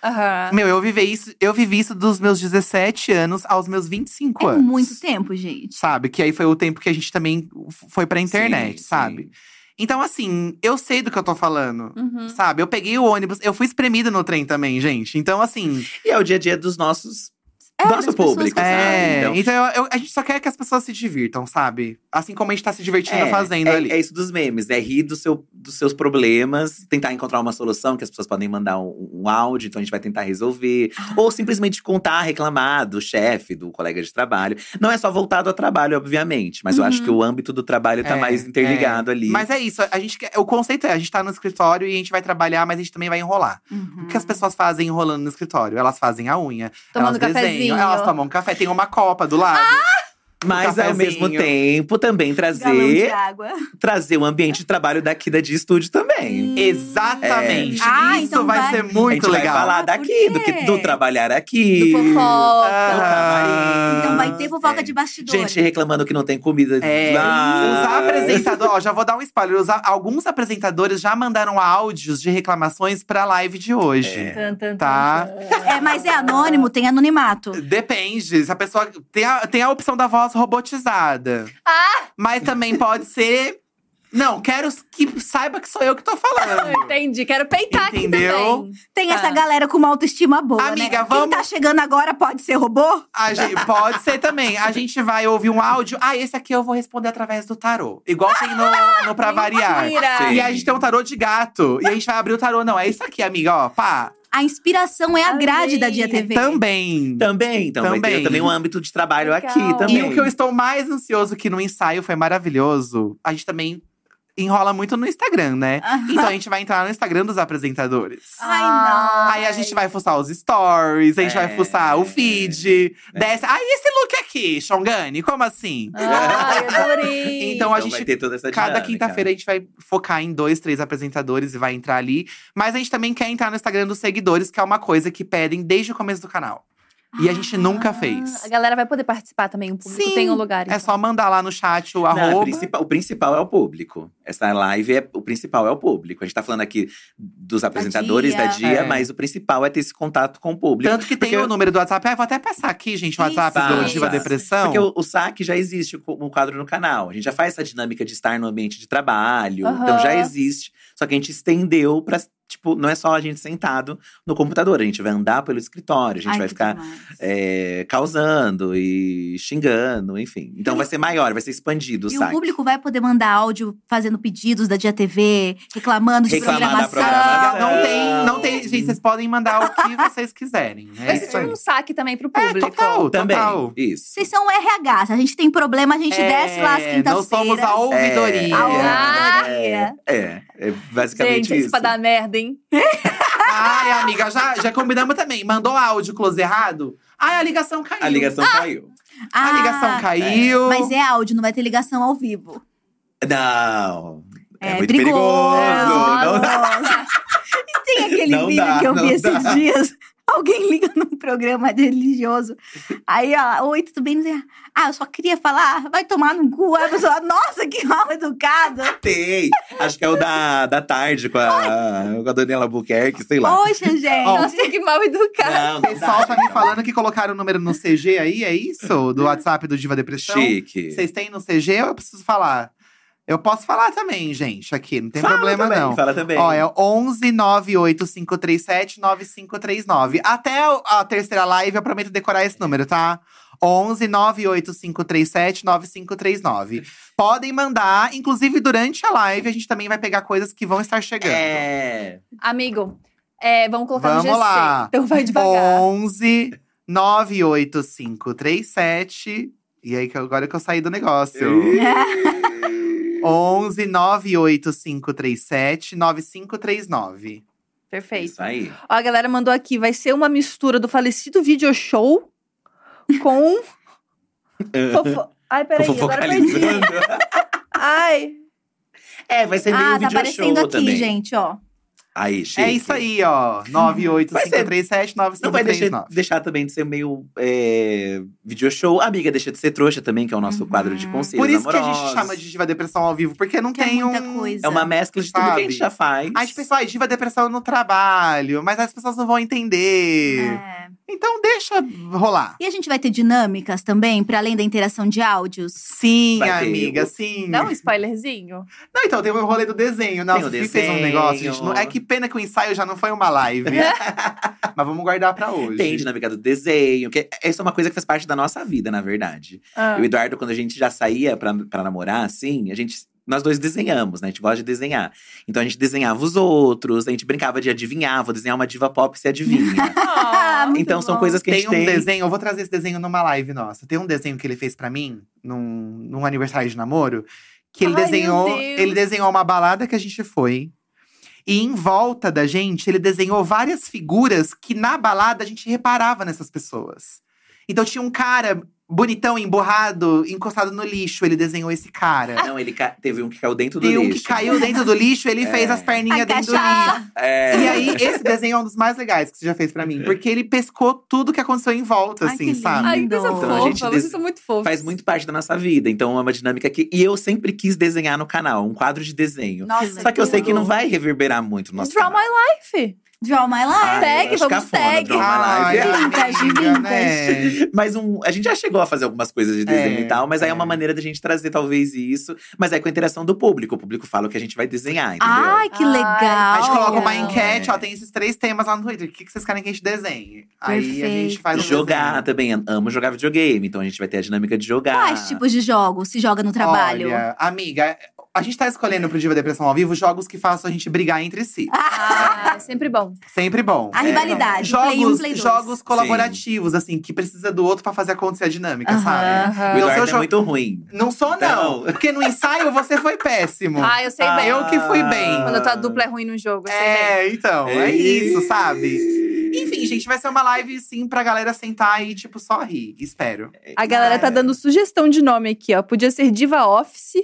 Speaker 5: Aham.
Speaker 3: Meu, eu vivi isso, eu vivi isso dos meus 17 anos aos meus 25
Speaker 2: É
Speaker 3: anos.
Speaker 2: muito tempo, gente.
Speaker 3: sabe? Que aí foi o tempo que a gente também f- foi pra internet,
Speaker 4: Sim,
Speaker 3: sabe?
Speaker 4: sim.
Speaker 3: Então, assim, eu sei do que eu tô falando.
Speaker 5: Uhum.
Speaker 3: Sabe, eu peguei o ônibus, eu fui espremida no trem também, gente. Então, assim.
Speaker 4: E é o dia a dia dos nossos.
Speaker 2: É,
Speaker 4: Nosso
Speaker 2: das pessoas
Speaker 4: público,
Speaker 2: que
Speaker 3: É.
Speaker 4: então-
Speaker 3: Então, eu- eu- a gente só quer que as pessoas se divirtam, sabe? Assim como a gente tá se divertindo fazendo
Speaker 4: é,
Speaker 3: ali.
Speaker 4: é isso dos memes, né? Rir do seu, dos seus problemas, tentar encontrar uma solução, que as pessoas podem mandar um, um áudio, então a gente vai tentar resolver.
Speaker 3: Ah.
Speaker 4: Ou simplesmente contar, reclamar do chefe, do colega de trabalho. Não é só voltado ao trabalho, obviamente, mas eu acho que o âmbito do trabalho tá
Speaker 3: Uhum. É,
Speaker 4: mais interligado ali.
Speaker 3: Mas é isso, a gente quer- o conceito é, a gente tá no escritório e a gente vai trabalhar, mas a gente também vai enrolar.
Speaker 2: Uhum.
Speaker 3: O que as pessoas fazem enrolando no escritório? Elas fazem a unha,
Speaker 5: Tomando
Speaker 3: elas
Speaker 5: cafezinho.
Speaker 3: desenham, elas tomam um café, tem uma copa do lado.
Speaker 4: Mas ao mesmo
Speaker 3: Um cafezinho.
Speaker 4: tempo também
Speaker 2: Galão de
Speaker 4: trazer
Speaker 2: água.
Speaker 4: trazer o ambiente de trabalho daqui da de estúdio também.
Speaker 3: Exatamente.
Speaker 2: É. Ah,
Speaker 3: Isso
Speaker 2: então
Speaker 3: vai
Speaker 2: vai.
Speaker 3: ser
Speaker 4: a
Speaker 3: muito
Speaker 4: gente
Speaker 3: legal.
Speaker 4: vai falar
Speaker 2: Ah, por
Speaker 4: daqui, do,
Speaker 2: quê?
Speaker 4: que, do trabalhar aqui.
Speaker 5: Do fofoca.
Speaker 4: do camarim.
Speaker 2: Então vai ter fofoca
Speaker 4: É.
Speaker 2: de bastidores.
Speaker 4: Gente reclamando que não tem comida
Speaker 3: É,
Speaker 4: lá. Ah,
Speaker 3: os apresentadores, ó, já vou dar um spoiler. os a- alguns apresentadores já mandaram áudios de reclamações pra live de hoje.
Speaker 1: É.
Speaker 5: Tan, tan, tan,
Speaker 3: Tá.
Speaker 5: tan.
Speaker 2: É, mas é anônimo, tem anonimato.
Speaker 3: Depende, se a pessoa. Tem a, tem a opção da voz robotizada. Mas também pode ser. Não, quero que saiba que sou eu que tô falando.
Speaker 5: Entendi, quero peitar
Speaker 3: Entendeu?
Speaker 5: aqui também.
Speaker 2: Tem
Speaker 5: Tá.
Speaker 2: essa galera com uma autoestima boa,
Speaker 3: Amiga,
Speaker 2: né?
Speaker 3: vamos-
Speaker 2: Quem tá chegando agora pode ser robô?
Speaker 3: A gente- pode ser também. A gente vai ouvir um áudio. Ah, esse aqui eu vou responder através do tarô. Igual tem no, no
Speaker 1: Ah,
Speaker 3: Pra Variar.
Speaker 5: Mentira.
Speaker 4: Sim.
Speaker 3: E a gente tem um tarô de gato. E a gente vai abrir o tarô. Não, é isso aqui, amiga, ó. Pá.
Speaker 2: A inspiração é a
Speaker 5: Amei.
Speaker 2: grade da Dia TV.
Speaker 3: Também.
Speaker 4: Também, então também. vai
Speaker 3: Também.
Speaker 4: ter também um âmbito de trabalho
Speaker 5: Legal.
Speaker 4: aqui também.
Speaker 3: E
Speaker 4: Então
Speaker 3: o que eu estou mais ansioso que no ensaio foi maravilhoso. A gente também enrola muito no Instagram, né? Então a gente vai entrar no Instagram dos apresentadores.
Speaker 2: Ai, não.
Speaker 3: Aí a gente vai fuçar os stories, a gente
Speaker 4: É.
Speaker 3: vai fuçar o feed. Desce. Ai, esse look aqui, Shongani, como assim?
Speaker 5: Ai, adorei.
Speaker 3: Então a
Speaker 4: Então vai
Speaker 3: gente
Speaker 4: ter toda essa
Speaker 3: Cada
Speaker 4: dinâmica.
Speaker 3: quinta-feira a gente vai focar em dois, três apresentadores e vai entrar ali. Mas a gente também quer entrar no Instagram dos seguidores, que é uma coisa que pedem desde o começo do canal. E a gente nunca
Speaker 1: Ah, A
Speaker 3: fez.
Speaker 1: galera vai poder participar também, o público
Speaker 6: Sim,
Speaker 1: tem um lugar.
Speaker 3: É só mandar lá no chat o
Speaker 4: Não, é
Speaker 3: arroba.
Speaker 4: o, principal, o principal é o público. Essa live, é, o principal é o público. A gente tá falando aqui dos apresentadores da
Speaker 2: Dia.
Speaker 4: dia,
Speaker 3: É.
Speaker 4: mas o principal é ter esse contato com o público.
Speaker 3: Tanto que tem
Speaker 4: Porque-
Speaker 3: o número do WhatsApp. Ah, eu vou até passar aqui, gente, o WhatsApp
Speaker 4: Isso.
Speaker 3: do Diva
Speaker 4: Passa.
Speaker 3: Depressão.
Speaker 4: Porque o, o saque já existe como um quadro no canal. A gente já faz essa dinâmica de estar no ambiente de trabalho.
Speaker 1: Aham.
Speaker 4: Então já existe. Só que a gente estendeu pra. Tipo, não é só a gente sentado no computador. A gente vai andar pelo escritório, a gente
Speaker 2: Ai,
Speaker 4: vai
Speaker 2: que
Speaker 4: ficar
Speaker 2: demais.
Speaker 4: é, causando e xingando, enfim. Então vai ser maior, vai ser expandido o
Speaker 2: E o
Speaker 4: saque.
Speaker 2: público vai poder mandar áudio fazendo pedidos da Dia TV, reclamando de
Speaker 4: Reclamar da
Speaker 2: programação.
Speaker 4: programação.
Speaker 3: Não tem, não
Speaker 4: Uhum.
Speaker 3: tem. Gente, vocês podem mandar o que vocês quiserem. É
Speaker 1: Mas
Speaker 3: isso
Speaker 1: tem
Speaker 3: aí.
Speaker 1: um saque também pro
Speaker 3: É,
Speaker 1: público.
Speaker 3: total,
Speaker 4: Também.
Speaker 3: total.
Speaker 4: Isso.
Speaker 2: Vocês são RH, se a gente tem problema, a gente desce lá às
Speaker 3: É, Nós somos
Speaker 2: quintas-feiras.
Speaker 3: a ouvidoria.
Speaker 2: A
Speaker 4: É,
Speaker 2: ouvidoria.
Speaker 4: é, é basicamente
Speaker 1: Gente, isso
Speaker 4: isso.
Speaker 1: pra dar merda, hein?
Speaker 3: Ai, amiga, já, já combinamos também. Mandou áudio close errado? Ai, a ligação caiu.
Speaker 4: A ligação caiu.
Speaker 3: A
Speaker 2: Ah,
Speaker 3: ligação caiu.
Speaker 2: Mas é áudio, não vai ter ligação ao vivo.
Speaker 4: Não. É, muito
Speaker 2: perigoso.
Speaker 4: perigoso. Não dá.
Speaker 2: Nossa. [LAUGHS] E tem aquele
Speaker 4: Não
Speaker 2: vídeo
Speaker 4: dá,
Speaker 2: que eu
Speaker 4: não
Speaker 2: vi esses
Speaker 4: dá.
Speaker 2: dias. [LAUGHS] Alguém liga num programa de religioso. Aí, ó, oi, tudo bem? Ah, eu só queria falar, vai tomar no cu. Aí a pessoa, [LAUGHS] nossa, que mal educado.
Speaker 4: Tem. Acho que é o da, da tarde com a, com a Daniela Buquerque, sei lá.
Speaker 2: Poxa, gente.
Speaker 3: Ó,
Speaker 1: Nossa, que mal educado.
Speaker 4: Não, não
Speaker 3: O pessoal
Speaker 4: dá,
Speaker 3: tá me
Speaker 4: não.
Speaker 3: falando que colocaram o número no CG aí, é isso? Do WhatsApp do Diva Depressão?
Speaker 4: Chique.
Speaker 3: Vocês têm no CG ou eu preciso falar? Eu posso falar também, gente, aqui, não tem
Speaker 4: Fala
Speaker 3: problema
Speaker 4: também,
Speaker 3: não.
Speaker 4: Fala também.
Speaker 3: Ó, é 11 98537 9539. Até o- a terceira live eu prometo decorar esse número, tá? 11 98537 9539. Podem mandar, inclusive durante a live a gente também vai pegar coisas que vão estar chegando.
Speaker 4: É.
Speaker 1: Amigo, é, vamos colocar no
Speaker 3: Vamos
Speaker 1: GC.
Speaker 3: lá.
Speaker 1: Então vai devagar.
Speaker 3: 11 98537. E aí, que agora que eu saí do negócio. 11 98537 9539.
Speaker 1: Perfeito.
Speaker 4: Isso aí.
Speaker 1: Ó, a galera mandou aqui, vai ser uma mistura do falecido video show com… Fofo... Ai, peraí,
Speaker 4: Tô
Speaker 1: agora eu perdi.
Speaker 4: focalizando.
Speaker 1: Ai…
Speaker 4: [LAUGHS] É, vai ser meio
Speaker 2: Ah, tá
Speaker 4: video show
Speaker 2: aparecendo aqui,
Speaker 4: também.
Speaker 2: gente, ó.
Speaker 4: Aí, chique. é,
Speaker 3: É isso aí, ó. 98537
Speaker 4: Não vai deixar,
Speaker 3: 9539.
Speaker 4: deixar também de ser meio é, video show. Amiga, deixa de ser trouxa também, que é o nosso
Speaker 2: Uhum.
Speaker 4: quadro de conselhos
Speaker 3: Por isso que a gente
Speaker 4: amorosos.
Speaker 3: chama de Diva Depressão ao vivo, porque não
Speaker 2: Que é
Speaker 3: tem
Speaker 2: muita
Speaker 3: um.
Speaker 2: coisa.
Speaker 4: É uma mescla de tudo que a gente
Speaker 3: Sabe?
Speaker 4: já faz.
Speaker 3: As pessoas, ah, Diva Depressão no trabalho, mas as pessoas não vão entender.
Speaker 2: É.
Speaker 3: Então deixa rolar.
Speaker 2: E a gente vai ter dinâmicas também, para além da interação de áudios?
Speaker 3: Sim,
Speaker 4: Vai ter
Speaker 3: amiga,
Speaker 4: o-
Speaker 3: sim.
Speaker 1: Dá um spoilerzinho.
Speaker 3: Não, então, tem o rolê do desenho. Nossa,
Speaker 4: Tem o
Speaker 3: o fez um
Speaker 4: desenho.
Speaker 3: negócio, gente. Não- É que pena que o ensaio já não foi uma live.
Speaker 4: [LAUGHS]
Speaker 3: Mas vamos guardar pra hoje.
Speaker 4: Tem dinâmica do desenho, que essa é uma coisa que faz parte da nossa vida, na verdade.
Speaker 1: Ah.
Speaker 4: Eu e o Eduardo, quando a gente já saía pra, pra namorar, assim, a gente. Nós dois desenhamos, né? A gente gosta de desenhar. Então a gente desenhava os outros, a gente brincava de adivinhar, "Ah, vou desenhar uma diva pop se
Speaker 3: [LAUGHS]
Speaker 4: adivinha.
Speaker 1: Ah,
Speaker 2: Muito
Speaker 4: então são
Speaker 2: bom.
Speaker 4: coisas que a
Speaker 3: Tem
Speaker 4: gente
Speaker 3: um
Speaker 4: tem.
Speaker 3: desenho, eu vou trazer esse desenho numa live nossa. Tem um desenho que ele fez pra mim, num, num aniversário de namoro, que ele
Speaker 1: Ai, meu
Speaker 3: desenhou.
Speaker 1: Deus.
Speaker 3: Ele desenhou uma balada que a gente foi. E em volta da gente, ele desenhou várias figuras que na balada a gente reparava nessas pessoas. Então tinha um cara bonitão, emborrado, encostado no lixo. Ele desenhou esse cara.
Speaker 4: Não, ele ca- teve um que caiu dentro do
Speaker 3: Tem um
Speaker 4: lixo.
Speaker 3: que caiu dentro do lixo, ele
Speaker 4: É.
Speaker 3: fez as perninhas
Speaker 2: A
Speaker 3: dentro do
Speaker 2: caixa-
Speaker 3: lixo.
Speaker 4: É.
Speaker 3: E aí, esse desenho é um dos mais legais que você já fez pra mim. Porque ele pescou tudo que aconteceu em volta,
Speaker 2: Ai,
Speaker 3: assim,
Speaker 2: que
Speaker 3: sabe?
Speaker 1: Ai, que coisa
Speaker 2: Então,
Speaker 4: a
Speaker 1: fofa.
Speaker 4: gente
Speaker 1: Vocês
Speaker 4: des-
Speaker 1: são muito fofos.
Speaker 4: Faz muito parte da nossa vida. Então é uma dinâmica que. E eu sempre quis desenhar no canal, um quadro de desenho.
Speaker 2: Nossa,
Speaker 4: Só que eu sei que
Speaker 2: tudo.
Speaker 4: não vai reverberar muito no
Speaker 3: Um
Speaker 4: nosso
Speaker 1: Draw
Speaker 4: canal.
Speaker 1: my life.
Speaker 2: Draw My Life.
Speaker 4: Ai,
Speaker 1: tag,
Speaker 4: eu acho
Speaker 1: vamos
Speaker 4: cafona,
Speaker 1: tag.
Speaker 4: Draw My Life.
Speaker 3: Ai,
Speaker 2: Vintage,
Speaker 3: amiga,
Speaker 2: vintage.
Speaker 3: né?
Speaker 4: Mas um, a gente já chegou a fazer algumas coisas de desenho
Speaker 3: É,
Speaker 4: e tal, mas aí é uma
Speaker 3: é.
Speaker 4: maneira da gente trazer talvez isso. Mas é com a interação do público. O público fala o que a gente vai desenhar, entendeu?
Speaker 2: Ai, que
Speaker 1: Ai,
Speaker 2: legal.
Speaker 3: A gente coloca uma
Speaker 2: Legal.
Speaker 3: enquete, ó, tem esses três temas lá no Twitter. O que que vocês querem que a gente desenhe? Aí a gente
Speaker 2: Perfeito.
Speaker 3: faz um
Speaker 4: jogar
Speaker 3: desenho.
Speaker 4: também. Amo jogar videogame, então a gente vai ter a dinâmica de jogar.
Speaker 2: Quais tipos de jogos se joga no trabalho?
Speaker 3: Ah. Olha, amiga, a gente tá escolhendo pro Diva Depressão ao vivo jogos que façam a gente brigar entre si.
Speaker 1: Ah, é sempre bom.
Speaker 3: Sempre bom.
Speaker 2: A rivalidade,
Speaker 3: é, Jogos,
Speaker 2: Play 1, Play 2.
Speaker 3: jogos colaborativos, assim, que precisa do outro pra fazer acontecer a dinâmica,
Speaker 2: Aham.
Speaker 3: sabe?
Speaker 4: O
Speaker 3: Então, se
Speaker 4: Eduardo
Speaker 3: eu
Speaker 4: é
Speaker 3: jo-
Speaker 4: muito ruim.
Speaker 3: Não sou, não.
Speaker 4: Não.
Speaker 3: Porque no ensaio você foi péssimo.
Speaker 1: Ah, eu sei bem.
Speaker 3: eu que fui bem.
Speaker 1: Quando a tua dupla é ruim no jogo, né? eu sei bem.
Speaker 3: É, então, é
Speaker 4: Ei.
Speaker 3: isso, sabe? Enfim, gente, vai ser uma live, sim, pra galera sentar e, tipo, só rir. Espero.
Speaker 1: A galera tá dando sugestão de nome aqui, ó. Podia ser Diva Office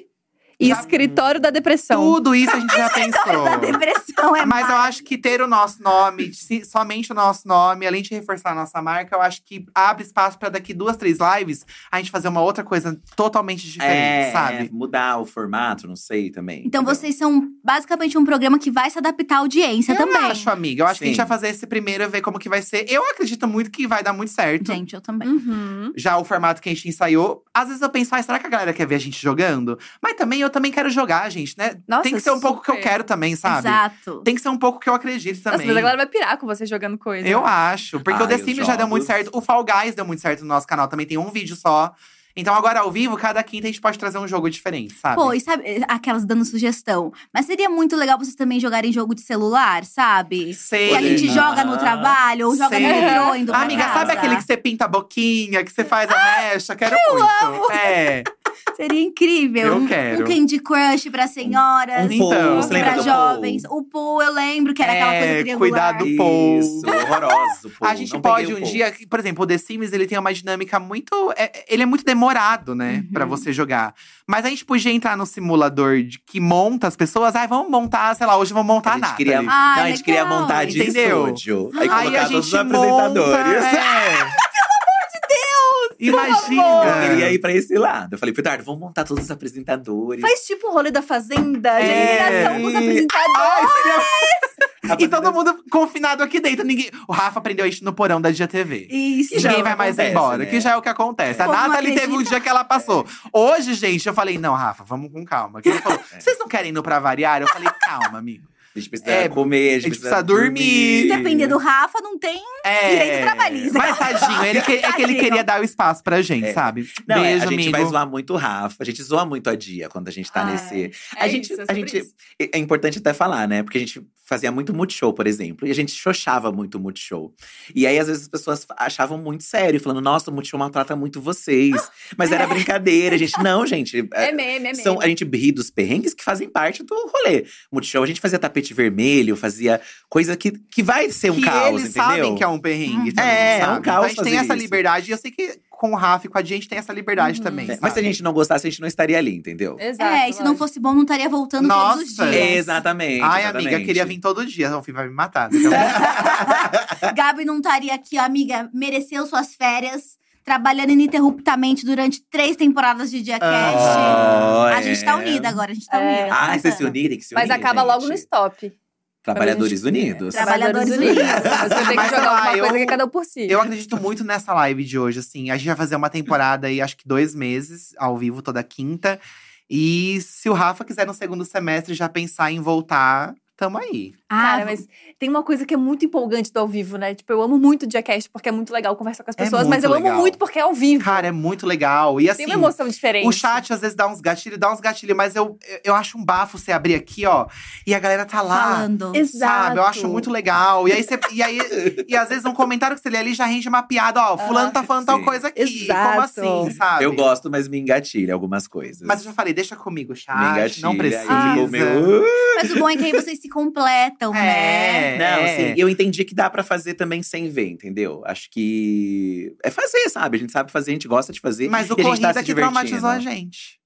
Speaker 1: E
Speaker 3: Já-
Speaker 1: escritório da depressão.
Speaker 3: Tudo isso a gente já pensou.
Speaker 1: [LAUGHS]
Speaker 2: A
Speaker 1: um
Speaker 2: depressão é
Speaker 3: Mas eu acho que ter o nosso nome, se- somente o nosso nome, além de reforçar a nossa marca, eu acho que abre espaço pra daqui duas, três lives a gente fazer uma outra coisa totalmente diferente,
Speaker 4: é,
Speaker 3: sabe?
Speaker 4: Mudar o formato, não sei também.
Speaker 2: Então
Speaker 4: entendeu?
Speaker 2: vocês são basicamente um programa que vai se adaptar à audiência
Speaker 3: eu
Speaker 2: também.
Speaker 3: acho, amiga. Eu acho que a gente
Speaker 4: Sim.
Speaker 3: vai fazer esse primeiro, ver como que vai ser. Eu acredito muito que vai dar muito certo.
Speaker 2: Gente, eu também.
Speaker 1: Uhum.
Speaker 3: Já o formato que a gente ensaiou. Às vezes eu penso, ai, será que a galera quer ver a gente jogando? Mas também, eu também quero jogar, gente, né?
Speaker 1: Nossa,
Speaker 3: Tem que ser um pouco o que eu
Speaker 1: super.
Speaker 3: quero também, sabe?
Speaker 2: Exato.
Speaker 3: Tem que ser um pouco o que eu acredito
Speaker 1: Nossa,
Speaker 3: também.
Speaker 1: mas a galera vai pirar com você jogando coisa.
Speaker 3: Eu acho. Porque o
Speaker 4: Ai,
Speaker 3: The
Speaker 4: os
Speaker 3: Sims já deu muito
Speaker 4: jogos.
Speaker 3: certo. O Fall Guys deu muito certo no nosso canal. Também tem um vídeo só. Então agora, ao vivo, cada quinta a gente pode trazer um jogo diferente, sabe?
Speaker 2: Pô, e sabe, aquelas dando sugestão. Mas seria muito legal vocês também jogarem jogo de celular, sabe?
Speaker 3: Sei.
Speaker 2: E a gente
Speaker 4: Poderia.
Speaker 2: joga no trabalho, ou joga no
Speaker 3: Sim.
Speaker 2: metrô
Speaker 4: né?
Speaker 2: indo pra
Speaker 3: Amiga, sabe
Speaker 2: casa.
Speaker 3: aquele que você pinta a boquinha, que você faz a
Speaker 2: Ah,
Speaker 3: mecha? Quero muito. É,
Speaker 2: Seria incrível.
Speaker 3: eu
Speaker 2: Um-
Speaker 3: quero.
Speaker 2: Um Candy Crush pra senhoras.
Speaker 3: Um- Então,
Speaker 4: Pô, você lembra
Speaker 2: pra
Speaker 4: do Paul?
Speaker 2: jovens. O pool, eu lembro que era aquela coisa
Speaker 3: É,
Speaker 2: triangular.
Speaker 3: cuidado. Do Paul.
Speaker 4: Isso, horroroso. Paul.
Speaker 3: a gente
Speaker 4: Tipo, Não
Speaker 3: pode
Speaker 4: peguei o
Speaker 3: um
Speaker 4: Paul.
Speaker 3: dia, por exemplo, o The Sims ele tem uma dinâmica muito, é- ele é muito demorado, né, Pra você jogar. Mas a gente podia entrar no simulador de, que monta as pessoas, ai, vamos montar, sei lá, hoje vamos montar
Speaker 4: A gente
Speaker 3: Nathalie.
Speaker 4: queria, não,
Speaker 2: Ah,
Speaker 4: a gente queria
Speaker 2: legal.
Speaker 4: montar de
Speaker 3: tá Entendeu?
Speaker 4: estúdio.
Speaker 3: Aí
Speaker 4: Aí colocar
Speaker 3: a
Speaker 4: todos
Speaker 3: gente é.
Speaker 4: os apresentadores.
Speaker 3: [LAUGHS] Monta, Pelo amor de Deus!
Speaker 4: Eu queria
Speaker 3: Imagina!
Speaker 4: ir pra esse lado. Eu falei, Petardo, vamos montar todos os apresentadores.
Speaker 1: Faz tipo o rolê da fazenda, tá- de
Speaker 3: É.
Speaker 1: eliminação com os apresentadores.
Speaker 3: Ai, seria...
Speaker 4: A
Speaker 3: E todo
Speaker 4: fazenda-
Speaker 3: mundo confinado aqui dentro. Ninguém... O Rafa aprendeu isso no porão da DiaTV.
Speaker 2: Isso.
Speaker 4: Que já
Speaker 3: Ninguém
Speaker 4: é o
Speaker 3: vai
Speaker 4: que
Speaker 3: mais
Speaker 4: acontece,
Speaker 3: embora,
Speaker 4: né?
Speaker 3: que já é o que acontece. A
Speaker 2: O povo não
Speaker 3: Nathalie teve um
Speaker 2: acredita.
Speaker 3: dia que ela passou. Hoje, gente, eu falei, não, Rafa, vamos com calma. Que ele
Speaker 4: [LAUGHS]
Speaker 3: falou,
Speaker 4: É.
Speaker 3: vocês não querem ir no pra variar? Eu falei, calma, amigo.
Speaker 4: A gente precisa
Speaker 3: É,
Speaker 4: comer, a gente,
Speaker 3: gente precisa
Speaker 4: precisa
Speaker 3: dormir.
Speaker 2: Se depender do Rafa, não tem.
Speaker 3: É.
Speaker 2: Direito trabalhista.
Speaker 3: Mas tadinho, ele que- é que ele
Speaker 2: Tadinho.
Speaker 3: queria dar o espaço pra gente,
Speaker 4: É.
Speaker 3: sabe?
Speaker 4: Não, é,
Speaker 3: Beijo,
Speaker 4: a gente
Speaker 3: amigo.
Speaker 4: vai zoar muito o Rafa, a gente zoa muito a dia quando a gente tá
Speaker 1: Ai,
Speaker 4: nesse.
Speaker 1: É
Speaker 4: a gente,
Speaker 1: isso, é
Speaker 4: a
Speaker 1: sobre
Speaker 4: gente
Speaker 1: isso.
Speaker 4: é importante até falar, né? Porque a gente fazia muito multishow, por exemplo, e a gente xoxava muito multishow. E aí às vezes as pessoas achavam muito sério, falando: "Nossa, o multishow maltrata muito vocês". Mas
Speaker 3: É.
Speaker 4: era brincadeira, a gente. Não, gente,
Speaker 1: É meme, é meme.
Speaker 4: São, a gente ri dos perrengues que fazem parte do rolê. Multishow, a gente fazia tapete vermelho, fazia coisa que, que vai ser um
Speaker 3: que
Speaker 4: caos,
Speaker 3: eles
Speaker 4: entendeu?
Speaker 3: sabem que é um perrengue também,
Speaker 4: É, é um
Speaker 3: sabe? Então
Speaker 4: caos
Speaker 3: a gente tem
Speaker 4: fazer
Speaker 3: essa
Speaker 4: isso.
Speaker 3: liberdade. E eu sei que com o Rafa e com a gente tem essa liberdade também,
Speaker 4: É, Mas se a
Speaker 3: sabe?
Speaker 4: gente não gostasse, a gente não estaria ali, entendeu?
Speaker 1: Exato,
Speaker 2: é, e se não
Speaker 1: lógico.
Speaker 2: fosse bom, não estaria voltando todos os
Speaker 3: Nossa.
Speaker 2: dias.
Speaker 4: Exatamente.
Speaker 3: Ai,
Speaker 4: exatamente.
Speaker 3: amiga, queria vir todo dia. Não, o filho vai me matar.
Speaker 4: [LAUGHS]
Speaker 3: né? Então,
Speaker 2: Gabi não estaria aqui, ó, amiga, mereceu suas férias, trabalhando ininterruptamente durante três temporadas de Diacast.
Speaker 4: Oh,
Speaker 3: Ah,
Speaker 2: a gente tá
Speaker 4: é.
Speaker 2: unida agora, a gente tá
Speaker 1: É.
Speaker 2: unida. tá
Speaker 4: Ai, Ah, vocês se
Speaker 2: voltando.
Speaker 4: unirem, que se
Speaker 1: Mas
Speaker 4: unirem,
Speaker 1: acaba
Speaker 4: gente.
Speaker 1: logo no stop.
Speaker 4: Trabalhadores
Speaker 1: Quando a gente-
Speaker 4: Unidos.
Speaker 2: Traba- Trabalhadores
Speaker 1: Você tem que
Speaker 3: Mas,
Speaker 1: jogar
Speaker 3: sei lá,
Speaker 1: alguma coisa
Speaker 3: eu-
Speaker 1: que é cada um por si. [LAUGHS]
Speaker 3: eu acredito muito nessa live de hoje, assim. A gente vai fazer uma temporada aí, acho que dois meses, ao vivo, toda quinta. E se o Rafa quiser no segundo semestre já pensar em voltar, tamo aí.
Speaker 2: Ah,
Speaker 1: Cara, mas tem uma coisa que é muito empolgante do ao vivo, né? Tipo, eu amo muito o Diacast porque é muito legal conversar com as
Speaker 3: É
Speaker 1: pessoas, mas
Speaker 3: muito
Speaker 1: eu
Speaker 3: legal.
Speaker 1: amo muito porque é ao vivo.
Speaker 3: Cara, é muito legal. E assim,
Speaker 1: tem uma emoção diferente.
Speaker 3: O chat às vezes dá uns gatilhos, dá uns gatilhos, mas eu, eu acho um bafo você abrir aqui, ó, e a galera tá lá.
Speaker 2: falando.
Speaker 3: Sabe, eu acho muito legal. E aí, você, e aí, e às vezes um comentário que você lê ali já rende uma piada. Ó, fulano tá falando tal
Speaker 4: Sim.
Speaker 3: coisa aqui. Como
Speaker 1: Exato.
Speaker 3: assim, sabe?
Speaker 4: Eu gosto, mas me engatilha algumas coisas.
Speaker 3: Mas eu já falei, deixa comigo,
Speaker 4: me
Speaker 3: chat.
Speaker 4: engatilha.
Speaker 3: Não
Speaker 4: aí
Speaker 3: precisa.
Speaker 4: ficou meio, "Uh".
Speaker 2: Mas o bom é que aí vocês se completam, né?
Speaker 3: É,
Speaker 4: Não,
Speaker 3: é.
Speaker 4: assim, eu entendi que dá pra fazer também sem ver, entendeu? Acho que é fazer, sabe? A gente sabe fazer, a gente gosta de fazer.
Speaker 3: Mas o
Speaker 4: e a gente
Speaker 3: corrida
Speaker 4: tá se
Speaker 3: que
Speaker 4: divertindo.
Speaker 3: traumatizou a gente.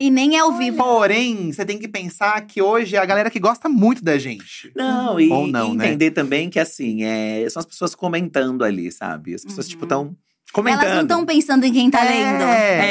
Speaker 2: E nem é ao vivo.
Speaker 3: Porém, você tem que pensar que hoje é a galera que gosta muito da gente.
Speaker 4: Não, e,
Speaker 3: Ou não,
Speaker 4: e
Speaker 3: né?
Speaker 4: entender também que, assim, é, são as pessoas comentando ali, sabe? As pessoas,
Speaker 2: Uhum.
Speaker 4: tipo, estão
Speaker 2: Elas
Speaker 4: comentando.
Speaker 2: não estão pensando em quem tá lendo.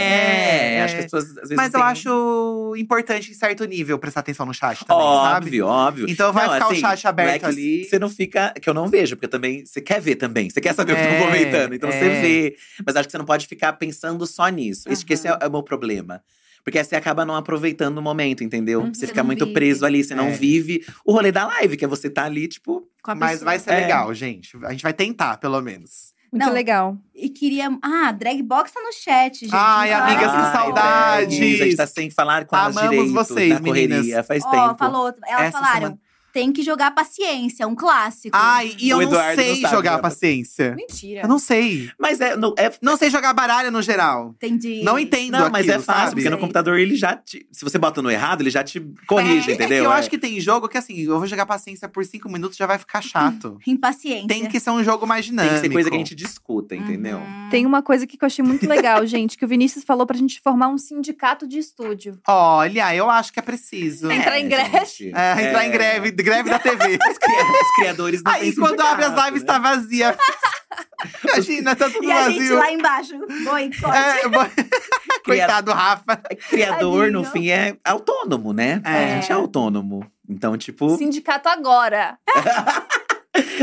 Speaker 4: É, acho que as pessoas às vezes.
Speaker 3: É, Mas eu
Speaker 4: têm-
Speaker 3: acho importante, em certo nível, prestar atenção no chat também, sabe?
Speaker 4: Óbvio, óbvio.
Speaker 3: Então vai
Speaker 4: Não,
Speaker 3: ficar
Speaker 4: assim,
Speaker 3: o chat
Speaker 4: não é
Speaker 3: aberto
Speaker 4: que
Speaker 3: ali.
Speaker 4: Você não fica. Que eu não vejo, porque também. Você quer ver também. Você quer saber o que
Speaker 3: É,
Speaker 4: estão comentando. Então você
Speaker 3: é.
Speaker 4: vê. Mas acho que você não pode ficar pensando só nisso. Acho que esse é, é o meu problema. Porque aí você acaba não aproveitando o momento, entendeu?
Speaker 3: Uhum,
Speaker 4: você
Speaker 2: Você
Speaker 4: fica
Speaker 2: não
Speaker 4: muito
Speaker 2: vive.
Speaker 4: preso ali, você
Speaker 3: É.
Speaker 4: não vive o rolê da live, que é você tá ali, tipo.
Speaker 1: com a
Speaker 3: Mas
Speaker 1: pessoa.
Speaker 3: vai ser
Speaker 4: É.
Speaker 3: legal, gente. A gente vai tentar, pelo menos.
Speaker 1: Muito
Speaker 2: Não.
Speaker 1: legal.
Speaker 2: E queria. Ah, drag box tá no chat, gente.
Speaker 3: Ai,
Speaker 2: Então,
Speaker 3: amigas, que
Speaker 2: ó,
Speaker 4: "Ai,
Speaker 3: saudades!
Speaker 4: Drags, A gente tá sem falar com elas
Speaker 3: Amamos
Speaker 4: direito
Speaker 3: vocês,
Speaker 4: na correria
Speaker 3: meninas.
Speaker 4: faz
Speaker 2: Ó,
Speaker 4: tempo.
Speaker 2: falou. Elas
Speaker 3: Essa
Speaker 2: falaram.
Speaker 3: semana-
Speaker 2: Tem que jogar paciência, um clássico.
Speaker 3: Ai, e eu
Speaker 4: O
Speaker 3: não
Speaker 4: Eduardo
Speaker 3: sei
Speaker 4: não sabe
Speaker 3: jogar
Speaker 4: jogar
Speaker 3: paciência.
Speaker 1: Mentira.
Speaker 3: Eu não sei.
Speaker 4: Mas é. Não, é
Speaker 3: Não sei jogar baralho no geral.
Speaker 2: Entendi.
Speaker 3: Não entendo
Speaker 4: não, mas é
Speaker 3: aquilo,
Speaker 4: fácil,
Speaker 3: sabe?
Speaker 4: porque no computador ele já te. Se você bota no errado, ele já te corrige,
Speaker 3: É,
Speaker 4: entendeu?
Speaker 3: É que eu
Speaker 4: É. Uhum.
Speaker 3: acho que tem jogo que assim, eu vou jogar paciência por cinco minutos já vai ficar chato.
Speaker 2: Impaciência.
Speaker 3: Tem que ser um jogo mais
Speaker 4: Tem
Speaker 3: dinâmico.
Speaker 4: que ser coisa que a gente discuta, entendeu?
Speaker 2: Uhum.
Speaker 1: Tem uma coisa aqui que eu achei muito
Speaker 3: [LAUGHS]
Speaker 1: legal, gente, que o Vinícius falou pra gente formar um sindicato de estúdio.
Speaker 3: Olha, eu acho que é preciso.
Speaker 7: Entrar em greve.
Speaker 4: gente.
Speaker 3: É, entrar em
Speaker 4: É.
Speaker 3: greve, greve da
Speaker 4: [LAUGHS]
Speaker 3: TV.
Speaker 4: Os cria- os criadores não
Speaker 3: Aí
Speaker 4: têm
Speaker 3: quando abre as
Speaker 4: sindicato,
Speaker 3: lives,
Speaker 4: né?
Speaker 3: tá
Speaker 4: [LAUGHS]
Speaker 3: vazia. Imagina, tá
Speaker 2: [LAUGHS]
Speaker 3: tudo
Speaker 2: E a gente
Speaker 3: vazio.
Speaker 2: lá embaixo. Boicote.
Speaker 3: [LAUGHS] É,
Speaker 4: [LAUGHS]
Speaker 3: bo- Coitado, Rafa.
Speaker 4: Criador, no
Speaker 2: Tadinho.
Speaker 4: fim, é autônomo, né?
Speaker 3: É.
Speaker 4: A gente é autônomo. Então, tipo.
Speaker 7: Sindicato agora.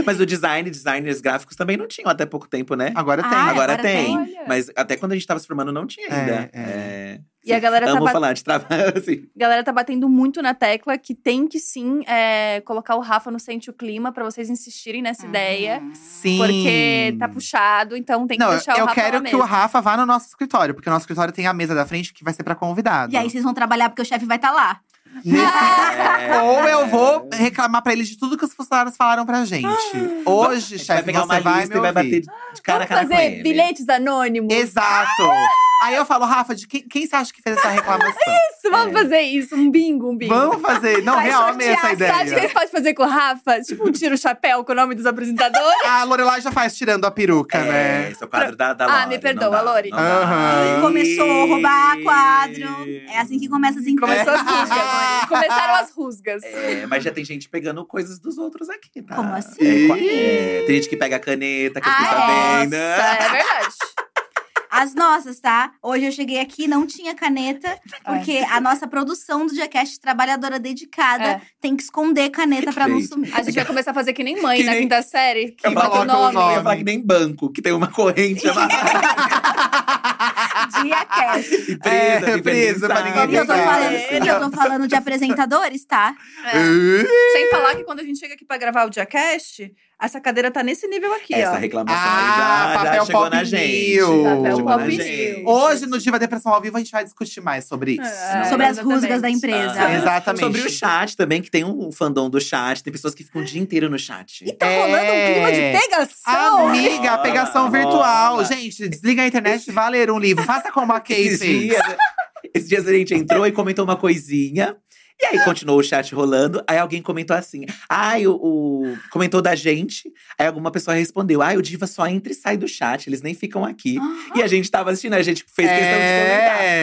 Speaker 4: Mas o design, designers gráficos também não tinham até pouco tempo, né?
Speaker 3: Agora
Speaker 2: Ah,
Speaker 3: tem.
Speaker 4: agora,
Speaker 2: agora
Speaker 4: tem.
Speaker 2: tem.
Speaker 1: Olha.
Speaker 4: Mas até quando a gente tava se formando, não tinha
Speaker 3: É,
Speaker 4: ainda.
Speaker 3: é.
Speaker 4: É.
Speaker 1: E a galera tá,
Speaker 4: Amo
Speaker 1: ba-
Speaker 4: falar de trabalho, [LAUGHS] assim.
Speaker 1: galera tá batendo muito na tecla que tem que sim é, colocar o Rafa no Sente o Clima pra vocês insistirem nessa ideia.
Speaker 3: Sim.
Speaker 1: Porque tá puxado, então tem que
Speaker 3: Não,
Speaker 1: deixar
Speaker 3: eu
Speaker 1: o Rafa
Speaker 3: quero
Speaker 1: lá
Speaker 3: que
Speaker 1: mesmo.
Speaker 3: o Rafa vá no nosso escritório, porque o nosso escritório tem a mesa da frente que vai ser pra convidado.
Speaker 2: E aí vocês vão trabalhar porque o chefe vai estar lá.
Speaker 3: Nesse-
Speaker 4: É.
Speaker 3: [LAUGHS]
Speaker 4: [LAUGHS]
Speaker 3: Ou eu vou reclamar pra eles de tudo que os funcionários falaram pra gente. Hoje,
Speaker 4: Ah. A gente
Speaker 3: chefe,
Speaker 4: pegar
Speaker 3: você
Speaker 4: uma
Speaker 3: vai
Speaker 4: lista
Speaker 3: me
Speaker 4: e vai
Speaker 3: ouvir.
Speaker 4: bater de cara a
Speaker 7: Vamos
Speaker 4: cara com
Speaker 7: fazer
Speaker 4: ele.
Speaker 7: bilhetes anônimos?
Speaker 3: Exato. Aí eu falo, Rafa, de quem, quem você acha que fez essa
Speaker 4: [LAUGHS]
Speaker 3: reclamação?
Speaker 7: Isso, vamos
Speaker 4: É.
Speaker 7: fazer isso. Um bingo, um bingo.
Speaker 3: Vamos fazer. Não,
Speaker 7: Vai
Speaker 3: real, amei essa
Speaker 7: sortear, Sabe o que
Speaker 3: ideia.
Speaker 7: vocês podem fazer com o Rafa? Tipo, um tira o chapéu com o nome dos apresentadores.
Speaker 3: A Lorelai já faz tirando a peruca,
Speaker 4: É,
Speaker 3: né?
Speaker 4: esse é o quadro da, da
Speaker 7: Ah,
Speaker 4: Lore.
Speaker 7: me perdoa, Lore.
Speaker 3: Aham.
Speaker 2: Começou a roubar quadro. É assim que começa as empresas.
Speaker 7: Começou as rusgas, Dani. Começaram as rusgas.
Speaker 4: É, mas já tem gente pegando coisas dos outros aqui, tá?
Speaker 2: Como assim?
Speaker 4: É, qua- é, tem gente que pega a caneta, que eu fiquei
Speaker 2: Ah,
Speaker 4: sabendo.
Speaker 7: Nossa, é verdade.
Speaker 2: [LAUGHS] As nossas, tá? Hoje eu cheguei aqui, não tinha
Speaker 7: É.
Speaker 2: caneta, porque a nossa produção do Diacast, trabalhadora dedicada,
Speaker 7: É.
Speaker 2: tem que esconder caneta pra não
Speaker 4: Gente,
Speaker 2: sumir.
Speaker 7: A gente vai começar a fazer que nem mãe
Speaker 4: Que
Speaker 7: na
Speaker 4: nem-
Speaker 7: quinta série. Que
Speaker 4: Eu
Speaker 7: bota
Speaker 3: falo
Speaker 7: o
Speaker 3: com o
Speaker 7: nome.
Speaker 4: Eu ia falar que nem banco, que tem uma corrente amarrada.
Speaker 2: Diacast.
Speaker 4: e presa,
Speaker 3: É,
Speaker 4: fica
Speaker 3: presa, pra
Speaker 4: mensagem.
Speaker 2: E eu tô
Speaker 3: Obrigada.
Speaker 2: falando, e eu tô falando de apresentadores, tá?
Speaker 7: É.
Speaker 3: Uh,
Speaker 1: Sem falar que quando a gente chega aqui pra gravar o Diacast, essa cadeira tá nesse nível aqui,
Speaker 4: Essa
Speaker 1: ó.
Speaker 4: reclamação
Speaker 3: Ah,
Speaker 4: aí já,
Speaker 3: papel
Speaker 4: já chegou
Speaker 3: pop
Speaker 4: na gente.
Speaker 3: mil.
Speaker 4: Já chegou
Speaker 7: Papel
Speaker 4: na
Speaker 7: pop
Speaker 4: gente.
Speaker 7: mil.
Speaker 3: Hoje, no Diva Depressão ao vivo, a gente vai discutir mais sobre isso.
Speaker 1: É.
Speaker 2: Sobre as
Speaker 1: exatamente.
Speaker 2: rusgas da
Speaker 4: Ah,
Speaker 2: empresa.
Speaker 3: Exatamente.
Speaker 4: Sobre o chat também, que tem um fandom do chat. Tem pessoas que ficam o dia inteiro no chat.
Speaker 7: E tá rolando um clima de pegação.
Speaker 3: É. Amiga,
Speaker 4: Rola,
Speaker 3: pegação virtual.
Speaker 4: rola.
Speaker 3: Gente, desliga a internet e vá ler um livro. Faça como a Kay
Speaker 4: Esses
Speaker 3: fez.
Speaker 4: dias, esses dias a gente entrou e comentou uma coisinha. E aí continuou o chat rolando. Aí alguém comentou assim: ai, o, o- Comentou da gente. Aí alguma pessoa respondeu: ai, o Diva só entra e sai do chat, eles nem ficam aqui. E a gente tava assistindo, a gente fez questão
Speaker 3: Ah. É.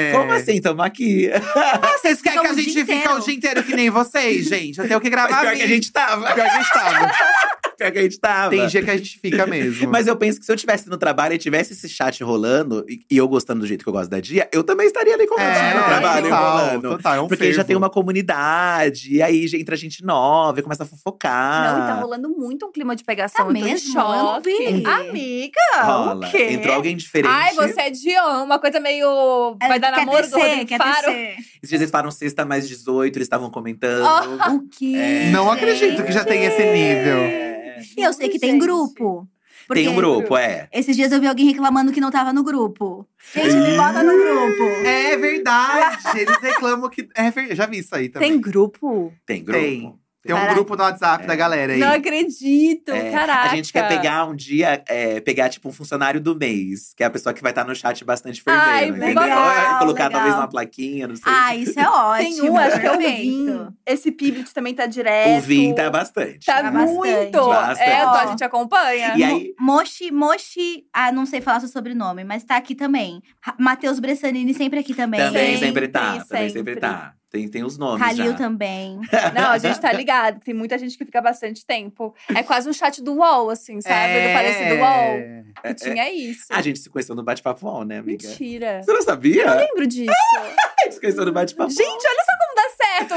Speaker 4: de comentar. Como assim, tamo aqui?
Speaker 3: Ah, vocês querem que a
Speaker 2: Ficamos o
Speaker 3: gente
Speaker 2: dia
Speaker 3: fique
Speaker 2: inteiro.
Speaker 3: o dia inteiro que nem vocês, gente? Eu tenho que
Speaker 4: [LAUGHS] Mas
Speaker 3: gravar
Speaker 4: pior que a
Speaker 3: vídeo.
Speaker 4: gente tava.
Speaker 3: Pior que a gente tava.
Speaker 4: [LAUGHS] Pior que a gente tava.
Speaker 3: Tem dia que a gente fica mesmo.
Speaker 4: Mas eu penso que se eu tivesse no trabalho e tivesse esse chat rolando, e, e eu gostando do jeito que eu gosto da dia, eu também estaria ali comentando
Speaker 3: é,
Speaker 4: no trabalho,
Speaker 3: total,
Speaker 4: rolando.
Speaker 3: total, é um
Speaker 4: Porque já
Speaker 3: fervo.
Speaker 4: tem uma comunidade, e aí já entra gente nova, e começa a fofocar.
Speaker 1: Não, e tá rolando muito um clima de pegação.
Speaker 2: Tá
Speaker 1: eu tô em
Speaker 2: mesmo?
Speaker 1: choque.
Speaker 2: Eu não vi.
Speaker 1: Amiga,
Speaker 4: Rola.
Speaker 1: tá o quê?
Speaker 4: Entrou alguém diferente.
Speaker 7: Ai, você é Dion. Uma coisa meio… Vai dar
Speaker 2: É, Quer
Speaker 7: namoro do
Speaker 2: descer,
Speaker 7: Rodrigo
Speaker 2: quer
Speaker 7: Faro.
Speaker 2: descer.
Speaker 4: Esses dias eles falaram sexta mais 18, eles estavam comentando.
Speaker 1: Ah.
Speaker 2: O quê?
Speaker 3: Não
Speaker 2: gente?
Speaker 3: acredito que já tem esse nível.
Speaker 4: É.
Speaker 2: E eu sei que tem
Speaker 7: Gente.
Speaker 2: grupo.
Speaker 4: Tem um
Speaker 2: porque
Speaker 4: grupo, é.
Speaker 2: Esses dias eu vi alguém reclamando que não tava no grupo. Gente, me bota no grupo.
Speaker 3: É verdade. Eles reclamam que. É verdade. Eu já vi isso aí também.
Speaker 1: Tem grupo?
Speaker 4: Tem grupo.
Speaker 3: Tem. Tem um
Speaker 1: Caraca.
Speaker 3: grupo no WhatsApp
Speaker 4: É.
Speaker 3: da galera aí.
Speaker 7: Não acredito,
Speaker 1: Então,
Speaker 4: É,
Speaker 7: caraca.
Speaker 4: A gente quer pegar um dia, é, pegar tipo um funcionário do mês, que é a pessoa que vai estar no chat bastante fervendo,
Speaker 7: Ai,
Speaker 4: entendeu?
Speaker 2: legal,
Speaker 4: É, colocar
Speaker 2: legal.
Speaker 4: talvez uma plaquinha, não sei.
Speaker 2: Ah, isso é ótimo.
Speaker 1: Tem um, acho que é o
Speaker 2: perfeito.
Speaker 1: Vim. Esse Pibit também tá direto.
Speaker 4: o Vim tá bastante.
Speaker 7: Tá
Speaker 1: Tá
Speaker 7: muito!
Speaker 4: bastante.
Speaker 7: É, então a
Speaker 2: Ó.
Speaker 7: gente acompanha.
Speaker 4: E aí,
Speaker 2: Moshi, Moshi, ah, não sei falar seu sobrenome, mas tá aqui também. Ra- Matheus Bressanini sempre aqui também.
Speaker 4: também
Speaker 7: Sempre,
Speaker 4: sempre tá. Também
Speaker 7: sempre.
Speaker 4: sempre tá. Tem, tem os nomes
Speaker 2: Kalil
Speaker 4: já.
Speaker 2: também.
Speaker 1: Não, a gente tá ligado. Tem muita gente que fica bastante tempo. É quase um chat do UOL, assim, sabe? Do
Speaker 3: É.
Speaker 4: É.
Speaker 1: parecido UOL. Que tinha isso.
Speaker 4: A gente se conheceu no bate-papo on, né, amiga? Ah!
Speaker 1: Mentira.
Speaker 4: Você não
Speaker 1: Eu
Speaker 4: sabia?
Speaker 1: lembro disso.
Speaker 4: [LAUGHS] A gente se conheceu no bate-papo on.
Speaker 7: Gente, olha só como dá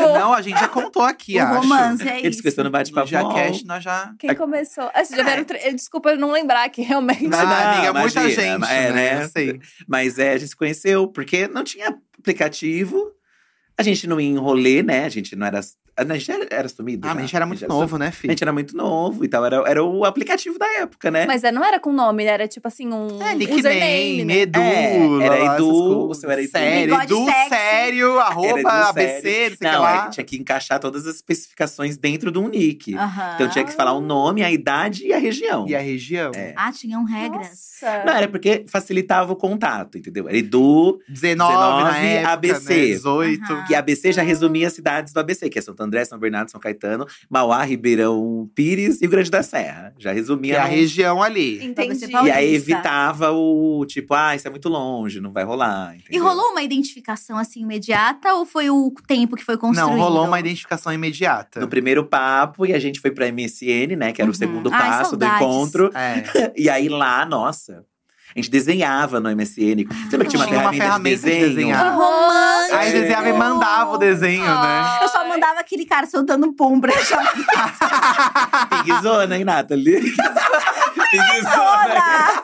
Speaker 7: certo!
Speaker 3: Não, a gente já contou aqui,
Speaker 2: o
Speaker 3: acho.
Speaker 2: romance é
Speaker 4: A gente se
Speaker 2: isso.
Speaker 4: conheceu no
Speaker 3: No
Speaker 4: bate-papo on.
Speaker 3: Jacast, nós já.
Speaker 7: Quem começou? Ah, vocês já
Speaker 3: É.
Speaker 7: vieram tre- Desculpa eu não lembrar
Speaker 1: [LAUGHS]
Speaker 7: que realmente.
Speaker 3: Ah, amiga, muita
Speaker 4: imagina,
Speaker 3: gente. né?
Speaker 4: é, né?
Speaker 3: Eu sei.
Speaker 4: Mas é, a gente se conheceu porque não tinha aplicativo. A gente não ia em rolê, né? A gente não era A gente era, era sumido.
Speaker 3: Ah,
Speaker 4: já.
Speaker 3: mas a gente era muito novo, né,
Speaker 4: A
Speaker 3: filho?
Speaker 4: gente era muito novo e tal. Era, era o aplicativo da época, né?
Speaker 1: Mas é, não era com nome, era tipo assim, um
Speaker 3: É,
Speaker 1: username.
Speaker 3: nickname,
Speaker 1: né?
Speaker 3: Edu.
Speaker 4: É, era
Speaker 3: lá, lá,
Speaker 4: Edu,
Speaker 3: essas coisas.
Speaker 4: o seu era Edu.
Speaker 3: Sério,
Speaker 2: Bigode
Speaker 3: Edu
Speaker 2: sexy.
Speaker 3: sério,
Speaker 4: Era
Speaker 3: arroba,
Speaker 4: do
Speaker 3: ABC,
Speaker 4: sério.
Speaker 3: não sei o que
Speaker 4: Não, é
Speaker 3: lá.
Speaker 4: que tinha que encaixar todas as especificações dentro de um nick.
Speaker 2: Aham.
Speaker 4: Então tinha que falar o nome, a idade e a região.
Speaker 3: E a região?
Speaker 4: É.
Speaker 2: Ah, tinham regras.
Speaker 1: Nossa.
Speaker 4: Não, era porque facilitava o contato, entendeu? Era Edu,
Speaker 3: 19, na
Speaker 4: 19,
Speaker 3: época,
Speaker 4: ABC.
Speaker 3: né, 18.
Speaker 2: Aham.
Speaker 4: que ABC já resumia as cidades do ABC, que é Santo André, São Bernardo, São Caetano, Mauá, Ribeirão Pires e Rio Grande da Serra.
Speaker 3: Que
Speaker 4: Já
Speaker 3: é a
Speaker 4: resumia. num-
Speaker 3: região ali.
Speaker 1: Entendi.
Speaker 2: Pra você
Speaker 4: E aí
Speaker 2: Paulista.
Speaker 4: evitava o tipo, ah, isso é muito longe, não vai rolar.
Speaker 2: E
Speaker 4: entendeu?
Speaker 2: rolou uma identificação assim imediata ou foi o tempo que foi construído?
Speaker 3: Não, rolou uma identificação imediata.
Speaker 4: No primeiro papo, e a gente foi pra MSN, né? Que era
Speaker 2: Uhum.
Speaker 4: o segundo
Speaker 2: Ai,
Speaker 4: passo do
Speaker 2: saudades.
Speaker 4: encontro.
Speaker 3: É.
Speaker 4: E aí lá, nossa, a gente desenhava no MSN. Lembra que tinha uma
Speaker 3: Ah, Tinha uma
Speaker 4: ferramenta,
Speaker 3: ferramenta de
Speaker 4: de desenho? [LAUGHS]
Speaker 3: desenhar.
Speaker 2: Foi romântico.
Speaker 3: Aí desenhava e mandava o desenho,
Speaker 1: Ah.
Speaker 3: né?
Speaker 2: Eu só mandava aquele cara soltando um pum pra chamar
Speaker 4: Pigzona,
Speaker 3: [LAUGHS]
Speaker 4: hein, Nathalie? né? Pigzona!
Speaker 2: toda.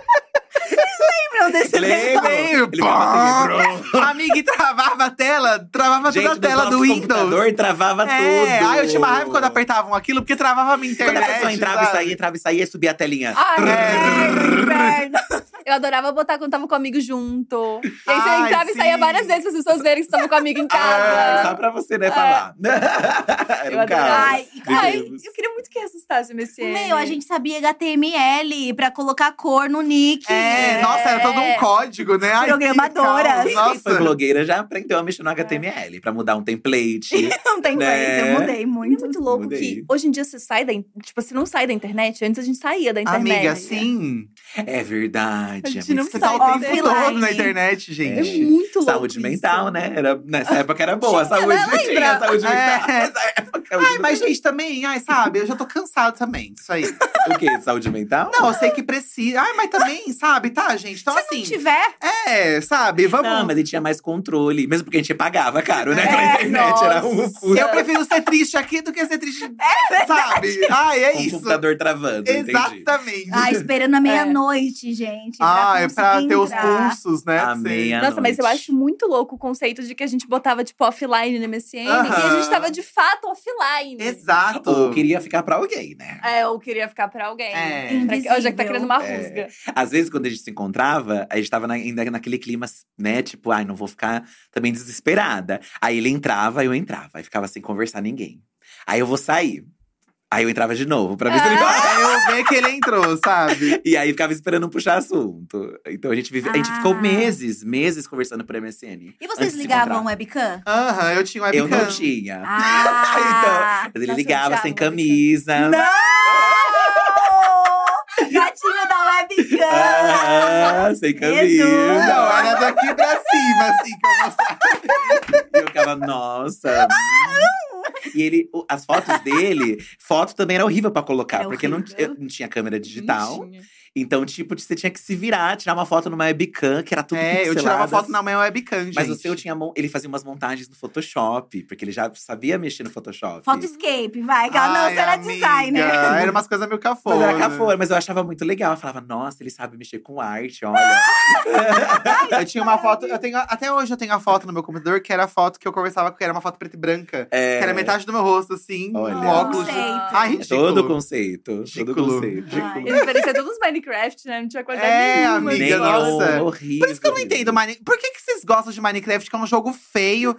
Speaker 2: Vocês lembram desse
Speaker 4: Lembro!
Speaker 3: Lembro,
Speaker 4: Ele falava assim, lembrou.
Speaker 3: Amiga, e travava a tela, travava
Speaker 4: Gente,
Speaker 3: toda a
Speaker 4: no
Speaker 3: tela
Speaker 4: nosso
Speaker 3: do Windows.
Speaker 4: computador travava
Speaker 3: É,
Speaker 4: tudo.
Speaker 3: ai, eu tinha uma raiva quando apertavam aquilo, porque travava a minha
Speaker 4: Quando
Speaker 3: internet.
Speaker 4: a pessoa entrava e
Speaker 3: sabe?
Speaker 4: saía, entrava e saía, subia a telinha.
Speaker 1: Ai,
Speaker 3: É.
Speaker 1: que inferno. Eu adorava botar quando tava com amigo junto. E aí você
Speaker 3: Ai,
Speaker 1: entrava
Speaker 3: sim.
Speaker 1: e saía várias vezes pra as pessoas verem que você tava com amigo em
Speaker 4: Ah,
Speaker 1: casa.
Speaker 4: só pra você,
Speaker 3: É.
Speaker 4: né, falar. [LAUGHS] Era
Speaker 1: Eu
Speaker 4: um caos.
Speaker 1: adorava.
Speaker 2: Ai,
Speaker 1: Ai,
Speaker 4: Vivemos.
Speaker 1: eu queria muito que ressuscitasse o MSN.
Speaker 2: Meu, a gente sabia HTML pra colocar cor no nick.
Speaker 3: É, nossa, era todo um código, né? Ai, que
Speaker 2: Programadoras.
Speaker 3: caos,
Speaker 4: Quem foi
Speaker 3: Nossa. É.
Speaker 4: blogueira já aprendeu a mexer no HTML pra mudar um
Speaker 3: [LAUGHS]
Speaker 4: template.
Speaker 2: Não tem
Speaker 4: Né?
Speaker 2: jeito, eu mudei
Speaker 1: Não é
Speaker 2: muito.
Speaker 1: muito louco
Speaker 4: Mudei.
Speaker 1: que hoje em dia você sai da. in- Tipo, você não sai da internet. Antes a gente saía da internet. né?
Speaker 3: Amiga, sim.
Speaker 4: é verdade.
Speaker 1: A gente
Speaker 4: é muito
Speaker 1: não
Speaker 3: Você
Speaker 1: Sai
Speaker 3: tá o tempo
Speaker 1: offline.
Speaker 3: todo na internet,
Speaker 1: É
Speaker 3: gente.
Speaker 1: muito louco.
Speaker 4: Saúde
Speaker 1: isso.
Speaker 4: mental, né? Era, nessa época era boa. a saúde, tinha a saúde mental.
Speaker 2: tá.
Speaker 4: Nessa época, hoje
Speaker 3: É. Ai,
Speaker 4: não
Speaker 3: mas
Speaker 4: tem.
Speaker 3: gente, também, ai, sabe, eu já tô cansado também disso aí.
Speaker 4: O quê? Saúde mental?
Speaker 3: Não, eu sei que precisa. Ai, mas também, sabe, tá, gente? Então,
Speaker 2: Se
Speaker 3: assim,
Speaker 2: não tiver,
Speaker 3: é, sabe, vamos.
Speaker 4: Não, mas ele tinha mais controle. Mesmo porque a gente pagava caro, né?
Speaker 3: É,
Speaker 4: Pela internet, era um
Speaker 1: nossa.
Speaker 4: custo.
Speaker 3: Eu prefiro ser triste aqui do que ser triste,
Speaker 2: É
Speaker 3: sabe? Ai, é
Speaker 4: Com o
Speaker 3: isso.
Speaker 4: computador travando, entendi.
Speaker 3: Exatamente.
Speaker 2: ah, esperando a meia-noite, gente. Pra
Speaker 3: Ai, É. Ah, pra
Speaker 2: conseguir
Speaker 3: ter os
Speaker 2: entrar.
Speaker 3: pulsos, né?
Speaker 4: A
Speaker 3: Sim.
Speaker 4: meia-
Speaker 1: Nossa, mas eu
Speaker 4: noite.
Speaker 1: acho muito louco o conceito de que a gente botava, tipo, offline no MSN. E a
Speaker 3: Aham.
Speaker 1: gente tava, de fato, offline.
Speaker 3: Exato.
Speaker 4: Ou queria ficar pra alguém, né?
Speaker 1: É, eu queria ficar pra alguém.
Speaker 3: É.
Speaker 1: Pra que, ó, já que tá
Speaker 2: Invisível.
Speaker 1: criando uma
Speaker 4: É.
Speaker 1: rusga.
Speaker 4: Às vezes, quando a gente se encontrava, a gente tava na- ainda naquele clima, né? Tipo, ai, não vou ficar também desesperada. Aí ele entrava, eu entrava. Aí ficava sem conversar ninguém. Aí eu vou sair. Aí eu entrava de novo, pra ver
Speaker 1: Ah.
Speaker 4: se ele…
Speaker 3: Pra eu ver que ele entrou, sabe?
Speaker 4: E aí ficava esperando puxar assunto. Então a gente vive, a gente
Speaker 2: Ah.
Speaker 4: ficou meses, meses conversando por MSN.
Speaker 2: E
Speaker 4: antes
Speaker 2: vocês
Speaker 4: de se
Speaker 2: ligavam
Speaker 4: encontrar. [LAUGHS]
Speaker 2: webcam?
Speaker 3: Aham, eu tinha um
Speaker 4: Eu
Speaker 3: webcam.
Speaker 4: não tinha.
Speaker 2: Ah!
Speaker 4: Mas ele
Speaker 1: Nossa, eu
Speaker 4: ligava
Speaker 1: odiava
Speaker 4: sem
Speaker 1: webcam.
Speaker 4: camisa.
Speaker 2: Não! Gatinho da webcam!
Speaker 4: Ah, sem
Speaker 2: Jesus!
Speaker 4: camisa.
Speaker 3: Não, era daqui pra cima, assim, que eu mostrava.
Speaker 4: E eu
Speaker 3: [LAUGHS]
Speaker 4: ficava, nossa.
Speaker 3: Ah,
Speaker 4: hum. E ele, o- as fotos dele, foto também era horrível pra colocar,
Speaker 3: É
Speaker 2: Era
Speaker 4: porque não, ti-
Speaker 2: horrível.
Speaker 4: não tinha câmera digital. Então, tipo, você tinha que se virar, tirar uma foto numa webcam, que era tudo
Speaker 3: É, eu tirava
Speaker 4: pixelado,
Speaker 3: foto na minha webcam, gente.
Speaker 4: Mas o seu tinha mon- ele fazia umas montagens no Photoshop, porque ele já sabia mexer no Photoshop.
Speaker 2: Photoscape, vai. Ela não,
Speaker 3: Ai,
Speaker 2: você era
Speaker 3: amiga,
Speaker 2: designer.
Speaker 3: Era umas coisas meio cafona.
Speaker 4: Mas era cafona, mas eu achava muito legal. Eu falava, nossa, ele sabe mexer com arte, olha.
Speaker 3: [LAUGHS] Eu tinha uma foto, eu tenho, até hoje eu tenho a foto no meu computador, que era a foto que eu conversava com, que era uma foto preta e branca.
Speaker 4: É,
Speaker 3: Que era metade do meu rosto, assim,
Speaker 4: Olha.
Speaker 3: um óculos.
Speaker 2: Conceito.
Speaker 3: Ai, tipo,
Speaker 4: é
Speaker 3: ridículo.
Speaker 4: todo o conceito.
Speaker 3: Ridículo.
Speaker 4: Todo o conceito.
Speaker 2: Ai.
Speaker 1: Eles pareciam todos os Minecraft, né? Não tinha qualidade
Speaker 3: É,
Speaker 1: nenhuma. assim.
Speaker 3: amiga,
Speaker 4: Nem
Speaker 1: igual.
Speaker 3: nossa.
Speaker 4: eu, horrível.
Speaker 3: Por isso que eu não entendo
Speaker 4: mais.
Speaker 3: Minecraft. Por que, que vocês gostam de Minecraft, que é um jogo feio?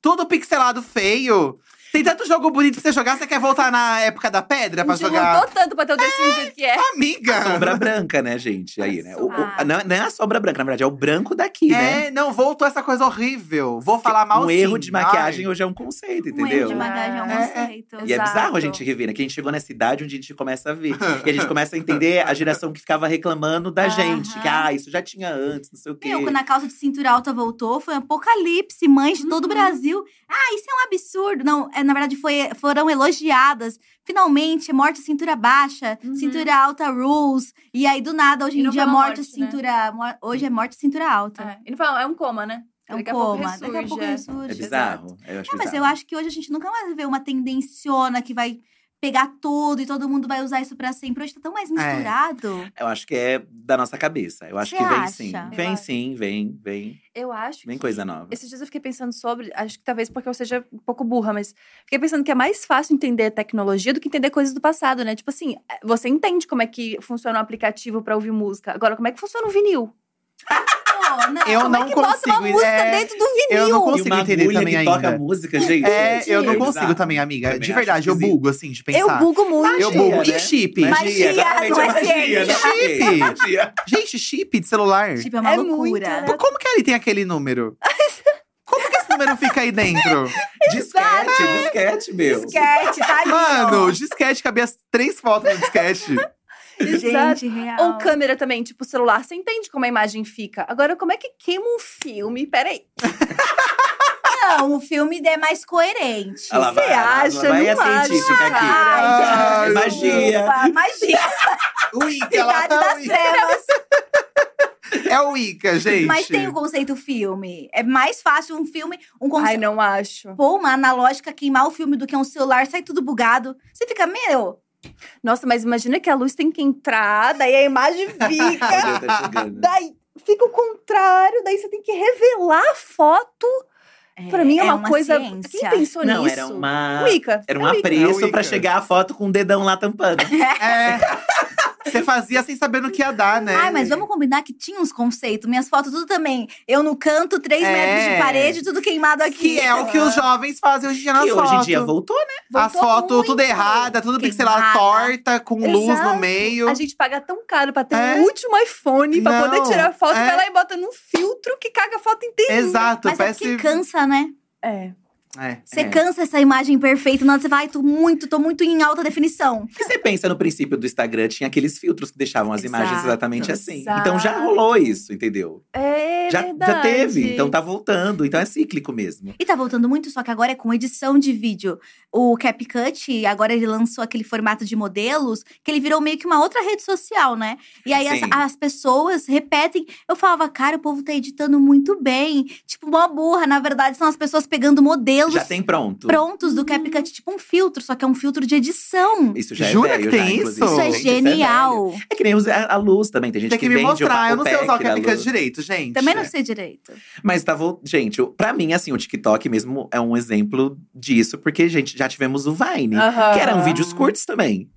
Speaker 3: Tudo pixelado feio. Tem tanto jogo bonito pra você jogar, você quer voltar na época da pedra pra
Speaker 1: A gente
Speaker 3: jogar?
Speaker 1: lutou tanto pra ter o The Sims do jeito que é.
Speaker 3: Amiga!
Speaker 4: Sombra branca, né, gente? Aí, né? O- o-
Speaker 2: Ah.
Speaker 4: não, não é a sombra branca, na verdade, é o branco daqui, né?
Speaker 3: É, não, voltou essa coisa horrível. Vou falar mal
Speaker 4: um
Speaker 3: sim.
Speaker 4: erro de maquiagem
Speaker 3: Ai.
Speaker 4: hoje é um conceito,
Speaker 2: Um erro
Speaker 4: entendeu?
Speaker 2: de maquiagem é um
Speaker 3: É, é.
Speaker 2: conceito.
Speaker 4: E é
Speaker 1: Exato.
Speaker 4: bizarro a gente rever, né? Que a gente chegou nessa idade onde a gente começa a ver. E a gente começa a entender a geração que ficava reclamando da gente. Que,
Speaker 2: Aham.
Speaker 4: ah, isso já tinha antes, não sei o quê. É
Speaker 2: Meu, quando a calça de cintura alta voltou, foi um apocalipse. Mães de
Speaker 1: Uhum.
Speaker 2: todo o Brasil. Ah, isso é um absurdo. Não, é, na verdade, foi, foram elogiadas. Finalmente, morte à cintura baixa,
Speaker 1: Uhum.
Speaker 2: cintura alta rules. E aí, do nada, hoje
Speaker 1: E
Speaker 2: em
Speaker 1: não
Speaker 2: dia,
Speaker 1: fala
Speaker 2: morte à
Speaker 1: morte, né?
Speaker 2: cintura… mor- Hoje é morte à cintura alta.
Speaker 1: É. E não fala, é um coma, né?
Speaker 2: É um
Speaker 1: Daqui a pouco
Speaker 2: coma. Daqui a pouco
Speaker 1: ressurge, é.
Speaker 2: ressurge.
Speaker 4: É bizarro. Eu acho
Speaker 2: É, mas
Speaker 4: bizarro.
Speaker 2: eu acho que hoje a gente nunca mais vê uma tendenciona que vai pegar tudo e todo mundo vai usar isso pra sempre. Hoje tá tão mais
Speaker 1: É.
Speaker 2: misturado.
Speaker 4: Eu acho que é da nossa cabeça. Eu acho
Speaker 2: Você
Speaker 4: que vem
Speaker 2: acha?
Speaker 4: sim.
Speaker 2: Eu
Speaker 4: Vem
Speaker 1: acho.
Speaker 4: sim, vem, vem.
Speaker 1: Eu acho
Speaker 4: Vem
Speaker 1: que…
Speaker 4: coisa nova.
Speaker 1: Esses dias eu fiquei pensando sobre, acho que talvez porque eu seja um pouco burra, mas fiquei pensando que é mais fácil entender tecnologia do que entender coisas do passado, né? Tipo assim, você entende como é que funciona um aplicativo pra ouvir música. Agora, como é que funciona um vinil?
Speaker 2: Pô, não.
Speaker 3: Eu
Speaker 2: como
Speaker 3: não
Speaker 2: é que bota uma
Speaker 3: consigo,
Speaker 2: música
Speaker 3: é,
Speaker 2: dentro do
Speaker 3: eu não
Speaker 2: vinil?
Speaker 4: E
Speaker 3: consigo
Speaker 4: uma
Speaker 3: entender
Speaker 4: agulha
Speaker 3: também
Speaker 4: que toca
Speaker 3: ainda.
Speaker 4: música, gente.
Speaker 3: É, eu não
Speaker 4: Exato.
Speaker 3: consigo também, amiga.
Speaker 4: Também
Speaker 3: de
Speaker 4: acho
Speaker 3: verdade, eu
Speaker 4: esquisito.
Speaker 3: bugo, assim, de pensar.
Speaker 1: Eu bugo muito.
Speaker 3: Eu bugo.
Speaker 4: Magia,
Speaker 3: E
Speaker 4: né?
Speaker 3: chip?
Speaker 2: Magia,
Speaker 4: Magia, exatamente,
Speaker 2: não é
Speaker 4: magia,
Speaker 2: ciência.
Speaker 4: não é magia.
Speaker 3: Gente, chip de celular.
Speaker 2: Tipo, é uma
Speaker 1: É muito,
Speaker 2: loucura.
Speaker 1: né?
Speaker 3: Pô, Como que ele tem
Speaker 2: [LAUGHS]
Speaker 3: aquele número? Como que esse número fica aí dentro?
Speaker 4: Disquete, disquete, meu.
Speaker 2: Disquete, tá [LAUGHS] ali,
Speaker 3: Mano,
Speaker 2: ó.
Speaker 3: o disquete cabia as três fotos no disquete.
Speaker 1: Exato.
Speaker 2: Gente, real.
Speaker 1: Ou câmera também, tipo celular, você entende como a imagem fica. Agora, como é que queima um filme? Peraí.
Speaker 2: Não, o filme é mais coerente.
Speaker 4: Olha lá,
Speaker 1: Você
Speaker 4: vai,
Speaker 1: acha?
Speaker 4: lá vai
Speaker 1: Não
Speaker 4: a
Speaker 1: acha?
Speaker 4: científica aqui. É
Speaker 2: Ai,
Speaker 3: Ai,
Speaker 2: gente,
Speaker 4: Ah, magia.
Speaker 2: desculpa, Magia,
Speaker 4: [LAUGHS]
Speaker 3: O Ica, ela
Speaker 2: idade
Speaker 3: tá. o
Speaker 2: das
Speaker 3: Ica.
Speaker 2: trevas.
Speaker 3: É o Ica, gente.
Speaker 2: Mas tem o conceito filme. É mais fácil um filme, um
Speaker 1: Ai,
Speaker 2: conceito.
Speaker 1: não acho.
Speaker 2: Pô, uma analógica queimar o filme do que um celular, sai tudo bugado. Você fica, meu,
Speaker 1: Nossa, mas imagina que a luz tem que entrar, daí a
Speaker 3: [LAUGHS]
Speaker 1: imagem fica.
Speaker 4: Olha, tá chegando.
Speaker 1: Daí fica o contrário, daí você tem que revelar a foto.
Speaker 2: É,
Speaker 1: pra mim é, uma, coisa.
Speaker 2: ciência.
Speaker 1: Quem pensou
Speaker 4: Não,
Speaker 1: nisso?
Speaker 4: era uma…
Speaker 1: Wicca.
Speaker 4: Era
Speaker 1: É
Speaker 4: um
Speaker 1: Wicca.
Speaker 3: É o
Speaker 4: apreço
Speaker 3: Ica.
Speaker 4: pra chegar a foto com o dedão lá tampando.
Speaker 3: É. Você fazia sem saber no que ia dar, né?
Speaker 2: Ai, mas vamos combinar que tinha uns conceitos. Minhas fotos, tudo também. Eu no canto, três
Speaker 3: É.
Speaker 2: metros de parede, tudo queimado aqui.
Speaker 3: Que é o
Speaker 2: [LAUGHS]
Speaker 3: que os jovens fazem hoje em dia nas
Speaker 4: E
Speaker 3: fotos.
Speaker 4: hoje em dia voltou, né?
Speaker 3: As
Speaker 1: Voltou
Speaker 3: fotos tudo
Speaker 1: muito.
Speaker 3: errada, tudo pixelado,
Speaker 2: Queimada.
Speaker 3: torta, com luz no
Speaker 1: Exato.
Speaker 3: meio.
Speaker 1: A gente paga tão caro pra ter
Speaker 3: É.
Speaker 1: o último iPhone, pra
Speaker 3: Não,
Speaker 1: poder tirar foto,
Speaker 3: é.
Speaker 1: vai lá e bota num filtro que caga a foto inteira.
Speaker 3: Exato,
Speaker 2: Mas é
Speaker 3: parece.
Speaker 2: porque cansa, né?
Speaker 1: É.
Speaker 3: É,
Speaker 4: né?
Speaker 2: Você
Speaker 3: é.
Speaker 2: cansa essa imagem perfeita, na hora você vai, tô muito, tô muito em alta definição.
Speaker 4: E você pensa no princípio do Instagram, tinha aqueles filtros que deixavam as imagens
Speaker 2: Exato.
Speaker 4: exatamente assim.
Speaker 1: Exato.
Speaker 4: Então já rolou isso, entendeu?
Speaker 1: É
Speaker 4: já,
Speaker 1: verdade.
Speaker 4: já teve, então tá voltando. Então é cíclico mesmo.
Speaker 2: E tá voltando muito, só que agora é com edição de vídeo. O CapCut, agora ele lançou aquele formato de modelos, que ele virou meio que uma outra rede social, né? E aí as,
Speaker 4: Sim.
Speaker 2: as pessoas repetem. Eu falava, cara, o povo tá editando muito bem. Tipo, uma burra. Na verdade, são as pessoas pegando modelos
Speaker 4: Já tem pronto.
Speaker 2: prontos do CapCut, tipo um filtro, só que é um filtro de edição.
Speaker 4: Isso já
Speaker 3: Jura
Speaker 4: é velho,
Speaker 3: que
Speaker 4: já,
Speaker 3: tem
Speaker 4: inclusive.
Speaker 3: isso?
Speaker 2: Isso é
Speaker 4: Gente, velho.
Speaker 2: genial.
Speaker 4: É que nem os- a, a luz também. Tem gente
Speaker 3: Tem que me
Speaker 4: vende o pa-
Speaker 3: mostrar, eu não sei
Speaker 4: o
Speaker 3: usar o
Speaker 4: pack da
Speaker 3: CapCut
Speaker 4: luz.
Speaker 3: direito, gente.
Speaker 4: é.
Speaker 2: Também não sei direito.
Speaker 4: Mas tá vol- Gente, o- pra mim, assim, o TikTok mesmo é um exemplo disso. Porque, gente, já tivemos o Vine.
Speaker 1: Aham.
Speaker 4: Que
Speaker 2: Ah.
Speaker 4: um eram vídeos curtos também.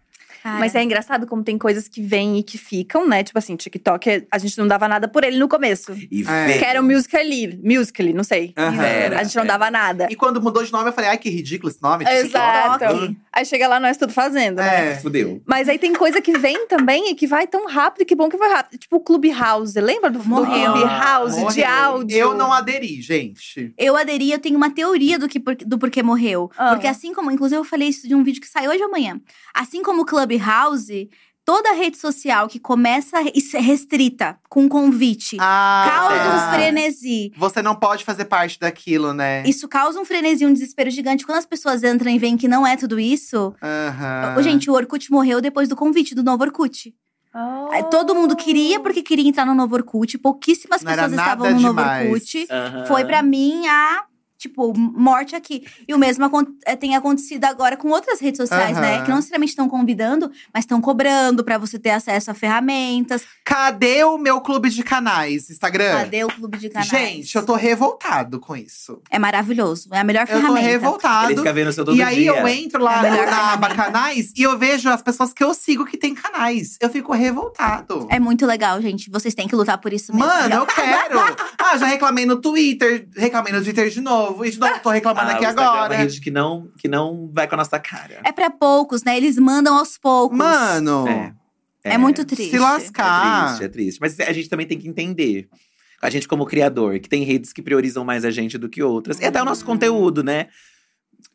Speaker 2: Cara.
Speaker 1: Mas é engraçado como tem coisas que vêm e que ficam, né? Tipo assim, TikTok, a gente não dava nada por ele no começo.
Speaker 4: E
Speaker 3: É.
Speaker 4: velho,
Speaker 1: Que era o Musical.ly, Musical.ly, não sei.
Speaker 3: Aham.
Speaker 4: Era,
Speaker 1: a gente não
Speaker 4: era.
Speaker 1: dava nada.
Speaker 3: E quando mudou de nome, eu falei, ai, que ridículo esse nome.
Speaker 1: Exato.
Speaker 2: TikTok.
Speaker 1: Aí chega lá, nós tudo fazendo, né?
Speaker 3: É.
Speaker 4: Fudeu.
Speaker 1: Mas aí tem coisa que vem também e que vai tão rápido, e que bom que vai rápido. Tipo o Clubhouse, lembra do, do
Speaker 2: Morreu.
Speaker 1: Clubhouse de
Speaker 3: Morreu.
Speaker 1: áudio?
Speaker 3: Ah, Eu não aderi, gente.
Speaker 2: Eu aderi, eu tenho uma teoria do, que, por- do porquê morreu.
Speaker 1: Ah.
Speaker 2: Porque assim como… Inclusive, eu falei isso de um vídeo que saiu hoje ou amanhã. Assim como o Clubhouse, toda rede social que começa e se- restrita com um convite…
Speaker 3: Ah,
Speaker 2: causa um
Speaker 3: tá.
Speaker 2: frenesi.
Speaker 3: Você não pode fazer parte daquilo, né?
Speaker 2: Isso causa um frenesi, um desespero gigante. Quando as pessoas entram e veem que não é tudo isso…
Speaker 3: Aham.
Speaker 2: Ô, Gente, o Orkut morreu depois do convite do novo Orkut.
Speaker 1: Ah.
Speaker 2: Aí Todo mundo queria porque queria entrar no novo Orkut. Pouquíssimas
Speaker 3: Não era
Speaker 2: pessoas
Speaker 3: nada
Speaker 2: estavam no novo
Speaker 3: demais.
Speaker 2: Orkut.
Speaker 4: Aham.
Speaker 2: Foi pra mim a tipo morte aqui. E o mesmo acon- eh, tem acontecido agora com outras redes sociais, né?
Speaker 3: Aham.
Speaker 2: Que não necessariamente estão convidando, mas estão cobrando pra você ter acesso a ferramentas.
Speaker 3: Cadê o meu clube de canais, Instagram?
Speaker 2: Cadê o clube de canais?
Speaker 3: É. Gente, eu tô revoltado com isso.
Speaker 2: é maravilhoso, é a melhor
Speaker 3: Eu tô
Speaker 2: ferramenta.
Speaker 4: Ele
Speaker 3: revoltado.
Speaker 4: fica vendo o seu todo
Speaker 3: E aí
Speaker 4: dia.
Speaker 3: eu entro lá
Speaker 2: É a melhor
Speaker 3: na aba
Speaker 2: ferramenta.
Speaker 3: canais e eu vejo as pessoas que eu sigo que tem canais. Eu fico revoltado.
Speaker 2: É muito legal, gente. Vocês têm que lutar por isso mesmo.
Speaker 3: Mano, eu quero! Ah, já reclamei no Twitter, reclamei no Twitter de novo. E de novo tô reclamando
Speaker 4: Ah,
Speaker 3: aqui
Speaker 4: o Instagram é uma
Speaker 3: agora.
Speaker 4: rede que não, que não vai com a nossa cara.
Speaker 2: É pra poucos, né? Eles mandam aos poucos.
Speaker 3: Mano,
Speaker 2: é, muito triste.
Speaker 3: se
Speaker 4: É
Speaker 3: lascar.
Speaker 4: triste, é triste. Mas a gente também tem que entender. A gente, como criador, que tem redes que priorizam mais a gente do que outras. E até o nosso conteúdo, né?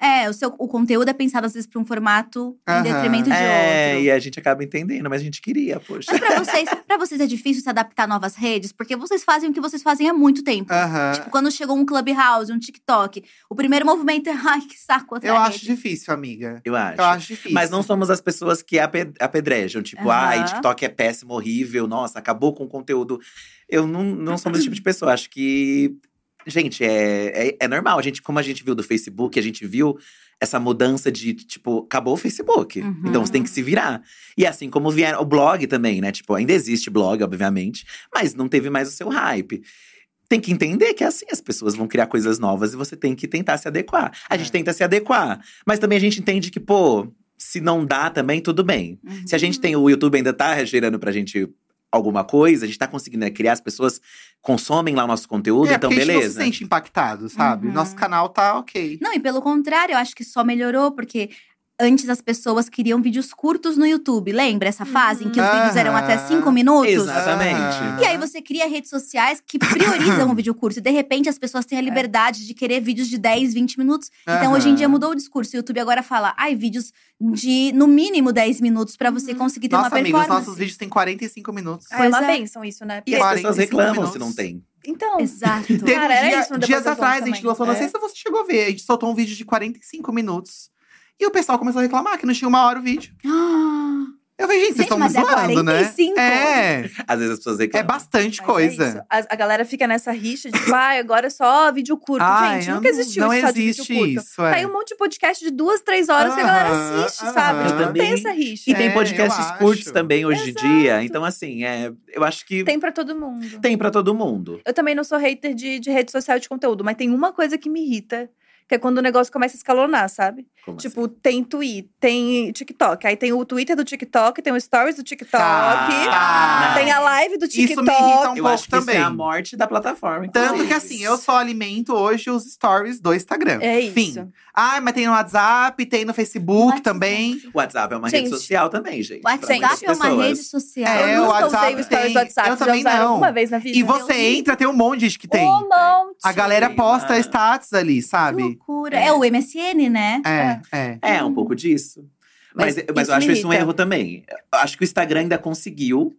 Speaker 2: É, o seu o conteúdo é pensado às vezes pra um formato em
Speaker 3: Aham.
Speaker 2: detrimento de
Speaker 4: é,
Speaker 2: outro.
Speaker 4: e a gente acaba entendendo, mas a gente queria, poxa.
Speaker 2: Mas pra vocês, pra vocês é difícil se adaptar a novas redes? Porque vocês fazem o que vocês fazem há muito tempo.
Speaker 3: Aham.
Speaker 2: Tipo, quando chegou um Clubhouse, um TikTok, o primeiro movimento é… [LAUGHS] Ai, que saco, outra
Speaker 3: eu
Speaker 2: rede.
Speaker 3: acho difícil, amiga.
Speaker 4: Eu acho.
Speaker 3: Eu acho difícil.
Speaker 4: Mas não somos as pessoas que ape- apedrejam. Tipo,
Speaker 2: Aham.
Speaker 4: ai, TikTok é péssimo, horrível. Nossa, acabou com o conteúdo. Eu não, não somos esse tipo de pessoa. Acho que… Gente, é, é, é normal. A gente, como a gente viu do Facebook, a gente viu… essa mudança de, tipo, acabou o Facebook.
Speaker 2: Uhum.
Speaker 4: Então você tem que se virar. E assim como vieram o blog também, né? Tipo, ainda existe blog, obviamente, mas não teve mais o seu hype. Tem que entender que é assim, as pessoas vão criar coisas novas e você tem que tentar se adequar. A
Speaker 3: É.
Speaker 4: gente tenta se adequar, mas também a gente entende que, pô, se não dá também, tudo bem. Se a
Speaker 3: Uhum.
Speaker 4: gente tem o YouTube ainda tá gerando pra gente alguma coisa, a gente tá conseguindo né, criar, as pessoas consomem lá o nosso conteúdo,
Speaker 3: é,
Speaker 4: então
Speaker 3: porque A gente
Speaker 4: beleza.
Speaker 3: não se sente impactado, sabe?
Speaker 2: Uhum.
Speaker 3: Nosso canal tá ok.
Speaker 2: Não, e pelo contrário, eu acho que só melhorou, porque antes as pessoas queriam vídeos curtos no YouTube. Lembra essa fase em que os vídeos eram até
Speaker 3: Aham.
Speaker 2: cinco minutos?
Speaker 4: Exatamente.
Speaker 3: Ah.
Speaker 2: E aí você cria redes sociais que
Speaker 3: [COUGHS]
Speaker 2: priorizam o vídeo curto. E de repente as pessoas
Speaker 3: É.
Speaker 2: têm a liberdade de querer vídeos de 10, 20 minutos. Então
Speaker 3: Aham.
Speaker 2: hoje em dia mudou o discurso. O YouTube agora fala, ai, vídeos de no mínimo 10 minutos pra
Speaker 1: Uhum.
Speaker 2: você conseguir ter é
Speaker 3: Nossa,
Speaker 2: uma
Speaker 3: amiga, os
Speaker 2: performance.
Speaker 3: nossos vídeos têm 45 minutos.
Speaker 1: Ah,
Speaker 2: Pois
Speaker 1: é uma
Speaker 2: é.
Speaker 1: bênção isso, né?
Speaker 4: E as pessoas
Speaker 3: 45
Speaker 4: reclamam
Speaker 3: minutos.
Speaker 4: se não tem.
Speaker 1: Então,
Speaker 2: Exato.
Speaker 3: Teve
Speaker 1: Cara,
Speaker 3: um
Speaker 1: era
Speaker 2: [GASPS]
Speaker 3: dia-
Speaker 1: isso no Depois
Speaker 3: dias
Speaker 1: dos Homens
Speaker 3: atrás, a gente
Speaker 1: também. É.
Speaker 3: lançou, não sei se você chegou a ver, a gente soltou um vídeo de 45 minutos. E o pessoal começou a reclamar que não tinha uma hora o vídeo. Eu falei, gente, vocês
Speaker 2: Gente,
Speaker 3: estão me
Speaker 2: mas é
Speaker 3: zoando, né?
Speaker 2: 45.
Speaker 3: É,
Speaker 4: Às vezes as pessoas
Speaker 3: é
Speaker 4: reclamam.
Speaker 3: bastante
Speaker 1: mas
Speaker 3: coisa.
Speaker 1: é isso. a, a galera fica nessa rixa de, ah, agora é só vídeo curto.
Speaker 3: Ai,
Speaker 1: gente,
Speaker 3: eu
Speaker 1: nunca existiu
Speaker 3: não
Speaker 1: isso só de vídeo
Speaker 3: existe
Speaker 1: curto.
Speaker 3: isso,
Speaker 1: Tá
Speaker 3: é.
Speaker 1: aí um monte de podcast de duas, três horas que a
Speaker 3: Aham,
Speaker 1: galera assiste, sabe?
Speaker 3: aham.
Speaker 1: Tipo, não tem
Speaker 4: Também.
Speaker 1: essa rixa.
Speaker 4: E
Speaker 3: É,
Speaker 4: tem
Speaker 3: eu
Speaker 4: podcasts
Speaker 3: acho.
Speaker 4: curtos também hoje em dia. Então, assim, é, eu acho que tem,
Speaker 1: Tem pra todo mundo.
Speaker 4: pra todo mundo.
Speaker 1: Eu também não sou hater de, de rede social de conteúdo, mas tem uma coisa que me irrita, que é quando o negócio começa a escalonar, sabe?
Speaker 4: Como
Speaker 1: Tipo,
Speaker 3: assim?
Speaker 1: tem tweet, tem TikTok. Aí tem o Twitter do TikTok, tem o Stories do TikTok,
Speaker 3: Tá.
Speaker 1: tem a live do
Speaker 3: Isso me
Speaker 1: TikTok.
Speaker 3: irrita um
Speaker 4: assim? eu
Speaker 3: pouco
Speaker 4: acho que isso é a
Speaker 3: também.
Speaker 4: morte da plataforma.
Speaker 3: Tanto
Speaker 4: inclusive.
Speaker 3: que assim, eu só alimento hoje os stories do Instagram.
Speaker 1: É isso.
Speaker 3: um Fim. Ah, mas tem no WhatsApp, tem no Facebook
Speaker 2: WhatsApp.
Speaker 3: também.
Speaker 4: O WhatsApp é uma rede
Speaker 1: Gente,
Speaker 4: social também, gente.
Speaker 2: O WhatsApp é uma rede social.
Speaker 3: É,
Speaker 1: eu
Speaker 3: o
Speaker 1: nunca usei
Speaker 3: WhatsApp
Speaker 1: o Stories
Speaker 3: tem-
Speaker 1: do WhatsApp.
Speaker 3: eu
Speaker 1: já
Speaker 3: também
Speaker 1: usaram
Speaker 3: não.
Speaker 1: alguma vez na vida?
Speaker 3: E você
Speaker 2: Deus.
Speaker 3: entra, tem um monte de gente que tem.
Speaker 1: Um monte.
Speaker 3: A galera posta
Speaker 4: Sim.
Speaker 3: status ali,
Speaker 2: Que
Speaker 3: sabe?
Speaker 2: loucura. É o MSN, né?
Speaker 3: É, é.
Speaker 4: É, um pouco disso. Mas,
Speaker 1: Hum. Mas
Speaker 4: mas,
Speaker 1: isso
Speaker 4: eu acho
Speaker 1: me
Speaker 4: isso um
Speaker 1: irrita.
Speaker 4: erro também. Eu Acho que o Instagram ainda conseguiu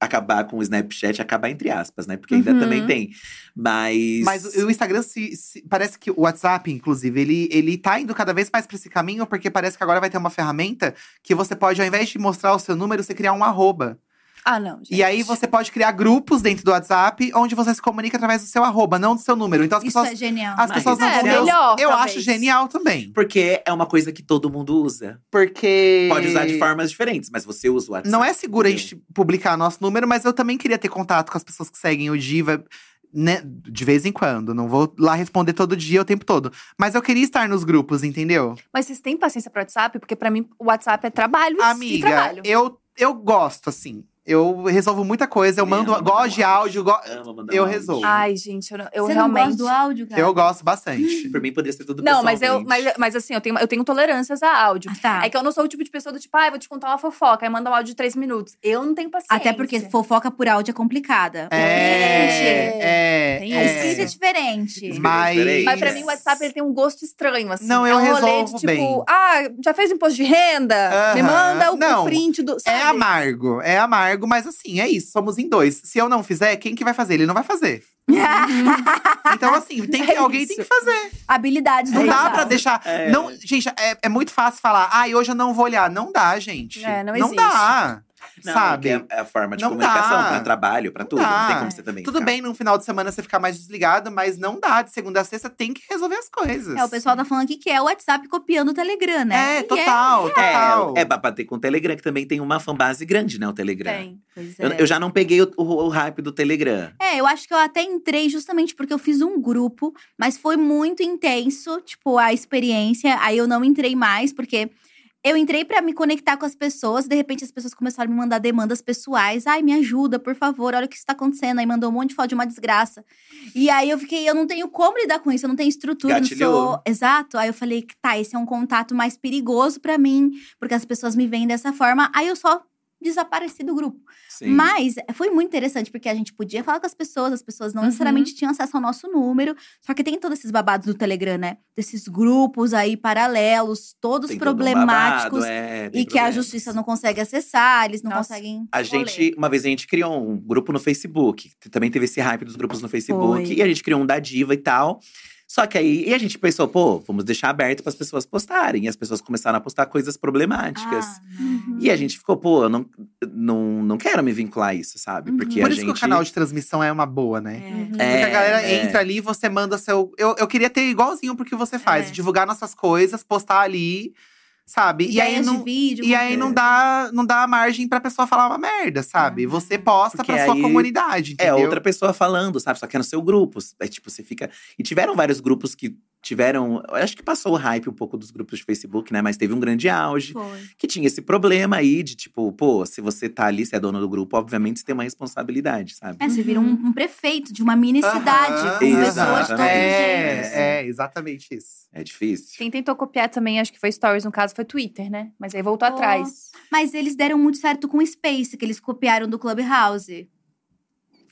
Speaker 4: acabar com o Snapchat, acabar entre aspas, né? Porque ainda
Speaker 1: Uhum.
Speaker 4: também tem. Mas.
Speaker 3: Mas o o Instagram se, se- Parece que o WhatsApp, inclusive, ele, ele tá indo cada vez mais pra esse caminho, porque parece que agora vai ter uma ferramenta que você pode, ao invés de mostrar o seu número, você criar um arroba.
Speaker 1: Ah, não, gente.
Speaker 3: E aí você pode criar grupos dentro do WhatsApp onde você se comunica através do seu arroba, não do seu número. Então as
Speaker 2: Isso
Speaker 3: pessoas.
Speaker 2: é genial.
Speaker 3: As
Speaker 4: Mas
Speaker 3: pessoas não
Speaker 4: é
Speaker 3: vão ter
Speaker 4: melhor,
Speaker 3: os- Eu
Speaker 1: talvez.
Speaker 3: acho genial também.
Speaker 4: Porque é uma coisa que todo mundo usa.
Speaker 3: Porque.
Speaker 4: Pode usar de formas diferentes, mas você usa o WhatsApp.
Speaker 3: Não é seguro a
Speaker 4: entendeu?
Speaker 3: gente publicar nosso número, mas eu também queria ter contato com as pessoas que seguem o Diva. Né, de vez em quando, não vou lá responder todo dia, o tempo todo. Mas eu queria estar nos grupos, entendeu?
Speaker 1: Mas vocês têm paciência pra WhatsApp? Porque pra mim, o WhatsApp é trabalho e
Speaker 3: Amiga,
Speaker 1: trabalho.
Speaker 3: eu, eu gosto, assim. Eu resolvo muita coisa, eu
Speaker 4: É,
Speaker 3: mando.
Speaker 4: manda
Speaker 3: Gosto de
Speaker 4: um
Speaker 3: áudio, go-
Speaker 4: Amo mandar
Speaker 3: eu
Speaker 4: um áudio.
Speaker 3: resolvo.
Speaker 1: Ai, gente, eu, não- eu
Speaker 2: Você
Speaker 1: realmente…
Speaker 2: não gosta do áudio,
Speaker 1: É.
Speaker 2: cara?
Speaker 3: eu gosto bastante.
Speaker 4: Por mim, poderia ser tudo
Speaker 1: Não, mas eu,
Speaker 4: pessoalmente.
Speaker 1: mas, mas assim, eu tenho, eu tenho tolerâncias a áudio.
Speaker 2: Ah, tá.
Speaker 1: É que eu não sou o tipo de pessoa do tipo, ah, eu vou te contar uma fofoca, aí manda um áudio de três minutos. Eu não tenho paciência.
Speaker 2: Até porque fofoca por áudio é complicada.
Speaker 1: Gente,
Speaker 3: É,
Speaker 1: tem
Speaker 2: A
Speaker 3: é,
Speaker 2: escrita é diferente.
Speaker 4: Escrita
Speaker 3: Mas.
Speaker 4: diferente.
Speaker 1: Mas pra mim o WhatsApp ele tem um gosto estranho, assim.
Speaker 3: Não,
Speaker 1: é
Speaker 3: eu
Speaker 1: um rolê de,
Speaker 3: resolvo
Speaker 1: tipo,
Speaker 3: bem.
Speaker 1: ah, já fez imposto de renda? Me
Speaker 3: Aham.
Speaker 1: manda o
Speaker 3: Não.
Speaker 1: print do. Sabe?
Speaker 3: É amargo, é amargo, mas assim, é isso, somos em dois. Se eu não fizer, quem que vai fazer? Ele não vai fazer.
Speaker 2: [LAUGHS]
Speaker 3: então, assim, tem
Speaker 1: [LAUGHS]
Speaker 3: que,
Speaker 1: É
Speaker 3: alguém
Speaker 1: isso.
Speaker 3: tem que fazer.
Speaker 2: Habilidades
Speaker 3: Não
Speaker 2: do
Speaker 3: dá
Speaker 2: casal.
Speaker 3: pra deixar.
Speaker 4: É.
Speaker 3: Não, gente, é, é muito fácil falar, ai, hoje eu não vou olhar. Não dá, gente.
Speaker 1: É, não existe.
Speaker 3: dá.
Speaker 4: Não,
Speaker 3: sabe?
Speaker 4: que É é a forma de
Speaker 3: Não
Speaker 4: comunicação,
Speaker 3: dá.
Speaker 4: pra trabalho, pra
Speaker 3: Não
Speaker 4: tudo. Não tem
Speaker 3: dá.
Speaker 4: como você também.
Speaker 3: Tudo
Speaker 4: ficar-
Speaker 3: bem num final de semana você ficar mais desligado, mas não dá. De segunda a sexta tem que resolver as coisas.
Speaker 2: É, o pessoal tá falando aqui que é o WhatsApp copiando o Telegram, né?
Speaker 3: É,
Speaker 2: E
Speaker 3: total, total.
Speaker 4: É, é pra bater com o Telegram, que também tem uma fanbase grande, né? O Telegram.
Speaker 1: Tem.
Speaker 2: Pois é.
Speaker 4: Eu, eu já não peguei o, o, o hype do Telegram.
Speaker 2: É, eu acho que eu até entrei justamente porque eu fiz um grupo, mas foi muito intenso, tipo, a experiência. Aí eu não entrei mais, porque eu entrei pra me conectar com as pessoas, de repente as pessoas começaram a me mandar demandas pessoais. Ai, me ajuda, por favor, olha o que está acontecendo. Aí mandou um monte de foto de uma desgraça. E aí eu fiquei, eu não tenho como lidar com isso, eu não tenho estrutura, eu não
Speaker 4: Gatilhou.
Speaker 2: sou. Exato. Aí eu falei, tá, esse é um contato mais perigoso pra mim, porque as pessoas me veem dessa forma. Aí eu só desapareci do grupo.
Speaker 4: Sim.
Speaker 2: Mas eh, foi muito interessante, porque a gente podia falar com as pessoas, as pessoas não
Speaker 1: Uhum.
Speaker 2: necessariamente tinham acesso ao nosso número. Só que tem todos esses babados do Telegram, né? Desses grupos aí paralelos, todos
Speaker 4: Tem todo um
Speaker 2: problemáticos.
Speaker 4: babado, é, tem
Speaker 2: e que a
Speaker 4: problemas.
Speaker 2: justiça não consegue acessar, eles não
Speaker 1: Nossa.
Speaker 2: conseguem.
Speaker 4: A gente, uma vez a gente criou um grupo no Facebook. que Também teve esse hype dos grupos no Facebook.
Speaker 2: Foi.
Speaker 4: E a gente criou um da Diva e tal. Só que aí e a gente pensou, pô, vamos deixar aberto para as pessoas postarem. E as pessoas começaram a postar coisas problemáticas.
Speaker 2: Ah, não.
Speaker 4: E a gente ficou, pô, eu não, não, não quero me vincular a isso, sabe? Porque
Speaker 3: Uhum. Por
Speaker 4: a
Speaker 3: isso
Speaker 4: gente.
Speaker 3: que o canal de transmissão é uma boa, né?
Speaker 2: É.
Speaker 4: É,
Speaker 3: Porque a galera
Speaker 4: é.
Speaker 3: entra ali e você manda seu. Eu, eu queria ter igualzinho porque você faz.
Speaker 2: É.
Speaker 3: Divulgar nossas coisas, postar ali, sabe? E, aí
Speaker 2: Ideias de
Speaker 3: não.
Speaker 2: vídeo,
Speaker 3: E aí
Speaker 2: conteúdo.
Speaker 3: não dá, não dá margem pra pessoa falar uma merda, sabe? Você posta
Speaker 4: Porque
Speaker 3: pra sua
Speaker 4: aí
Speaker 3: comunidade,
Speaker 4: É
Speaker 3: entendeu?
Speaker 4: outra pessoa falando, sabe? Só que é no seu grupo. É tipo, você fica. E tiveram vários grupos que tiveram. Eu acho que passou o hype um pouco dos grupos de Facebook, né? Mas teve um grande auge.
Speaker 2: Foi.
Speaker 4: Que tinha esse problema aí de tipo, pô, se você tá ali, se é dono do grupo, obviamente você tem uma responsabilidade, sabe?
Speaker 2: É, você vira um, um prefeito de uma mini
Speaker 3: Aham,
Speaker 2: cidade. Com pessoas de todo
Speaker 4: Exatamente.
Speaker 2: jeito.
Speaker 3: É, é, exatamente isso.
Speaker 4: É difícil.
Speaker 1: Quem tentou copiar também, acho que foi Stories, no caso, foi Twitter, né? Mas aí voltou
Speaker 2: Pô.
Speaker 1: atrás.
Speaker 2: Mas eles deram muito certo com o Space, que eles copiaram do Clubhouse.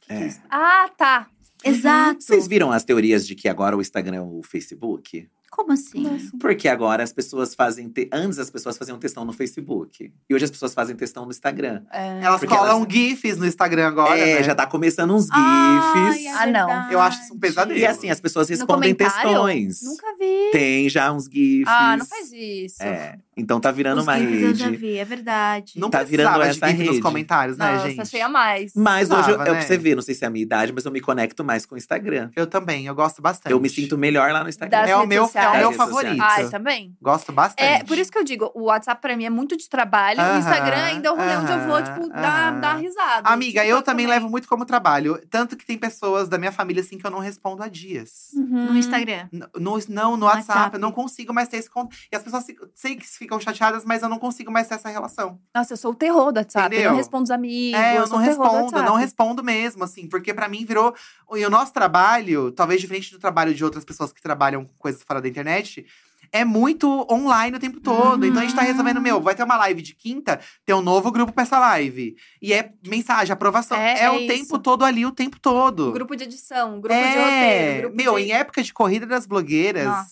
Speaker 4: É.
Speaker 1: Ah, tá.
Speaker 2: Exato.
Speaker 4: Vocês viram as teorias de que agora o Instagram é o Facebook?
Speaker 2: Como assim?
Speaker 4: Porque agora as pessoas fazem. Te... Antes as pessoas faziam textão no Facebook. E hoje as pessoas fazem textão no Instagram.
Speaker 1: É.
Speaker 3: Elas
Speaker 4: Porque
Speaker 3: colam GIFs no Instagram agora,
Speaker 4: é,
Speaker 3: né?
Speaker 4: já tá começando uns GIFs.
Speaker 2: Ai, é
Speaker 1: Ah, não.
Speaker 2: verdade.
Speaker 3: Eu acho isso um pesadelo.
Speaker 4: E assim, as pessoas
Speaker 1: no
Speaker 4: respondem
Speaker 1: comentário?
Speaker 4: textões.
Speaker 1: Nunca vi.
Speaker 4: Tem já uns GIFs.
Speaker 1: Ah, não faz isso.
Speaker 4: É. Então tá
Speaker 3: né,
Speaker 4: virando
Speaker 2: Os
Speaker 4: uma
Speaker 2: gifs eu já
Speaker 4: rede.
Speaker 2: vi, é verdade.
Speaker 3: Não
Speaker 4: tá
Speaker 3: precisava
Speaker 4: virando
Speaker 3: de
Speaker 4: essa
Speaker 3: GIF nos
Speaker 4: rede.
Speaker 3: comentários, né,
Speaker 1: Nossa,
Speaker 3: gente?
Speaker 1: achei a mais.
Speaker 4: Mas hoje, eu,
Speaker 3: Precisava,
Speaker 4: eu,
Speaker 3: né?
Speaker 4: pra você ver, não sei se é a minha idade, mas eu me conecto mais com o Instagram.
Speaker 3: Eu também, eu gosto bastante.
Speaker 4: Eu me sinto melhor lá no Instagram.
Speaker 1: Das
Speaker 3: É o
Speaker 1: redes
Speaker 3: meu, é o
Speaker 1: sociais.
Speaker 3: meu
Speaker 4: Das redes sociais.
Speaker 3: favorito.
Speaker 1: Ai, também.
Speaker 3: Gosto bastante.
Speaker 1: É, por isso que eu digo, o WhatsApp pra mim é muito de trabalho,
Speaker 3: Aham,
Speaker 1: o Instagram ainda é o rolê onde eu vou,
Speaker 3: aham,
Speaker 1: tipo, dar,
Speaker 3: aham.
Speaker 1: dar risada.
Speaker 3: Amiga, eu
Speaker 1: TikTok
Speaker 3: também, levo muito como trabalho. Tanto que tem pessoas da minha família, assim, que eu não respondo há dias.
Speaker 1: Uhum.
Speaker 2: No Instagram.
Speaker 3: No, no- não, no
Speaker 2: No
Speaker 3: WhatsApp,
Speaker 2: WhatsApp.
Speaker 3: eu não consigo mais ter esse contato. E as pessoas se- sei que ficam chateadas, mas eu não consigo mais ter essa relação.
Speaker 1: Nossa, eu sou o terror do WhatsApp. Eu
Speaker 3: Entendeu?
Speaker 1: não respondo os amigos.
Speaker 3: é, eu
Speaker 1: sou
Speaker 3: não
Speaker 1: o terror do
Speaker 3: respondo, não
Speaker 1: WhatsApp.
Speaker 3: respondo mesmo, assim, porque pra mim virou. E o nosso trabalho, talvez diferente do trabalho de outras pessoas que trabalham com coisas fora da internet. É muito online o tempo todo. Então a gente tá resolvendo, meu, vai ter uma live de quinta, tem um novo grupo pra essa live. E é mensagem, aprovação.
Speaker 1: É,
Speaker 3: É,
Speaker 1: é
Speaker 3: o
Speaker 1: isso.
Speaker 3: tempo todo ali, o tempo todo.
Speaker 1: Grupo de edição, grupo de
Speaker 3: É,
Speaker 1: roteiro, grupo
Speaker 3: meu,
Speaker 1: de...
Speaker 3: em época de corrida das blogueiras,
Speaker 2: Nossa,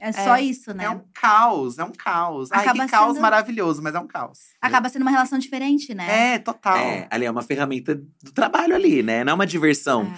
Speaker 2: é só isso, né?
Speaker 3: é um caos, é um caos. Ai,
Speaker 2: Acaba
Speaker 3: que caos
Speaker 2: sendo-
Speaker 3: maravilhoso, mas é um caos.
Speaker 2: Acaba sendo uma relação diferente, né?
Speaker 3: É, total.
Speaker 4: É, ali é uma ferramenta do trabalho ali, né? Não é uma diversão.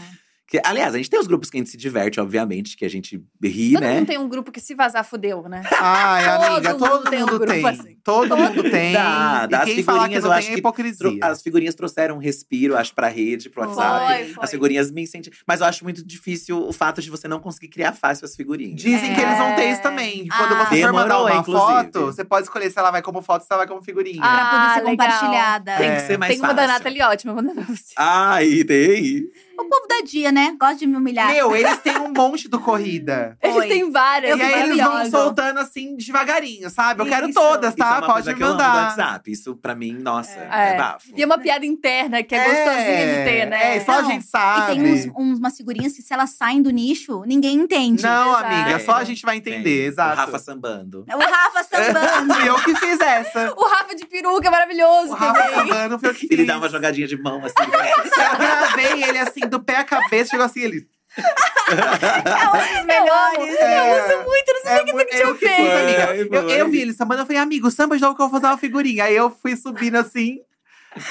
Speaker 4: Que, aliás, a gente tem os grupos que a gente se diverte, obviamente, que a gente ri,
Speaker 1: Todo
Speaker 4: né?
Speaker 1: mundo tem um grupo que se vazar, fudeu, né?
Speaker 3: Ai,
Speaker 1: Todo
Speaker 3: amiga, todo,
Speaker 1: mundo tem um
Speaker 3: mundo
Speaker 1: grupo
Speaker 3: tem.
Speaker 1: assim.
Speaker 3: Todo mundo tem.
Speaker 4: Dá, dá
Speaker 3: e
Speaker 4: as
Speaker 3: quem fala que
Speaker 4: figurinhas,
Speaker 3: não
Speaker 4: eu
Speaker 3: tem
Speaker 4: acho
Speaker 3: é
Speaker 4: que
Speaker 3: hipocrisia.
Speaker 4: Tro- As figurinhas trouxeram um respiro, acho, pra rede, pro WhatsApp.
Speaker 1: Foi, foi.
Speaker 4: As figurinhas me incentivam. Mas eu acho muito difícil o fato de você não conseguir criar fácil as figurinhas.
Speaker 3: Dizem que eles vão ter isso
Speaker 1: É.
Speaker 3: também. Quando
Speaker 2: Ah.
Speaker 3: você for mandar
Speaker 4: Demorou,
Speaker 3: uma
Speaker 4: inclusive.
Speaker 3: foto, você pode escolher se ela vai como foto, se ela vai como figurinha.
Speaker 1: Ah,
Speaker 2: Pra poder ser
Speaker 1: legal.
Speaker 2: compartilhada.
Speaker 4: Tem
Speaker 3: É. Ah,
Speaker 4: que ser mais
Speaker 1: Tem uma
Speaker 4: fácil.
Speaker 1: da Nathalie ótima, vou mandar pra você.
Speaker 4: Ai, tem.
Speaker 2: O povo da dia, né? Gosta de me humilhar.
Speaker 3: Meu, eles têm um monte do corrida.
Speaker 1: [LAUGHS] Eles
Speaker 2: Foi.
Speaker 1: têm várias,
Speaker 3: e aí eles vão
Speaker 1: maravilhosas.
Speaker 3: soltando assim, devagarinho, sabe? Eu quero
Speaker 2: Isso.
Speaker 3: todas,
Speaker 4: Isso é
Speaker 3: tá?
Speaker 4: uma
Speaker 3: Pode
Speaker 4: coisa
Speaker 3: me
Speaker 4: que eu amo do
Speaker 3: mandar.
Speaker 4: WhatsApp. Isso, pra mim, nossa, é,
Speaker 1: É.
Speaker 4: bafo.
Speaker 1: E é uma piada interna que é, gostosinha de ter, né?
Speaker 3: É, só
Speaker 2: Não,
Speaker 3: a gente sabe.
Speaker 2: E tem uns- uns- umas figurinhas que, se elas saem do nicho, ninguém entende.
Speaker 3: Não,
Speaker 1: Exato.
Speaker 3: amiga, só a gente vai
Speaker 4: Tem.
Speaker 3: entender,
Speaker 4: O
Speaker 3: exato.
Speaker 4: Rafa sambando.
Speaker 2: É O
Speaker 3: [LAUGHS] É.
Speaker 2: Rafa sambando.
Speaker 3: Fui eu que fiz essa.
Speaker 1: O Rafa de peruca é maravilhoso
Speaker 3: O
Speaker 1: também.
Speaker 3: Rafa Sabano foi eu que fiz.
Speaker 4: Ele dá uma jogadinha de mão, assim.
Speaker 3: [LAUGHS] Eu gravei ele assim, do pé à cabeça, chegou assim, ele… [LAUGHS]
Speaker 2: é um dos melhores.
Speaker 3: eu uso muito, não sei o que, que é, eu fiz,
Speaker 4: fez.
Speaker 3: amiga.
Speaker 4: Foi,
Speaker 3: Eu, eu
Speaker 4: foi.
Speaker 3: vi ele sambando, eu falei, amigo, samba de novo que eu vou fazer uma figurinha. Aí eu fui subindo assim…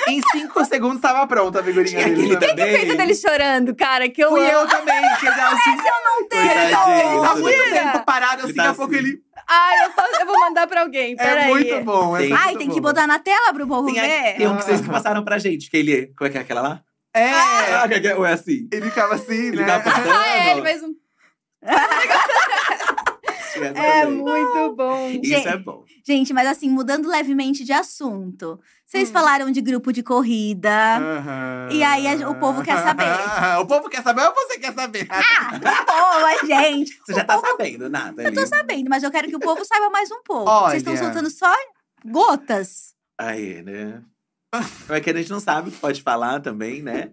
Speaker 3: Em cinco segundos tava pronta a figurinha dele. também.
Speaker 1: Fez o dele tá chorando, cara, que eu
Speaker 3: Fui
Speaker 1: amo.
Speaker 3: eu também, que ele tava assim… Ele
Speaker 4: Coitadinho,
Speaker 3: tava- tá
Speaker 4: tudo
Speaker 3: muito
Speaker 4: bem.
Speaker 3: tempo parado,
Speaker 4: Ele
Speaker 3: assim,
Speaker 4: tá
Speaker 3: daqui a pouco
Speaker 4: assim.
Speaker 3: ele…
Speaker 1: Ai, Ah, eu, posso- eu vou mandar pra alguém,
Speaker 3: É
Speaker 1: peraí.
Speaker 3: muito bom, é
Speaker 4: Tem-
Speaker 3: muito
Speaker 2: Ai, tem que
Speaker 3: bom.
Speaker 2: botar na tela pro povo
Speaker 4: Tem, a-
Speaker 2: ver.
Speaker 4: tem um que vocês que passaram pra gente, que ele… Como é que é aquela lá?
Speaker 3: Ah. É,
Speaker 4: Ah, que é que é- ou é assim?
Speaker 3: ele ficava assim,
Speaker 4: Ele
Speaker 3: né?
Speaker 4: tava postando.
Speaker 1: [LAUGHS] Ah, é, ele fez um…
Speaker 4: Tinha essa
Speaker 2: É
Speaker 4: também.
Speaker 1: Muito bom.
Speaker 4: Isso é bom.
Speaker 2: Gente, mas assim, mudando levemente de assunto. Vocês
Speaker 1: Hum.
Speaker 2: falaram de grupo de corrida.
Speaker 3: Aham.
Speaker 2: E aí, a- o povo quer saber.
Speaker 3: [LAUGHS]
Speaker 2: Ah,
Speaker 3: o povo quer saber ou você quer saber? Ah.
Speaker 2: Boa, gente.
Speaker 4: Você já tá sabendo, Nathalie.
Speaker 2: Eu tô sabendo, mas eu quero que o povo saiba mais um pouco.
Speaker 3: Olha.
Speaker 2: Vocês estão soltando só gotas.
Speaker 4: Aí, né? Mas que a gente não sabe o que pode falar também, né?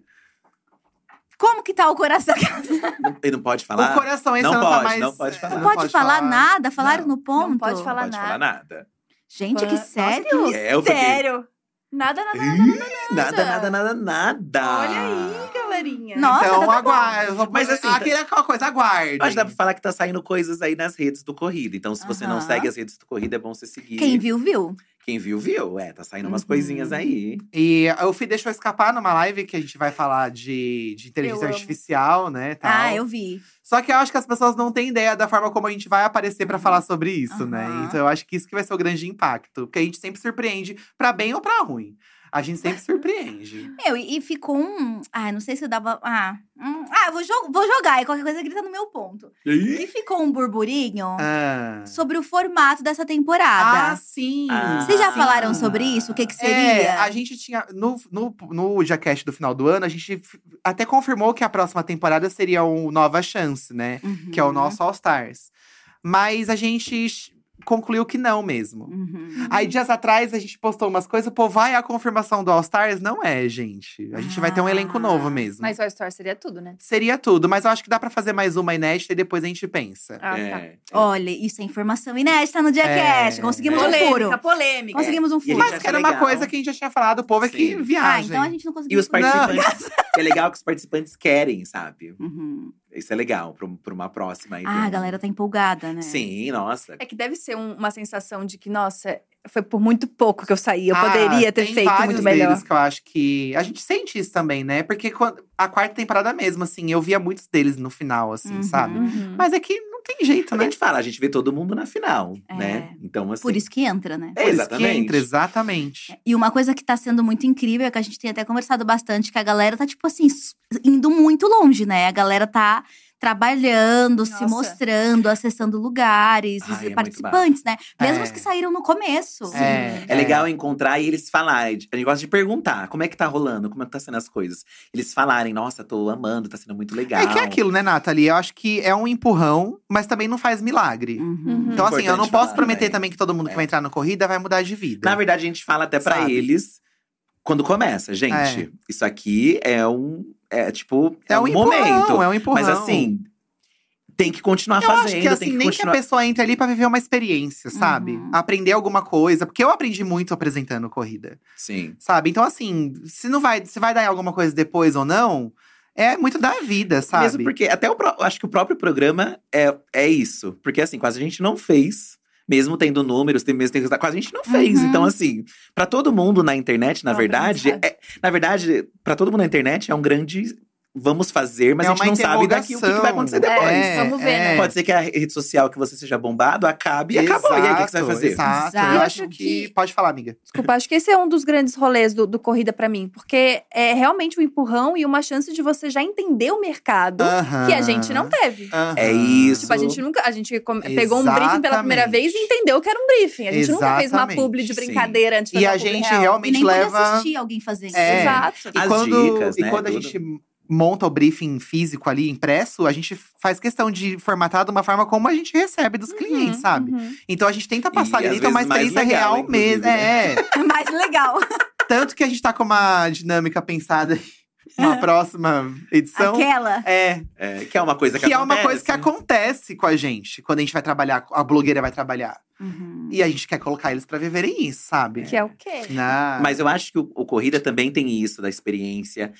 Speaker 2: Como que tá o coração? [LAUGHS]
Speaker 4: E não pode falar.
Speaker 3: o coração esse
Speaker 4: não
Speaker 3: não,
Speaker 4: pode,
Speaker 3: tá mais…
Speaker 4: não pode falar.
Speaker 2: Não,
Speaker 4: Não
Speaker 2: pode, falar, nada? Falaram
Speaker 4: Não.
Speaker 2: no ponto?
Speaker 1: Não pode falar
Speaker 4: Não pode falar nada.
Speaker 2: Gente, que
Speaker 1: Nossa,
Speaker 2: sério.
Speaker 4: É, eu fiquei…
Speaker 1: Sério. Nada, nada, nada,
Speaker 4: Ih, Nada, nada, nada, nada.
Speaker 1: Olha aí, galerinha.
Speaker 2: Nossa,
Speaker 3: então,
Speaker 2: tá bom.
Speaker 3: aguarde.
Speaker 4: Mas assim,
Speaker 3: Aquele é aquela coisa, aguarde.
Speaker 4: Mas dá pra falar que tá saindo coisas aí nas redes do Corrida. Então, se você não
Speaker 2: Aham.
Speaker 4: segue as redes do Corrida, é bom você seguir.
Speaker 2: Quem viu, viu.
Speaker 4: Quem viu, viu. É, tá saindo umas
Speaker 2: Uhum.
Speaker 4: coisinhas aí.
Speaker 3: E o Fih deixou escapar numa live que a gente vai falar de, de inteligência
Speaker 1: Eu amo.
Speaker 3: artificial, né? Tal.
Speaker 2: Ah, eu vi.
Speaker 3: Só que eu acho que as pessoas não têm ideia da forma como a gente vai aparecer pra falar sobre isso, né?
Speaker 2: Aham.
Speaker 3: Então eu acho que isso que vai ser o grande impacto. Porque a gente sempre surpreende, pra bem ou pra ruim. A gente
Speaker 2: [LAUGHS]
Speaker 3: sempre surpreende.
Speaker 2: Meu, e, e ficou um. Ah, não sei se eu dava. Ah, hum, ah vou, jo- vou jogar e qualquer coisa grita no meu ponto.
Speaker 4: É.
Speaker 2: E ficou um burburinho
Speaker 3: Ah,
Speaker 2: sobre o formato dessa
Speaker 3: ah
Speaker 2: temporada.
Speaker 3: sim!
Speaker 4: Ah,
Speaker 2: Vocês já
Speaker 4: sim.
Speaker 2: falaram sobre isso? O que, que
Speaker 3: É,
Speaker 2: seria?
Speaker 3: a gente tinha. No, no, no Jacast do final do ano, a gente f- até confirmou que a próxima temporada seria o Nova Chance, né?
Speaker 2: Uhum,
Speaker 3: Que é o nosso All Stars. Mas a gente ch- concluiu que não mesmo.
Speaker 2: uhum.
Speaker 3: Aí, dias atrás, a gente postou umas coisas, pô, vai a confirmação do All Stars? Não é, gente. A gente vai ter um
Speaker 2: Ah,
Speaker 3: elenco novo mesmo.
Speaker 1: Mas o Story seria tudo, né?
Speaker 3: Seria tudo, mas eu acho que dá pra fazer mais uma inédita e depois a gente pensa.
Speaker 1: Ah,
Speaker 4: é.
Speaker 1: tá.
Speaker 2: Olha, isso é informação inédita no Diacast.
Speaker 3: É,
Speaker 2: Conseguimos um
Speaker 1: Polêmica, é
Speaker 2: furo.
Speaker 1: polêmica.
Speaker 2: Conseguimos um
Speaker 4: E a
Speaker 2: furo.
Speaker 4: gente
Speaker 3: Mas
Speaker 4: acha
Speaker 3: que era uma
Speaker 4: legal.
Speaker 3: coisa que a gente já tinha falado, o povo é que
Speaker 4: Sim.
Speaker 2: Ah,
Speaker 3: viagem.
Speaker 2: então a gente não conseguiu.
Speaker 4: E os
Speaker 2: furo.
Speaker 4: participantes. [LAUGHS] é legal que os participantes querem, sabe?
Speaker 2: Uhum.
Speaker 4: Isso é legal pra, um- pra uma próxima aí. pra
Speaker 2: Ah,
Speaker 4: um-
Speaker 2: a galera tá empolgada, né?
Speaker 4: Sim, nossa.
Speaker 1: É que deve ser um- uma sensação de que, nossa, foi por muito pouco que eu saí. Eu
Speaker 3: Ah,
Speaker 1: poderia ter
Speaker 3: tem
Speaker 1: feito
Speaker 3: vários
Speaker 1: muito melhor.
Speaker 3: deles que eu acho que. A gente sente isso também, né? Porque quando- a quarta temporada mesmo, assim, eu via muitos deles no final, assim,
Speaker 2: Uhum.
Speaker 3: sabe?
Speaker 1: Uhum.
Speaker 3: Mas é que não tem jeito,
Speaker 4: Quando Então, a
Speaker 3: né?
Speaker 4: gente fala, a gente vê todo mundo na final,
Speaker 2: É.
Speaker 4: né? Então, assim.
Speaker 2: Por isso que entra, né?
Speaker 4: É,
Speaker 3: Por isso que
Speaker 4: exatamente.
Speaker 3: entra, exatamente.
Speaker 2: E uma coisa que tá sendo muito incrível é que a gente tem até conversado bastante, que a galera tá, tipo assim, s- indo muito longe, né? A galera tá trabalhando, se
Speaker 1: Nossa.
Speaker 2: mostrando, acessando lugares,
Speaker 4: Ai, é
Speaker 2: os
Speaker 4: muito
Speaker 2: participantes, né? Mesmo
Speaker 3: É.
Speaker 2: os que saíram no começo.
Speaker 3: É,
Speaker 4: É legal encontrar e eles falarem. A gente gosta de perguntar como é que tá rolando, como é que tá sendo as coisas. Eles falarem, nossa, tô amando, tá sendo muito legal.
Speaker 3: É que é aquilo, né, Nathalie? Eu acho que é um empurrão, mas também não faz
Speaker 1: Hum.
Speaker 3: milagre.
Speaker 2: Uhum.
Speaker 3: Então, assim, eu não
Speaker 4: Importante
Speaker 3: posso
Speaker 4: falar,
Speaker 3: prometer
Speaker 4: né?
Speaker 3: também que todo mundo que
Speaker 4: É.
Speaker 3: vai entrar na corrida vai mudar de vida.
Speaker 4: Na verdade, a gente fala até pra
Speaker 3: né? Sabe?
Speaker 4: eles quando começa, gente.
Speaker 3: É.
Speaker 4: Isso aqui é um. É tipo, é,
Speaker 3: é um,
Speaker 4: um,
Speaker 3: empurrão,
Speaker 4: momento.
Speaker 3: é um empurrão.
Speaker 4: Mas assim, tem que continuar
Speaker 3: Eu
Speaker 4: fazendo,
Speaker 3: acho que assim,
Speaker 4: tem que
Speaker 3: nem
Speaker 4: continuar.
Speaker 3: que a pessoa entre ali pra viver uma experiência, sabe?
Speaker 2: Uhum.
Speaker 3: Aprender alguma coisa. Porque eu aprendi muito apresentando corrida,
Speaker 4: Sim.
Speaker 3: sabe? Então, assim, se não vai, se vai dar em alguma coisa depois ou não, é muito da vida, sabe?
Speaker 4: Mesmo porque até o pró- acho que o próprio programa é, é isso. Porque assim, quase a gente não fez. Mesmo tendo números, tem mesmo tem resultado, quase a gente não fez.
Speaker 2: Uhum.
Speaker 4: Então assim, pra todo mundo na internet, na
Speaker 1: É um
Speaker 4: verdade,
Speaker 1: aprendizado.
Speaker 4: é- na verdade, para todo mundo na internet é um grande vamos fazer, mas
Speaker 3: É
Speaker 4: a gente
Speaker 3: uma
Speaker 4: não sabe daqui o que, que vai acontecer
Speaker 3: interrogação.
Speaker 4: depois.
Speaker 3: É,
Speaker 1: Vamos ver, né?
Speaker 3: é.
Speaker 4: Pode ser que a rede social que você seja bombado acabe e acabou. E aí, o que que você vai
Speaker 3: Exato,
Speaker 4: fazer?
Speaker 3: Exato.
Speaker 2: Exato.
Speaker 3: Eu
Speaker 1: Eu
Speaker 3: acho
Speaker 1: acho
Speaker 3: que…
Speaker 1: que-
Speaker 3: Pode falar, amiga.
Speaker 1: Desculpa, acho que esse é um dos grandes rolês do, do Corrida pra mim. Porque é realmente um empurrão e uma chance de você já entender o mercado que a gente
Speaker 3: Ah,
Speaker 1: não tá. teve.
Speaker 4: É isso.
Speaker 1: Tipo, a gente nunca. A gente come- pegou um briefing pela primeira vez e
Speaker 3: Exatamente.
Speaker 1: entendeu que era um briefing. A gente nunca fez uma
Speaker 3: Exatamente,
Speaker 1: publi de
Speaker 4: sim.
Speaker 1: brincadeira antes de
Speaker 3: E
Speaker 1: fazer
Speaker 3: a
Speaker 1: uma publi
Speaker 3: gente
Speaker 1: é real.
Speaker 2: E
Speaker 3: realmente
Speaker 2: nem podia
Speaker 3: leva…
Speaker 2: assistir alguém fazer isso.
Speaker 3: É.
Speaker 1: Exato.
Speaker 3: E
Speaker 4: As
Speaker 3: quando,
Speaker 4: dicas,
Speaker 3: e
Speaker 4: né,
Speaker 3: quando a
Speaker 4: tudo.
Speaker 3: gente monta o briefing físico ali, impresso, a gente faz questão de formatar de uma forma como a gente recebe dos clientes, sabe?
Speaker 1: Uhum.
Speaker 3: Então a gente tenta
Speaker 4: E,
Speaker 3: passar
Speaker 4: às
Speaker 3: ali, então mais
Speaker 4: vezes, mais
Speaker 3: três é
Speaker 4: legal,
Speaker 3: real mesmo.
Speaker 4: inclusive, né?
Speaker 3: É,
Speaker 2: Mais legal.
Speaker 3: tanto que a gente tá com uma dinâmica pensada
Speaker 2: [LAUGHS]
Speaker 3: na próxima edição.
Speaker 2: Aquela.
Speaker 3: É,
Speaker 4: É, que é uma coisa que,
Speaker 3: que é uma coisa que
Speaker 4: acontece. né?
Speaker 3: acontece com a gente quando a gente vai trabalhar, a blogueira vai trabalhar.
Speaker 2: Uhum.
Speaker 3: E a gente quer colocar eles pra viverem isso, sabe?
Speaker 1: Que é o quê?
Speaker 3: Na-
Speaker 4: Mas eu acho que o, o Corrida também tem isso da experiência.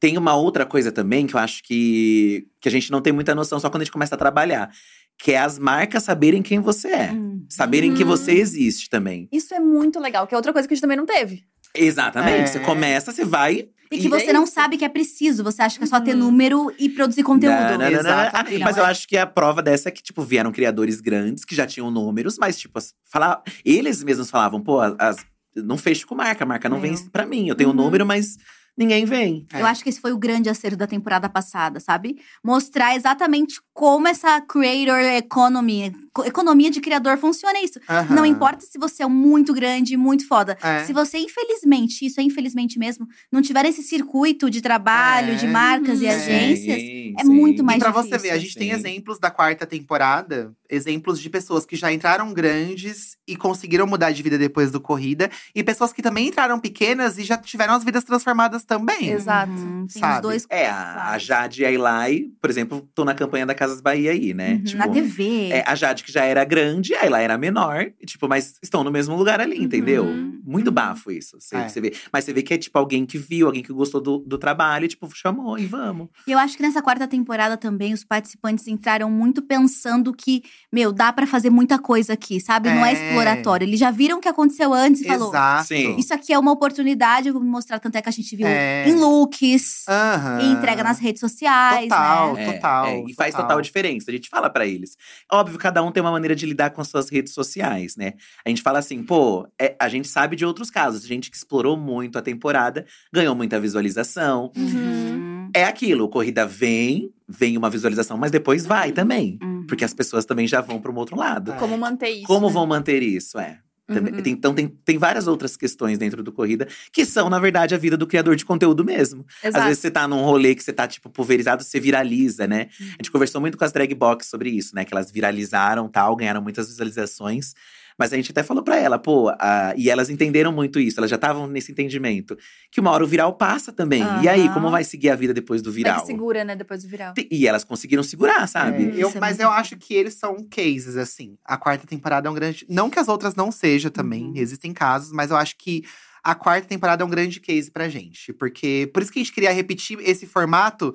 Speaker 4: Tem uma outra coisa também que eu acho que, que a gente não tem muita noção só quando a gente começa a trabalhar. Que é as marcas saberem quem você é.
Speaker 2: Uhum.
Speaker 4: Saberem que
Speaker 1: Hum.
Speaker 4: você existe também.
Speaker 1: Isso é muito legal, que é outra coisa que a gente também não teve.
Speaker 4: Exatamente.
Speaker 3: É.
Speaker 4: Você começa, você vai.
Speaker 2: E
Speaker 4: é
Speaker 2: que você não
Speaker 4: isso.
Speaker 2: sabe que é preciso. Você acha que é só ter
Speaker 1: Uhum.
Speaker 2: número e produzir conteúdo.
Speaker 4: Não, não, não, não, não.
Speaker 3: Exatamente.
Speaker 4: Mas eu acho que a prova dessa é que, tipo, vieram criadores grandes que já tinham números, mas, tipo, as- falar, eles mesmos falavam, pô, as, as- não fecho com marca, a marca não
Speaker 2: É.
Speaker 4: vem pra mim. Eu tenho um número, mas ninguém vem.
Speaker 2: Eu acho que esse foi o grande acerto da temporada passada, sabe? Mostrar exatamente como essa creator economy, co- economia de criador funciona isso.
Speaker 3: Aham.
Speaker 2: Não importa se você é muito grande, muito foda.
Speaker 3: É.
Speaker 2: Se você, infelizmente, isso é infelizmente mesmo, não tiver esse circuito de trabalho,
Speaker 3: É.
Speaker 2: de marcas e
Speaker 1: Uhum.
Speaker 2: agências,
Speaker 4: Sim,
Speaker 2: é muito mais
Speaker 3: E pra você
Speaker 2: difícil.
Speaker 3: ver, a gente tem
Speaker 4: Sim.
Speaker 3: exemplos da quarta temporada, exemplos de pessoas que já entraram grandes e conseguiram mudar de vida depois do corrida, e pessoas que também entraram pequenas e já tiveram as vidas transformadas também.
Speaker 1: Exato.
Speaker 2: Uhum, tem os
Speaker 3: Sabe?
Speaker 2: dois.
Speaker 4: É, a, a Jade e a Eli, por exemplo, estão na campanha da Casas Bahia aí, né?
Speaker 2: Uhum, na TV.
Speaker 4: é, a Jade, que já era grande, ela era menor, e, tipo, mas estão no mesmo lugar ali, entendeu?
Speaker 2: Uhum.
Speaker 4: Muito bafo isso. Você,
Speaker 3: É.
Speaker 4: você vê. Mas você vê que é tipo alguém que viu, alguém que gostou do, do trabalho, e, tipo, chamou e vamos.
Speaker 2: E eu acho que nessa quarta temporada também os participantes entraram muito pensando que, meu, dá pra fazer muita coisa aqui, sabe? Não é
Speaker 3: É.
Speaker 2: exploratório. Eles já viram o que aconteceu antes e falou:
Speaker 3: Exato.
Speaker 4: Sim.
Speaker 2: Isso aqui é uma oportunidade, eu vou me mostrar tanto é que a gente viu
Speaker 3: É.
Speaker 2: em looks,
Speaker 3: Aham.
Speaker 2: em entrega nas redes sociais,
Speaker 3: Total.
Speaker 2: né?
Speaker 4: É,
Speaker 3: total,
Speaker 4: é, e faz total.
Speaker 3: total.
Speaker 4: diferença. A gente fala pra eles. Óbvio, cada um tem uma maneira de lidar com as suas redes sociais, né? A gente fala assim, pô, é, a gente sabe de outros casos. Gente que explorou muito a temporada, ganhou muita visualização.
Speaker 2: Uhum.
Speaker 4: É aquilo, corrida vem, vem uma visualização, mas depois vai também.
Speaker 2: Uhum.
Speaker 4: Porque as pessoas também já vão para um outro lado.
Speaker 3: É.
Speaker 8: Como manter isso?
Speaker 4: Como
Speaker 8: né?
Speaker 4: vão manter isso, é? Também-
Speaker 8: Uhum.
Speaker 4: tem- então tem, tem várias outras questões dentro do Corrida que são, na verdade, a vida do criador de conteúdo mesmo. Às
Speaker 8: Exato.
Speaker 4: vezes você tá num rolê que você tá, tipo, pulverizado, você viraliza, né? A gente conversou muito com as drag box sobre isso, né? Que elas viralizaram tal, ganharam muitas visualizações. Mas a gente até falou pra ela, pô, a- e elas entenderam muito isso, elas já estavam nesse entendimento. Que uma hora o viral passa também. E aí,
Speaker 2: Aham.
Speaker 4: como vai seguir a vida depois do
Speaker 8: Como é
Speaker 4: viral?
Speaker 8: que segura, né, depois do viral.
Speaker 4: Te- E elas conseguiram segurar, sabe?
Speaker 3: É, eu-
Speaker 2: Isso é
Speaker 3: mas
Speaker 2: muito
Speaker 3: eu
Speaker 2: bom.
Speaker 3: acho que eles são cases, assim. A quarta temporada é um grande. Não que as outras não sejam também, existem casos, mas eu acho que a quarta temporada é um grande case pra gente. Porque. Por isso que a gente queria repetir esse formato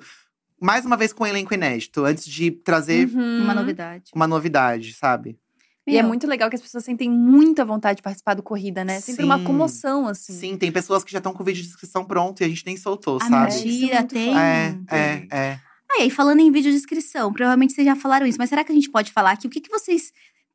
Speaker 3: mais uma vez com um elenco inédito, antes de trazer
Speaker 8: Uhum.
Speaker 2: Uma novidade.
Speaker 3: uma novidade, sabe?
Speaker 1: E é
Speaker 2: Meu.
Speaker 1: muito legal que as pessoas sentem muita vontade de participar do Corrida, né? Sempre uma
Speaker 3: Sim.
Speaker 1: comoção, assim.
Speaker 3: Sim. tem pessoas que já estão com o vídeo de inscrição pronto e a gente nem soltou,
Speaker 2: A
Speaker 3: sabe?
Speaker 1: isso é
Speaker 2: Ah, mentira
Speaker 1: muito
Speaker 2: tem.
Speaker 1: foda.
Speaker 3: É, é,
Speaker 4: Tem.
Speaker 3: é.
Speaker 2: Ah, e aí, falando em videodescrição, provavelmente vocês já falaram isso, mas será que a gente pode falar aqui? O que, que vocês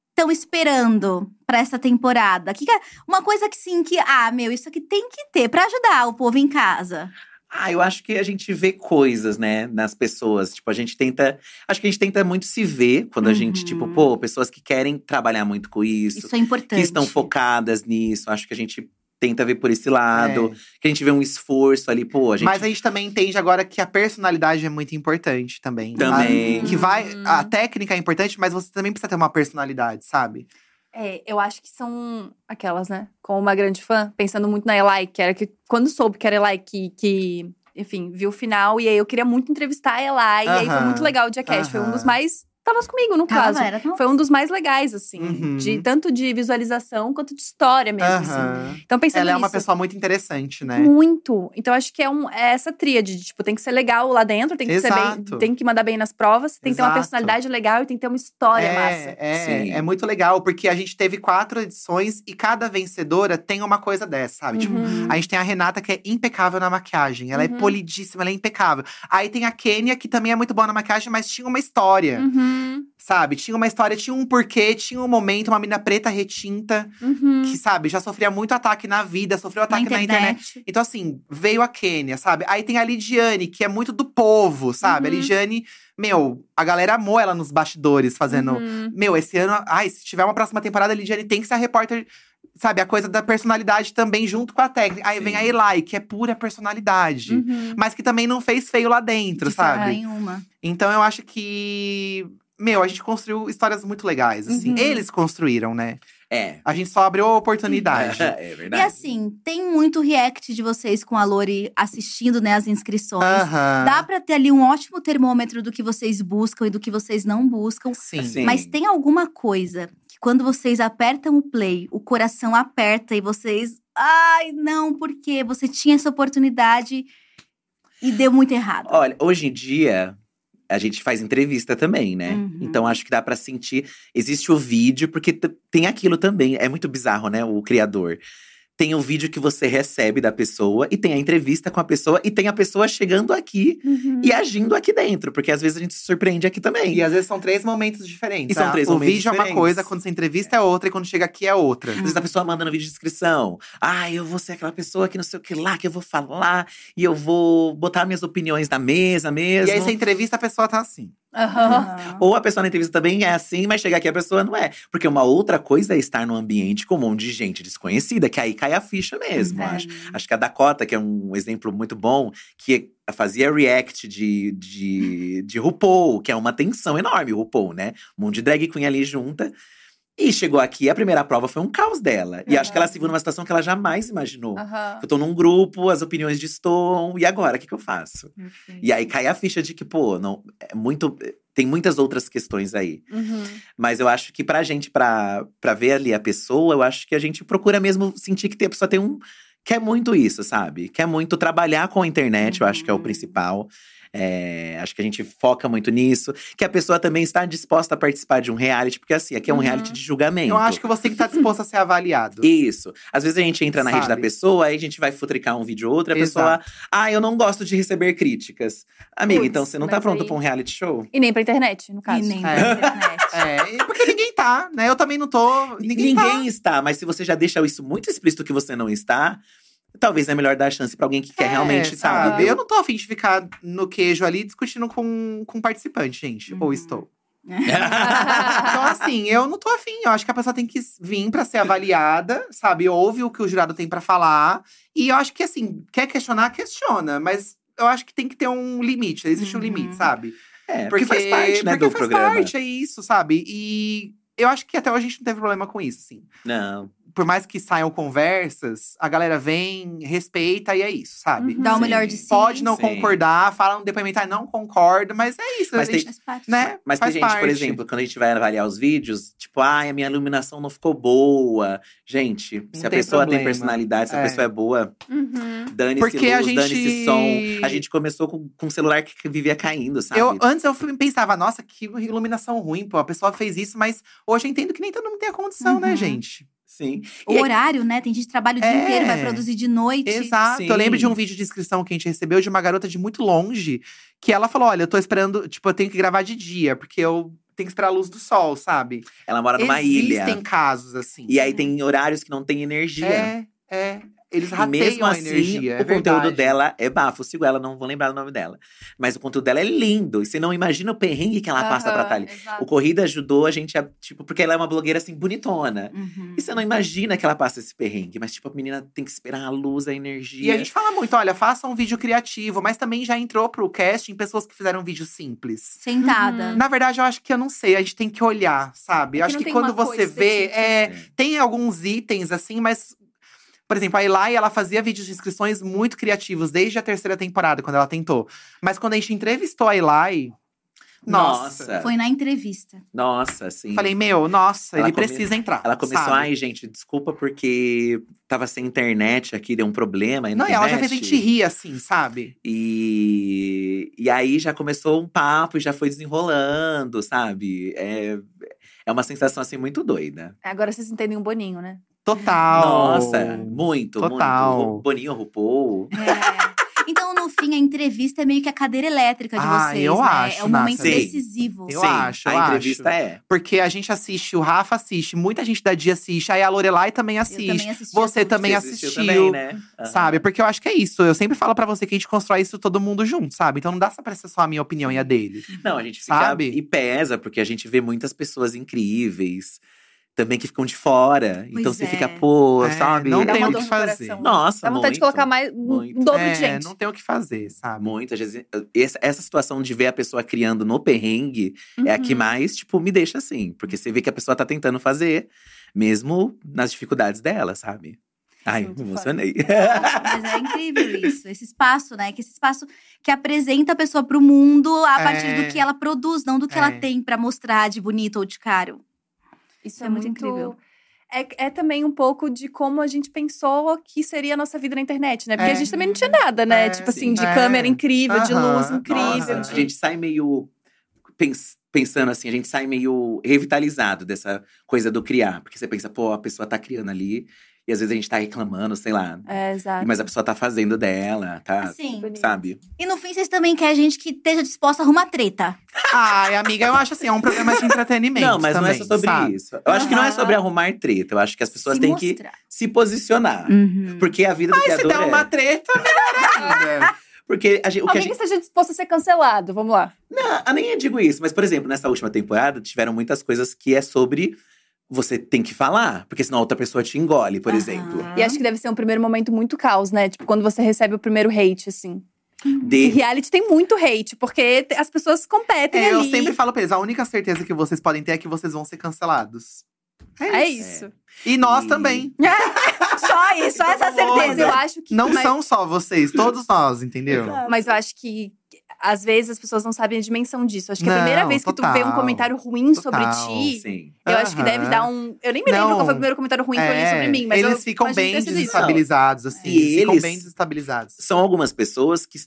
Speaker 2: estão esperando pra essa temporada? Que que é- uma coisa que sim, que, ah, meu, isso aqui tem que ter pra ajudar o povo em casa.
Speaker 4: Ah, eu acho que a gente vê coisas, né, nas pessoas. Tipo, a gente tenta. Acho que a gente tenta muito se ver quando a gente,
Speaker 2: Uhum.
Speaker 4: tipo, pô, pessoas que querem trabalhar muito com isso,
Speaker 2: Isso é importante.
Speaker 4: que estão focadas nisso. Acho que a gente tenta ver por esse lado,
Speaker 3: É.
Speaker 4: que a gente vê um esforço ali, pô, a gente.
Speaker 3: Mas a gente também entende agora que a personalidade é muito importante também.
Speaker 4: Também.
Speaker 3: A- que vai. A
Speaker 1: Uhum.
Speaker 3: técnica é importante, mas você também precisa ter uma personalidade, sabe?
Speaker 1: É, eu acho que são aquelas, né? Como uma grande fã, pensando muito na Eli, que era que quando soube que era Eli que, que enfim, viu o final. E aí eu queria muito entrevistar a Eli. E aí foi
Speaker 3: Aham,
Speaker 1: muito legal o Diacast. Foi um dos
Speaker 3: aham. é.
Speaker 1: mais. Tavas comigo, no caso.
Speaker 2: Tava, era tão-
Speaker 1: Foi um dos mais legais, assim.
Speaker 3: Uhum.
Speaker 1: De, tanto de visualização quanto de história mesmo. assim.
Speaker 3: Aham.
Speaker 1: Então, pensando
Speaker 3: Ela é uma
Speaker 1: nisso,
Speaker 3: pessoa muito interessante, né?
Speaker 1: Muito. Então, acho que é, um, é essa tríade. de, Tipo, tem que ser legal lá dentro, tem que ser
Speaker 3: Exato.
Speaker 1: bem. Tem que mandar bem nas provas, tem que ter uma
Speaker 3: Exato.
Speaker 1: personalidade legal e tem que ter uma história massa.
Speaker 3: É,
Speaker 4: Sim.
Speaker 3: é muito legal, porque a gente teve quatro edições e cada vencedora tem uma coisa dessa, sabe? Tipo,
Speaker 1: Uhum.
Speaker 3: a gente tem a Renata, que é impecável na maquiagem. Ela
Speaker 1: Uhum.
Speaker 3: é polidíssima, ela é impecável. Aí tem a Kênia, que também é muito boa na maquiagem, mas tinha uma história,
Speaker 1: Uhum.
Speaker 3: sabe? Tinha uma história, tinha um porquê, tinha um momento, uma menina preta retinta,
Speaker 1: Uhum.
Speaker 3: que, tá sabe, já sofria muito ataque na vida, sofreu
Speaker 2: na
Speaker 3: ataque na
Speaker 2: internet.
Speaker 3: internet. Então, assim, veio a Kênia, sabe? Aí tem a Lidiane, que é muito do povo, sabe?
Speaker 1: Uhum.
Speaker 3: A Lidiane, meu, a galera amou ela nos bastidores fazendo.
Speaker 1: Uhum.
Speaker 3: Meu, esse ano, ai, se tiver uma próxima temporada, a Lidiane tem que ser a repórter, sabe? A coisa da personalidade também, junto com a técnica. Aí vem
Speaker 4: Sim.
Speaker 3: a Eli, que é pura personalidade.
Speaker 1: Uhum.
Speaker 3: Mas que também não fez feio lá dentro,
Speaker 2: de forma
Speaker 3: sabe?
Speaker 2: nenhuma.
Speaker 3: Então eu acho que. Meu, a gente construiu histórias muito legais, assim.
Speaker 1: Uhum.
Speaker 3: Eles construíram, né?
Speaker 4: É.
Speaker 3: A gente só abriu a oportunidade.
Speaker 4: [LAUGHS] É,
Speaker 2: E
Speaker 4: verdade.
Speaker 2: assim, tem muito react de vocês com a Lori assistindo, né, as inscrições.
Speaker 3: Aham.
Speaker 2: Dá pra ter ali um ótimo termômetro do que vocês buscam e do que vocês não buscam.
Speaker 3: Sim.
Speaker 4: Sim.
Speaker 2: assim, Mas tem alguma coisa que quando vocês apertam o play, o coração aperta e vocês. Ai, não, porque você tinha essa oportunidade e deu muito errado.
Speaker 4: Olha, hoje em dia a gente faz entrevista também, né?
Speaker 2: Uhum.
Speaker 4: Então acho que dá pra sentir. Existe o vídeo, porque t- tem aquilo também. É muito bizarro, né? O criador. Tem o vídeo que você recebe da pessoa, e tem a entrevista com a pessoa, e tem a pessoa chegando aqui
Speaker 1: Uhum.
Speaker 4: e agindo aqui dentro, porque às vezes a gente se surpreende aqui também.
Speaker 3: E às vezes são três momentos diferentes.
Speaker 4: E são
Speaker 3: tá?
Speaker 4: três
Speaker 3: o
Speaker 4: momentos
Speaker 3: vídeo é uma
Speaker 4: diferentes.
Speaker 3: coisa, quando você entrevista é outra, e quando chega aqui é outra.
Speaker 4: Às vezes a pessoa manda no vídeo de inscrição. Ah, eu vou ser aquela pessoa que não sei o que lá, que eu vou falar, e eu vou botar minhas opiniões na mesa mesmo.
Speaker 3: E aí você entrevista, a pessoa tá assim.
Speaker 1: Aham.
Speaker 2: Uhum.
Speaker 4: Ou a pessoa na entrevista também é assim, mas chega aqui a pessoa não é. Porque uma outra coisa é estar num ambiente com um monte de gente desconhecida, que aí cai a ficha mesmo,
Speaker 2: É.
Speaker 4: acho. Acho que a Dakota, que é um exemplo muito bom, que fazia react de, de, de RuPaul, que é uma tensão enorme, o RuPaul, né? Um monte de drag queen ali junta. E chegou aqui, a primeira prova foi um caos dela. E acho que ela se viu numa situação que ela jamais imaginou.
Speaker 1: Aham.
Speaker 4: Eu tô num grupo, as opiniões distoam, e agora? O que, que eu faço? E aí cai a ficha de que, pô, não, é muito. Tem muitas outras questões aí.
Speaker 1: Uhum.
Speaker 4: Mas eu acho que pra gente, pra, pra ver ali a pessoa, eu acho que a gente procura mesmo sentir que tem, a pessoa tem um. Quer muito isso, sabe? Quer muito trabalhar com a internet, eu acho que é o
Speaker 2: Uhum.
Speaker 4: principal. É, acho que a gente foca muito nisso. Que a pessoa também está disposta a participar de um reality, porque assim, aqui é um reality de julgamento.
Speaker 3: Uhum. Eu acho que você tem que estar disposto a ser avaliado.
Speaker 4: Isso. Às vezes a gente entra na rede da
Speaker 3: Sabe?
Speaker 4: pessoa, aí a gente vai futricar um vídeo ou outro, e a
Speaker 3: Exato.
Speaker 4: pessoa. Ah, eu não gosto de receber críticas. Amiga,
Speaker 1: Puts,
Speaker 4: então você não tá
Speaker 1: mas
Speaker 4: pronto
Speaker 1: aí-
Speaker 4: pra um reality show?
Speaker 1: E nem pra internet, no caso. [LAUGHS]
Speaker 2: E nem né?
Speaker 3: É.
Speaker 2: na [LAUGHS] internet.
Speaker 3: É, e porque ninguém tá, né? Eu também não tô. Ninguém, tá.
Speaker 4: está, mas se você já deixa isso muito explícito que você não está, talvez é melhor dar chance pra alguém que quer
Speaker 3: É,
Speaker 4: realmente, sabe? [LAUGHS]
Speaker 3: Eu não tô afim de ficar no queijo ali discutindo com, com participante, gente. Ou estou. Então, assim, eu não tô afim. Eu acho que a pessoa tem que vir pra ser avaliada, sabe? Ouve o que o jurado tem pra falar. E eu acho que, assim, quer questionar, questiona. Mas eu acho que tem que ter um limite. Existe um
Speaker 2: Uhum.
Speaker 3: limite, sabe?
Speaker 4: É, porque, faz parte, né,
Speaker 3: porque
Speaker 4: do
Speaker 3: faz
Speaker 4: programa.
Speaker 3: parte, é isso, sabe? E eu acho que até hoje a gente não teve problema com isso, sim.
Speaker 4: Não.
Speaker 3: Por mais que saiam conversas, a galera vem, respeita e é isso, sabe?
Speaker 1: Uhum.
Speaker 2: Dá o
Speaker 4: Sim.
Speaker 2: melhor de si.
Speaker 3: Pode não
Speaker 4: Sim.
Speaker 3: concordar, fala um depoimento, ah, não concordo, mas é isso.
Speaker 4: Mas
Speaker 3: a
Speaker 4: tem-
Speaker 3: gente,
Speaker 2: Faz parte.
Speaker 3: né?
Speaker 4: Mas
Speaker 3: faz
Speaker 4: tem gente, por
Speaker 3: parte.
Speaker 4: exemplo, quando a gente vai avaliar os vídeos, tipo, ai, a minha iluminação não ficou boa. Gente, se a
Speaker 3: tem
Speaker 4: pessoa tem
Speaker 3: problema.
Speaker 4: personalidade, se a
Speaker 3: É.
Speaker 4: pessoa é boa,
Speaker 1: Uhum.
Speaker 4: Dane-se
Speaker 3: Porque a
Speaker 4: luz,
Speaker 3: gente-
Speaker 4: dane-se som. A gente começou com, com um celular que que vivia caindo, sabe?
Speaker 3: Eu, antes eu fui- pensava, nossa, que iluminação ruim, pô, a pessoa fez isso, mas hoje eu entendo que nem todo mundo tem a condição, né,
Speaker 2: Uhum.
Speaker 3: gente?
Speaker 4: Sim.
Speaker 2: O horário, né? Tem gente que trabalha o dia
Speaker 3: É.
Speaker 2: inteiro, vai produzir de noite.
Speaker 3: Exato.
Speaker 4: Sim.
Speaker 3: Eu lembro de um vídeo de inscrição que a gente recebeu de uma garota de muito longe, que ela falou: olha, eu tô esperando, tipo, eu tenho que gravar de dia, porque eu tenho que esperar a luz do sol, sabe?
Speaker 4: Ela mora Tá numa
Speaker 3: Existem
Speaker 4: ilha.
Speaker 3: casos assim.
Speaker 4: E é aí tem horários que não tem energia.
Speaker 3: É, é. Eles
Speaker 4: E
Speaker 3: rateiam
Speaker 4: mesmo
Speaker 3: a
Speaker 4: assim,
Speaker 3: energia. é
Speaker 4: o conteúdo
Speaker 3: verdade.
Speaker 4: dela é bafo. Eu sigo ela, não vou lembrar o nome dela. Mas o conteúdo dela é lindo. E você não imagina o perrengue que ela passa pra Thalia. O Corrida ajudou a gente a, tipo, porque ela é uma blogueira assim, bonitona.
Speaker 2: Uhum.
Speaker 4: E
Speaker 3: é um
Speaker 4: você não imagina que ela passa esse perrengue. Mas, tipo, a menina tem que esperar a luz, a energia.
Speaker 3: E a gente fala muito, olha, faça um vídeo criativo, mas também já entrou pro casting pessoas que fizeram um vídeo simples.
Speaker 2: Sentada.
Speaker 3: Na verdade, eu acho que eu não sei, a gente tem que olhar, sabe?
Speaker 1: É que
Speaker 3: Eu acho
Speaker 1: não
Speaker 3: que
Speaker 1: tem
Speaker 3: quando
Speaker 1: uma coisa
Speaker 3: você vê,
Speaker 1: específica.
Speaker 3: é,
Speaker 4: É.
Speaker 3: tem alguns itens assim, mas por exemplo, a Eli, ela fazia vídeos de inscrições muito criativos desde a terceira temporada, quando ela tentou. Mas quando a gente entrevistou a Eli, nossa,
Speaker 4: Nossa.
Speaker 2: Foi na entrevista.
Speaker 4: Nossa, sim.
Speaker 3: falei, meu, nossa,
Speaker 4: Ela
Speaker 3: ele
Speaker 4: come-
Speaker 3: precisa entrar.
Speaker 4: Ela começou,
Speaker 3: sabe?
Speaker 4: ai, gente, desculpa porque tava sem internet aqui, deu um problema. aí na
Speaker 3: Não, e ela já fez
Speaker 4: internet."
Speaker 3: a gente rir, assim, sabe?
Speaker 4: E, e aí já começou um papo e já foi desenrolando, sabe? É, é uma sensação assim muito doida.
Speaker 1: Agora vocês entendem um boninho, né?
Speaker 3: Total.
Speaker 4: Nossa, muito,
Speaker 3: Total.
Speaker 4: muito. Ru- Boninho RuPaul.
Speaker 2: É. Então, no fim, a entrevista é meio que a cadeira elétrica de
Speaker 3: Ah,
Speaker 2: vocês,
Speaker 3: eu
Speaker 2: né? é
Speaker 3: acho,
Speaker 2: um momento
Speaker 3: Nath.
Speaker 4: Sim.
Speaker 2: decisivo.
Speaker 3: Eu
Speaker 4: Sim,
Speaker 3: acho,
Speaker 4: a
Speaker 3: eu
Speaker 4: entrevista
Speaker 3: acho.
Speaker 4: é.
Speaker 3: Porque a gente assiste, o Rafa assiste, muita gente da Dia assiste, aí a Lorelai também
Speaker 2: Eu
Speaker 3: assiste.
Speaker 2: também assisti.
Speaker 3: Você
Speaker 2: tudo.
Speaker 3: também
Speaker 4: Você
Speaker 3: assistiu,
Speaker 4: também, né? Aham.
Speaker 3: Sabe? Porque eu acho que é isso. Eu sempre falo pra você que a gente constrói isso todo mundo junto, sabe? Então não dá pra ser só a minha opinião e a dele.
Speaker 4: Não, a gente fica
Speaker 3: Sabe?
Speaker 4: e pesa, porque a gente vê muitas pessoas incríveis também que ficam de fora. então
Speaker 2: Pois
Speaker 4: você
Speaker 2: é.
Speaker 4: fica, pô,
Speaker 3: É,
Speaker 4: sabe? um
Speaker 3: Não
Speaker 1: Dá
Speaker 3: tem
Speaker 1: uma
Speaker 3: o
Speaker 1: dor
Speaker 3: que
Speaker 1: no
Speaker 3: fazer.
Speaker 1: coração.
Speaker 4: Nossa,
Speaker 1: Dá vontade de
Speaker 4: muito.
Speaker 1: colocar mais
Speaker 4: muito.
Speaker 1: um dobro
Speaker 3: é,
Speaker 1: de gente.
Speaker 3: não tem o que fazer, sabe?
Speaker 4: Muitas vezes. Essa, essa situação de ver a pessoa criando no perrengue é a que
Speaker 1: Uhum.
Speaker 4: mais, tipo, me deixa assim. Porque você vê que a pessoa tá tentando fazer, mesmo nas dificuldades dela, sabe? Ai,
Speaker 1: Sim,
Speaker 4: me emocionei.
Speaker 2: Mas é incrível isso, esse espaço, né? Que esse espaço que apresenta a pessoa pro mundo a
Speaker 3: É.
Speaker 2: partir do que ela produz, não do que
Speaker 3: É.
Speaker 2: ela tem pra mostrar de bonito ou de caro.
Speaker 1: Isso
Speaker 2: é muito incrível.
Speaker 1: É, é também um pouco de como a gente pensou que seria a nossa vida na internet, né? Porque
Speaker 3: É.
Speaker 1: a gente também não tinha nada, né?
Speaker 3: É,
Speaker 1: tipo
Speaker 4: sim.
Speaker 1: assim, de
Speaker 3: É.
Speaker 1: câmera incrível, de
Speaker 3: Aham.
Speaker 1: luz incrível.
Speaker 4: Nossa,
Speaker 1: de-
Speaker 4: a gente sai meio pens- pensando assim, a gente sai meio revitalizado dessa coisa do criar. Porque você pensa, pô, a pessoa tá criando ali. E às vezes a gente tá reclamando, sei lá.
Speaker 1: É, exato.
Speaker 4: Mas a pessoa tá fazendo dela, tá?
Speaker 2: Assim.
Speaker 4: Sabe?
Speaker 2: E no fim, vocês também querem gente que esteja disposta a arrumar treta.
Speaker 3: Ai, amiga, eu acho assim, é um programa de entretenimento.
Speaker 4: Não, mas não é
Speaker 3: também,
Speaker 4: só sobre
Speaker 3: sabe?
Speaker 4: isso. Eu acho que não é
Speaker 1: Aham.
Speaker 4: sobre arrumar treta. Eu acho que as pessoas
Speaker 2: se
Speaker 4: têm que
Speaker 2: mostrar.
Speaker 4: se posicionar.
Speaker 2: Uhum.
Speaker 4: Porque a vida do
Speaker 3: Mas se
Speaker 4: criador
Speaker 3: der
Speaker 4: é…
Speaker 3: uma treta, melhor ainda.
Speaker 4: Porque a gente, o que a
Speaker 1: Alguém
Speaker 4: gente…
Speaker 1: que esteja disposto a ser cancelado, vamos lá.
Speaker 4: Não, eu nem digo isso. Mas, por exemplo, nessa última temporada, tiveram muitas coisas que é sobre… Você tem que falar, porque senão a outra pessoa te engole, por
Speaker 2: Aham.
Speaker 4: exemplo.
Speaker 1: E
Speaker 3: Hum.
Speaker 1: acho que deve ser um primeiro momento muito caos, né? Tipo, quando você recebe o primeiro hate, assim. E
Speaker 4: De…
Speaker 1: reality tem muito hate, porque te- as pessoas competem
Speaker 3: [LAUGHS] É, eu
Speaker 1: ali.
Speaker 3: sempre falo pra eles: a única certeza que vocês podem ter é que vocês vão ser cancelados.
Speaker 1: É
Speaker 3: assim.
Speaker 1: isso.
Speaker 3: E nós
Speaker 4: E-
Speaker 3: também.
Speaker 1: Só isso,
Speaker 3: Então
Speaker 1: só essa
Speaker 3: Todo mundo.
Speaker 1: certeza. Eu acho que
Speaker 3: tá né? Não
Speaker 1: mas,
Speaker 3: são só vocês, todos nós, entendeu?
Speaker 1: mas eu acho que às vezes as pessoas não sabem a dimensão disso. Acho que a primeira
Speaker 9: Não,
Speaker 1: vez que
Speaker 9: total.
Speaker 1: tu vê um comentário ruim
Speaker 9: Total,
Speaker 1: sobre ti,
Speaker 4: Sim.
Speaker 1: eu acho que
Speaker 9: Aham.
Speaker 1: deve dar um. Eu nem me lembro
Speaker 9: Não.
Speaker 1: qual foi o primeiro comentário ruim que eu li
Speaker 9: É,
Speaker 1: sobre mim, mas
Speaker 9: eles
Speaker 1: eu
Speaker 9: ficam
Speaker 1: imagino que
Speaker 9: bem
Speaker 1: tenha sido isso.
Speaker 9: desestabilizados, assim.
Speaker 4: E
Speaker 9: eles ficam
Speaker 4: eles-
Speaker 9: bem desestabilizados.
Speaker 4: [LAUGHS] São algumas pessoas que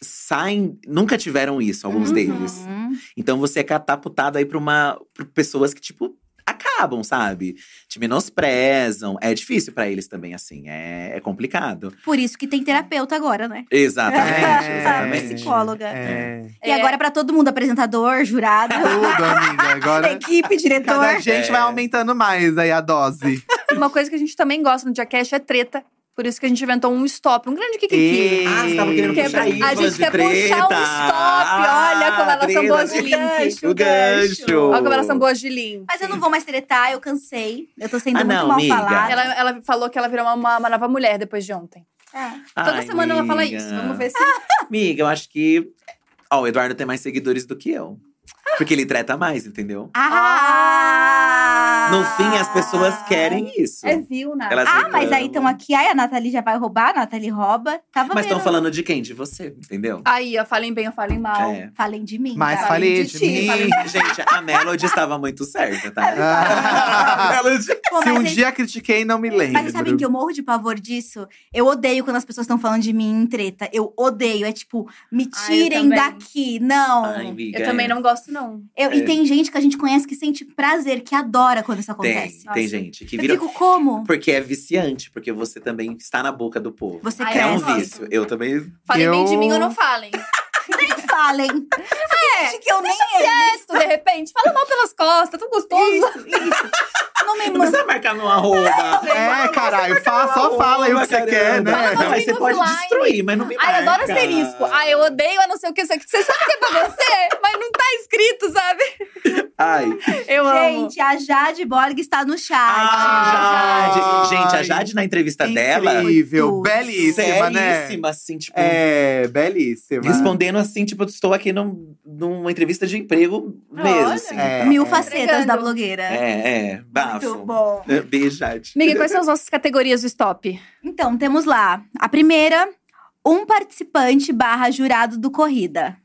Speaker 4: saem, nunca tiveram isso, alguns
Speaker 1: Uhum.
Speaker 4: deles. Então você é catapultado aí pra uma pra pessoas que tipo acabam, sabe? Te menosprezam. É difícil pra eles também assim, é, é complicado.
Speaker 2: Por isso que tem terapeuta agora, né?
Speaker 4: Exatamente,
Speaker 9: É.
Speaker 2: Ah,
Speaker 4: exatamente.
Speaker 2: Psicóloga.
Speaker 9: É.
Speaker 2: E agora pra todo mundo, apresentador,
Speaker 4: [LAUGHS]
Speaker 2: jurado,
Speaker 9: Tudo, amiga. Agora.
Speaker 2: equipe, diretor.
Speaker 9: Cada gente vai aumentando mais aí a dose.
Speaker 1: Uma coisa que a gente também gosta no Jackash é treta. Por isso que a gente inventou um stop, um grande kikiki.
Speaker 9: E-
Speaker 4: Ah, você tava querendo
Speaker 1: Que é
Speaker 4: puxar
Speaker 1: pra-
Speaker 4: aí,
Speaker 1: a
Speaker 4: fãs
Speaker 1: gente
Speaker 4: de
Speaker 1: quer puxar um
Speaker 4: treta.
Speaker 1: stop, olha como elas são
Speaker 4: treta,
Speaker 1: boas de
Speaker 4: treta.
Speaker 1: link.
Speaker 4: O gancho.
Speaker 1: Olha como elas são boas de link.
Speaker 2: Mas eu não vou mais tretar, eu cansei. Eu tô sendo
Speaker 4: Ah,
Speaker 2: muito
Speaker 4: não,
Speaker 2: mal
Speaker 4: amiga.
Speaker 2: falada.
Speaker 1: Ela, é ela falou que ela virou uma, uma- uma nova mulher depois de ontem.
Speaker 2: É.
Speaker 1: Toda
Speaker 4: Ai,
Speaker 1: semana ela fala
Speaker 4: amiga. Ah.
Speaker 1: isso. Vamos ver se.
Speaker 4: Amiga, eu acho que. Ó, o Eduardo tem mais seguidores do que eu. Porque ele treta mais, entendeu?
Speaker 2: Ah!
Speaker 4: No fim, as pessoas querem isso.
Speaker 1: É viu, Nath.
Speaker 4: Elas
Speaker 2: Ah, mas aí
Speaker 4: reclamam.
Speaker 2: estão aqui, aí a Nathalie já vai roubar, a Nathalie rouba. Tá Tava
Speaker 4: Mas estão
Speaker 2: vendo.
Speaker 4: falando de quem? De você, entendeu?
Speaker 1: Aí, ó, falem bem ou falem mal.
Speaker 4: É.
Speaker 2: Falem de mim.
Speaker 9: Mas
Speaker 2: tá?
Speaker 9: falei
Speaker 1: de
Speaker 9: de [LAUGHS]
Speaker 1: ti,
Speaker 9: mim.
Speaker 4: Gente, a Melody estava muito
Speaker 3: [LAUGHS]
Speaker 4: certa, tá?
Speaker 9: Ah.
Speaker 4: A Melody.
Speaker 2: Pô,
Speaker 9: Se
Speaker 2: mas
Speaker 9: um
Speaker 2: aí-
Speaker 9: dia critiquei, não me lembro.
Speaker 2: Mas sabem que eu morro de pavor disso? Eu odeio quando as pessoas estão falando de mim em treta. Eu odeio. É tipo, me
Speaker 1: Ah, eu
Speaker 2: tirem
Speaker 1: também.
Speaker 2: daqui. Não.
Speaker 4: Ai, amiga,
Speaker 1: Eu também
Speaker 4: é.
Speaker 1: não gosto, não.
Speaker 2: Eu-
Speaker 4: É.
Speaker 2: E tem gente que a gente conhece que sente prazer, que adora quando isso
Speaker 4: Tem,
Speaker 2: acontece.
Speaker 4: tem
Speaker 1: Nossa.
Speaker 4: gente que
Speaker 2: Eu
Speaker 4: vira.
Speaker 2: fico como?
Speaker 4: Porque é viciante, porque você também está na boca do povo.
Speaker 2: Você
Speaker 1: Ai,
Speaker 4: é um
Speaker 1: gosto.
Speaker 2: cresce.
Speaker 4: vício. Eu também.
Speaker 1: Falem bem de
Speaker 9: Eu-
Speaker 1: mim ou não falem.
Speaker 2: Nem falem.
Speaker 1: É.
Speaker 2: Gente, que eu nem
Speaker 1: Isso, de repente. Fala mal pelas costas, tão gostoso.
Speaker 2: Não me
Speaker 4: Não
Speaker 2: manda.
Speaker 4: precisa marcar no arroba.
Speaker 9: É, caralho, fala, só fala aí o que você
Speaker 4: Caramba.
Speaker 9: quer, né?
Speaker 1: Fala
Speaker 4: Não, mas você
Speaker 1: comigo
Speaker 4: pode
Speaker 1: offline.
Speaker 4: destruir, mas não me marca.
Speaker 1: Ai, eu adoro asterisco. Ai, eu odeio a não sei o que. Você sabe que é pra [LAUGHS] você, mas não tá escrito, sabe?
Speaker 4: Ai.
Speaker 1: Eu amo.
Speaker 2: Gente, a Jade Borg está no chat.
Speaker 4: Ah, Jade.
Speaker 9: Ai.
Speaker 4: Gente, a Jade na entrevista dela.
Speaker 9: Incrível,
Speaker 2: Tudo.
Speaker 9: belíssima, né?
Speaker 4: Seríssima, assim, tipo.
Speaker 9: É, belíssima.
Speaker 4: Respondendo assim, tipo, estou aqui num- numa entrevista de emprego mesmo,
Speaker 1: Olha.
Speaker 4: assim.
Speaker 9: É,
Speaker 2: Mil
Speaker 9: é.
Speaker 2: facetas
Speaker 1: Entregando.
Speaker 2: da blogueira.
Speaker 4: É, é.
Speaker 2: Muito
Speaker 4: Bafo.
Speaker 2: bom.
Speaker 4: Beijo, Jade.
Speaker 1: Amiga, quais são as nossas categorias do stop?
Speaker 2: Então, temos lá. A primeira, um participante barra jurado do Corrida.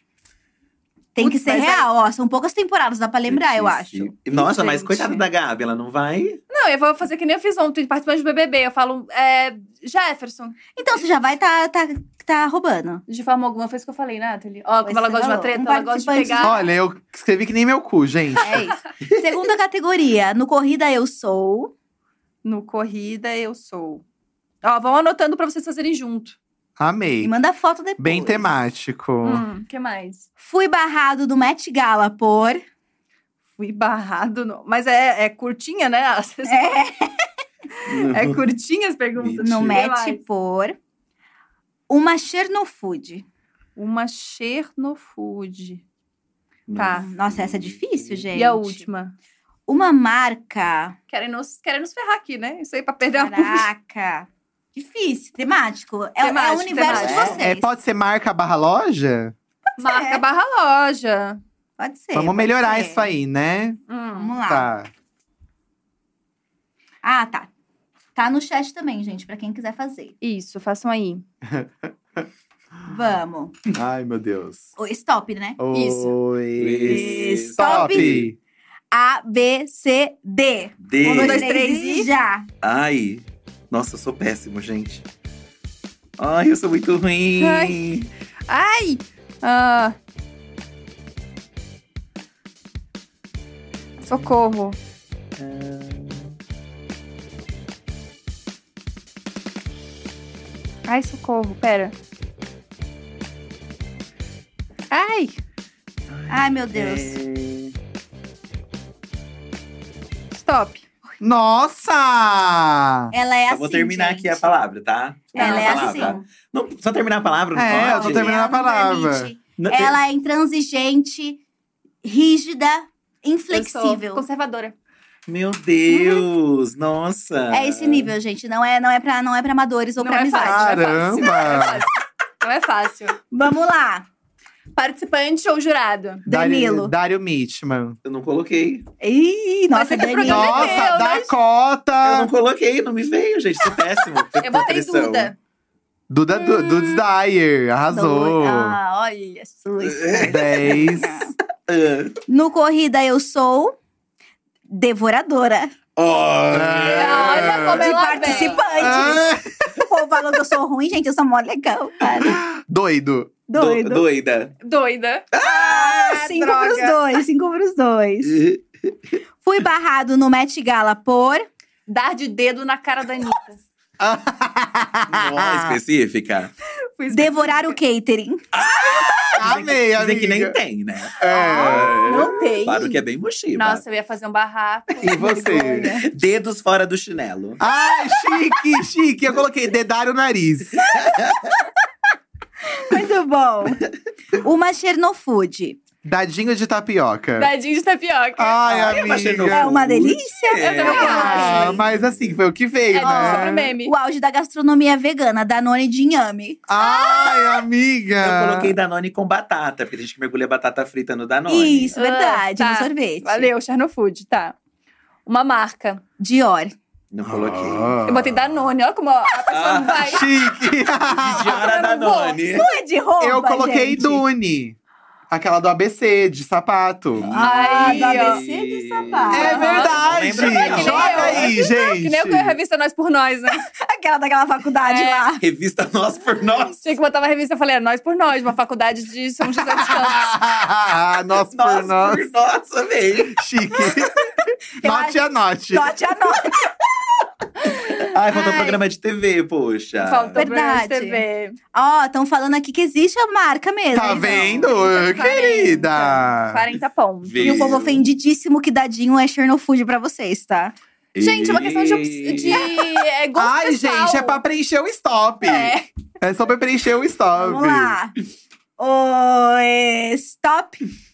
Speaker 2: Tem
Speaker 1: Putz,
Speaker 2: que ser
Speaker 1: mas
Speaker 2: real, ó. São poucas temporadas, dá pra lembrar, eu acho.
Speaker 4: Difícil. Nossa, mas
Speaker 1: Gente.
Speaker 4: coitada da Gabi, ela não vai.
Speaker 1: Não, eu vou fazer que nem eu fiz ontem, participante do BBB. Eu falo, é, Jefferson.
Speaker 2: Então, você já vai tá, tá, tá roubando.
Speaker 1: De forma alguma, foi isso que eu falei, Nathalie. Ó,
Speaker 2: Mas
Speaker 1: como ela
Speaker 2: você
Speaker 1: gosta de uma
Speaker 2: falou,
Speaker 1: treta,
Speaker 2: um
Speaker 1: ela gosta de
Speaker 2: participante-
Speaker 1: pegar.
Speaker 9: Olha, eu escrevi que nem meu cu, gente.
Speaker 2: É isso. Segunda categoria, no Corrida Eu Sou.
Speaker 1: No Corrida eu sou. Ó, vão anotando pra vocês fazerem junto.
Speaker 2: E
Speaker 9: Amei.
Speaker 2: manda foto depois.
Speaker 9: Bem temático.
Speaker 1: Hum, que mais?
Speaker 2: Fui barrado do Met Gala por.
Speaker 1: Fui barrado. No... Mas é, é curtinha, né? As-
Speaker 2: É,
Speaker 1: [LAUGHS] É curtinha as perguntas.
Speaker 2: no
Speaker 4: Mentira.
Speaker 1: Que
Speaker 2: Met
Speaker 1: mais?
Speaker 2: por. Uma Chernofood.
Speaker 1: Uma Chernofood.
Speaker 4: Não.
Speaker 1: Tá.
Speaker 2: Nossa, essa é difícil, gente.
Speaker 1: E a última?
Speaker 2: Uma marca.
Speaker 1: Querem nos, querem nos ferrar aqui, né? Isso aí pra perder a pública.
Speaker 2: Caraca. Difícil, temático. É, é o
Speaker 1: Temático,
Speaker 2: universo de
Speaker 1: temático.
Speaker 2: vocês.
Speaker 9: É, pode ser marca barra loja?
Speaker 1: Marca barra loja.
Speaker 2: Pode ser.
Speaker 9: Vamos
Speaker 2: pode
Speaker 9: melhorar
Speaker 2: ser.
Speaker 9: isso aí, né?
Speaker 1: Hum.
Speaker 2: Vamos lá.
Speaker 9: Tá.
Speaker 2: Ah, tá. Tá no chat também, gente, pra quem quiser fazer.
Speaker 1: Isso, façam aí.
Speaker 2: Vamos.
Speaker 9: Ai, meu Deus.
Speaker 2: O- Stop, né?
Speaker 1: Isso.
Speaker 9: Oi.
Speaker 4: Isso.
Speaker 9: Stop!
Speaker 2: A, B, C, D.
Speaker 4: D.
Speaker 2: Um, dois,
Speaker 1: Sim.
Speaker 2: três e já.
Speaker 4: Ai. Nossa, eu sou péssimo, gente. Ai, eu sou muito ruim.
Speaker 1: Ai. Ai! Ah. Socorro. Ai, socorro, pera. Ai!
Speaker 2: Ai,
Speaker 9: É.
Speaker 2: meu Deus.
Speaker 4: É.
Speaker 1: Stop.
Speaker 9: Nossa!
Speaker 2: Ela é
Speaker 4: Só
Speaker 2: assim.
Speaker 4: vou terminar
Speaker 2: gente.
Speaker 4: aqui a palavra, tá?
Speaker 2: Ela é
Speaker 4: Terminar a palavra.
Speaker 2: assim.
Speaker 4: Não, só terminar a palavra, não
Speaker 9: É, eu
Speaker 4: pode?
Speaker 9: tô terminando a
Speaker 2: Ela não
Speaker 9: palavra.
Speaker 2: permite.
Speaker 4: Não-
Speaker 2: Ela é intransigente, rígida,
Speaker 1: Eu sou
Speaker 2: inflexível.
Speaker 1: Conservadora.
Speaker 4: Meu Deus, nossa.
Speaker 2: É esse nível, gente. Não é, não é para não é para amadores ou
Speaker 1: Não é
Speaker 2: pra amizade.
Speaker 1: fácil.
Speaker 9: Caramba!
Speaker 1: Não é fácil.
Speaker 2: Vamos lá.
Speaker 1: Participante ou jurado?
Speaker 9: Dário,
Speaker 2: Danilo.
Speaker 9: Dário Mitchman.
Speaker 4: Eu não coloquei.
Speaker 2: Ih, nossa,
Speaker 1: é que o
Speaker 2: Danilo.
Speaker 1: programa
Speaker 9: Nossa,
Speaker 1: meu, né,
Speaker 9: Dakota!
Speaker 2: [LAUGHS]
Speaker 4: Eu não coloquei, não me veio, gente. Sou péssimo.
Speaker 1: Eu botei
Speaker 4: Depressão.
Speaker 1: Duda.
Speaker 3: Duda Du- Dudes Dyer, arrasou.
Speaker 2: Ah, olha, sua esposa.
Speaker 4: [LAUGHS]
Speaker 3: 10.
Speaker 4: Ah.
Speaker 2: No Corrida Eu Sou devoradora
Speaker 1: É.
Speaker 4: Ah.
Speaker 1: Olha como
Speaker 2: de
Speaker 1: ela vem.
Speaker 2: participantes.
Speaker 9: Ah,
Speaker 2: O povo falou que eu sou ruim, gente, eu sou mó legal, cara.
Speaker 3: Doido.
Speaker 4: Do-
Speaker 2: Doido. [LAUGHS]
Speaker 4: doida.
Speaker 1: Doida.
Speaker 2: Ah, cinco pros dois, cinco pros dois. Fui barrado no Met Gala por…
Speaker 1: Dar de dedo na cara da Anitta.
Speaker 4: Nossa, específica.
Speaker 2: Devorar o catering.
Speaker 3: Amei,
Speaker 4: Dizem que nem
Speaker 3: amiga.
Speaker 4: tem, né?
Speaker 2: Ah,
Speaker 3: É.
Speaker 1: Não tem.
Speaker 4: Claro que é bem mochiba.
Speaker 1: Nossa, eu ia fazer um barraco.
Speaker 3: E você?
Speaker 4: Dedos fora do chinelo.
Speaker 9: É,
Speaker 3: Ai, chique, chique. Eu coloquei dedar o nariz.
Speaker 4: é.
Speaker 2: Muito bom.
Speaker 4: [LAUGHS]
Speaker 2: Uma Chernofood.
Speaker 3: Dadinho de tapioca.
Speaker 1: Dadinho de tapioca.
Speaker 3: É. Ai,
Speaker 4: Ai, eu achei
Speaker 3: amiga.
Speaker 4: novo.
Speaker 2: É uma delícia.
Speaker 4: É.
Speaker 1: Eu também acho.
Speaker 3: Ah, mas assim, foi o que veio,
Speaker 1: É bom, sobre
Speaker 3: né?
Speaker 1: meme.
Speaker 2: O auge da gastronomia vegana, Danone de inhame.
Speaker 1: Ah!
Speaker 3: Ai, amiga.
Speaker 9: Ah.
Speaker 4: Eu coloquei Danone com batata, porque a gente que mergulha batata frita no Danone.
Speaker 2: Isso, verdade,
Speaker 1: Ah, tá.
Speaker 2: no sorvete.
Speaker 1: Valeu, Chernofood, tá. Uma marca.
Speaker 2: Dior.
Speaker 4: Não coloquei.
Speaker 3: Ah.
Speaker 1: Eu botei Danone, olha como a pessoa não vai. [LAUGHS]
Speaker 3: Chique.
Speaker 4: Diora
Speaker 1: eu não vou.
Speaker 4: Danone.
Speaker 2: Não é de roupa,
Speaker 3: Eu coloquei
Speaker 2: gente.
Speaker 3: Dune. Aquela do ABC, de sapato.
Speaker 2: Ah,
Speaker 1: Aí,
Speaker 2: da
Speaker 1: ó.
Speaker 2: ABC de sapato.
Speaker 3: É
Speaker 1: Aham.
Speaker 3: verdade!
Speaker 4: Não lembro não.
Speaker 3: Joga aí, gente!
Speaker 1: é Que nem eu a revista Nós por Nós, né?
Speaker 2: Aquela daquela faculdade
Speaker 1: É.
Speaker 2: lá.
Speaker 4: Revista Nós por Nós.
Speaker 1: Tinha que botar uma revista, eu falei, é Nós por Nós, uma faculdade de
Speaker 3: [LAUGHS]
Speaker 1: São José dos Campos.
Speaker 3: nós por
Speaker 4: Nós
Speaker 3: nós,
Speaker 4: por Nós também.
Speaker 1: [LAUGHS]
Speaker 3: chique. note a note.
Speaker 2: Note a note.
Speaker 4: Ai, faltou programa de TV, poxa.
Speaker 1: Faltou
Speaker 2: Verdade.
Speaker 1: Verdade. TV.
Speaker 2: Ó, estão falando aqui que existe a marca mesmo. então.
Speaker 3: Tá
Speaker 2: hein,
Speaker 1: então.
Speaker 3: vendo,
Speaker 2: Val?
Speaker 1: 40,
Speaker 3: querida?
Speaker 1: 40 pontos.
Speaker 4: Viu?
Speaker 2: E o povo ofendidíssimo que dadinho é Chernofood pra vocês, tá?
Speaker 1: Gente, é uma questão de,
Speaker 4: E-
Speaker 1: op-
Speaker 3: [LAUGHS]
Speaker 1: de é, gosto
Speaker 3: Ai,
Speaker 1: pessoal.
Speaker 3: gente, é pra preencher o stop.
Speaker 1: É.
Speaker 3: É só pra preencher o stop.
Speaker 2: Vamos lá. O eh, stop.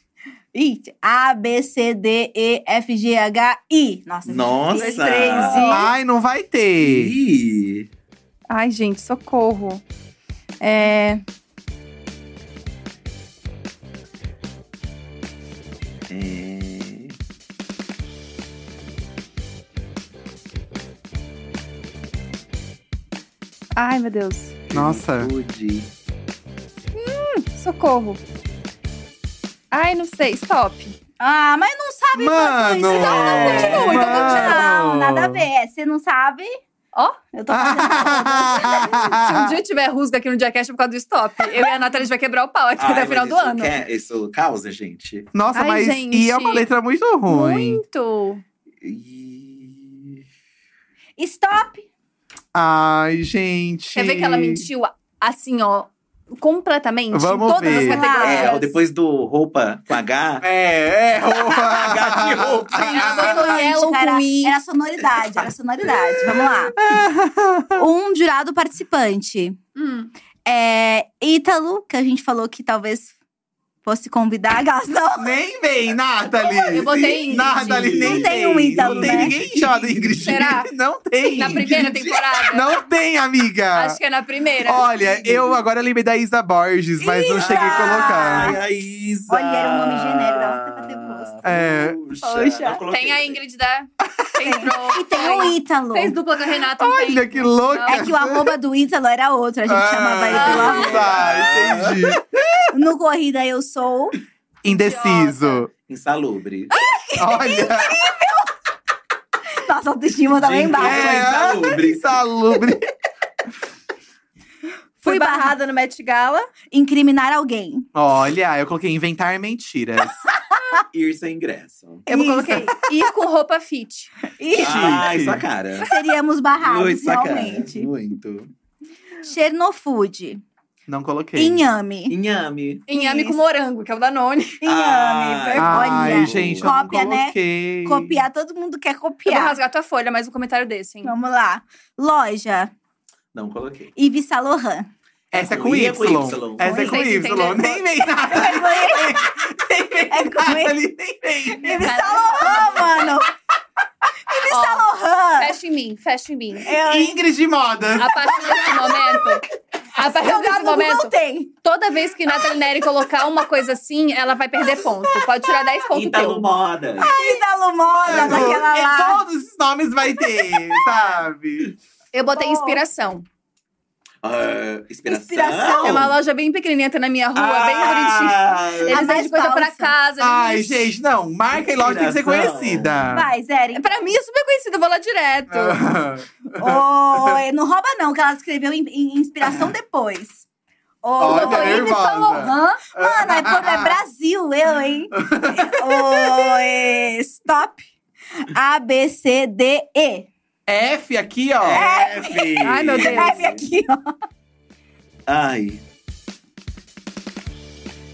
Speaker 2: Ih, A, B, C, D, E, F, G, H, I. Nossa.
Speaker 4: Nossa.
Speaker 2: gente, três I.
Speaker 3: Ai, não vai ter.
Speaker 4: Ih,
Speaker 10: Ai, gente, socorro. É.
Speaker 4: é.
Speaker 10: Ai, meu Deus.
Speaker 3: Nossa.
Speaker 4: Juventude.
Speaker 10: Socorro. Ai, não sei. Stop.
Speaker 2: Ah, mas não sabe
Speaker 3: Mano!
Speaker 2: quanto isso. Não, não,
Speaker 10: É.
Speaker 2: continua. Então continua.
Speaker 3: Mano! Ah.
Speaker 2: Não, nada
Speaker 3: [LAUGHS]
Speaker 2: a ver. Você não sabe?
Speaker 1: Ó.
Speaker 2: Eu tô fazendo.
Speaker 1: Se
Speaker 3: [LAUGHS]
Speaker 1: um dia tiver rusga aqui no Diacast por causa do stop, eu e a Natália a gente vai quebrar o pau aqui
Speaker 4: Ai,
Speaker 1: até É o
Speaker 4: mas
Speaker 1: final do
Speaker 4: isso
Speaker 1: ano.
Speaker 4: quer- isso causa, gente.
Speaker 3: Nossa,
Speaker 10: Ai,
Speaker 3: mas
Speaker 10: gente.
Speaker 3: e é uma letra muito ruim.
Speaker 1: Muito.
Speaker 4: Ih.
Speaker 2: Stop.
Speaker 3: Ai, gente.
Speaker 1: Quer ver que ela mentiu assim, ó, completamente?
Speaker 3: Vamos
Speaker 1: em todas
Speaker 3: ver.
Speaker 1: as categorias.
Speaker 4: É, o depois do roupa com H.
Speaker 3: É, é roupa.
Speaker 4: H de
Speaker 10: Ah,
Speaker 4: roupa.
Speaker 1: sonoridade,
Speaker 2: era,
Speaker 1: com I.
Speaker 2: era a sonoridade, era a sonoridade. Vamos lá.
Speaker 3: [LAUGHS]
Speaker 2: Um jurado participante.
Speaker 1: Hum.
Speaker 2: É Ítalo, que a gente falou que talvez fosse convidar a Gastão.
Speaker 3: Nem vem, Nathalie.
Speaker 1: Eu botei
Speaker 3: [LAUGHS]
Speaker 1: Ingrid.
Speaker 3: Nathalie, nem
Speaker 2: Não tem
Speaker 3: vem.
Speaker 2: um Ítalo,
Speaker 3: Não tem
Speaker 2: né?
Speaker 3: ninguém chamado Ingrid.
Speaker 1: Será?
Speaker 3: Não tem.
Speaker 1: Na primeira temporada?
Speaker 3: [LAUGHS] Não tem, amiga.
Speaker 1: Acho que é na primeira.
Speaker 2: assim.
Speaker 3: Olha, eu agora lembrei da Isa Borges, mas não cheguei a colocar.
Speaker 4: Ai, a Isa.
Speaker 2: Olha, era um nome genérico, dava até pra ter gosto.
Speaker 3: É.
Speaker 4: Poxa. eu coloquei
Speaker 1: Tem a
Speaker 4: também.
Speaker 1: Ingrid da. Fez
Speaker 2: E tem o Ítalo.
Speaker 1: Fez dupla com a Renata. um não tem?
Speaker 3: Olha que louca.
Speaker 2: É que o arroba do Ítalo era outro, a gente chamava ele pelo
Speaker 3: ah,
Speaker 2: arroba.
Speaker 3: Tá, entendi.
Speaker 2: No Corrida Eu Sou.
Speaker 3: Indeciso.
Speaker 4: Insalubre.
Speaker 2: Ah, [LAUGHS]
Speaker 3: Olha.
Speaker 2: Nossa autoestima tá lá
Speaker 4: Gente,
Speaker 2: embaixo.
Speaker 4: é insalubre.
Speaker 3: Insalubre.
Speaker 10: Fui barrada no Met Gala.
Speaker 2: Incriminar alguém.
Speaker 3: Olha, eu coloquei inventar mentiras.
Speaker 4: Ir sem ingresso.
Speaker 1: Eu coloquei ir com roupa fit.
Speaker 2: E
Speaker 4: Ai, Ah, é sua cara.
Speaker 2: seríamos barrados,
Speaker 4: Muito sua cara.
Speaker 2: Ah, realmente.
Speaker 4: Muito.
Speaker 2: Chernofood.
Speaker 3: Não coloquei.
Speaker 2: Inhame.
Speaker 4: Inhame.
Speaker 1: Inhame
Speaker 2: Isso.
Speaker 1: com morango, que é o Danone.
Speaker 4: Ai.
Speaker 2: Inhame.
Speaker 3: Ai,
Speaker 2: Olha.
Speaker 3: gente,
Speaker 2: Cópia,
Speaker 3: eu não
Speaker 2: né?
Speaker 3: coloquei.
Speaker 2: Copiar, todo mundo quer
Speaker 1: Eu vou
Speaker 2: copiar.
Speaker 1: rasgar tua folha, mais um comentário desse, hein?
Speaker 3: assim.
Speaker 2: Vamos lá. Loja.
Speaker 4: Não coloquei.
Speaker 2: Yves Saint Laurant.
Speaker 3: Essa é com
Speaker 4: E é
Speaker 3: Y.
Speaker 4: com Y.
Speaker 3: Essa é
Speaker 1: Vocês
Speaker 3: com Y.
Speaker 1: entenderam?
Speaker 3: [LAUGHS] Nem vem nada.
Speaker 2: É com ele.
Speaker 3: Ali, nem vem.
Speaker 2: Yves Saint Laurant, mano. Yves
Speaker 1: Ó,
Speaker 2: Saint Laurent.
Speaker 1: Fecha em mim, fecha em mim.
Speaker 2: Eu-
Speaker 3: Ingrid de
Speaker 2: Ah,
Speaker 3: modas.
Speaker 1: A
Speaker 11: [LAUGHS]
Speaker 1: partir desse momento. A partir
Speaker 2: Eu
Speaker 1: desse
Speaker 2: gravo no Google,
Speaker 1: momento,
Speaker 2: não tem.
Speaker 1: toda vez que Nathalie Neri colocar uma coisa assim, ela vai perder ponto. Pode tirar 10 pontos
Speaker 4: Italo
Speaker 3: Então,
Speaker 1: teu.
Speaker 4: Moda.
Speaker 2: Ítalo Moda, daquela
Speaker 3: É,
Speaker 2: lá.
Speaker 3: Todos os nomes vai ter, sabe?
Speaker 1: Eu botei
Speaker 2: Pô.
Speaker 1: inspiração.
Speaker 4: ah, inspiração.
Speaker 1: É uma loja bem pequenininha, tem na minha rua, bem bonitinha.
Speaker 4: bonitinho.
Speaker 1: Eles
Speaker 2: mais
Speaker 1: vendem coisa pra
Speaker 2: falsa.
Speaker 1: casa.
Speaker 3: Ah, Ai,
Speaker 1: eles-
Speaker 3: gente, não. Marca e loja tem que ser
Speaker 4: Inspiração.
Speaker 3: conhecida.
Speaker 2: Vai, Zé.
Speaker 1: Pra mim, é super conhecido, eu vou lá direto.
Speaker 3: Ah.
Speaker 2: Oi, não rouba não, que ela escreveu em, em inspiração depois. Ô,
Speaker 3: Olha,
Speaker 2: Lourinho de
Speaker 3: nervosa.
Speaker 2: São Lohan. Mano, é, pô, é Brasil, eu, hein? Oi, stop. A, B, C, D, E.
Speaker 3: F aqui, ó.
Speaker 2: É.
Speaker 4: F.
Speaker 1: Ai, meu Deus.
Speaker 2: Escreve aqui, ó.
Speaker 4: Ai.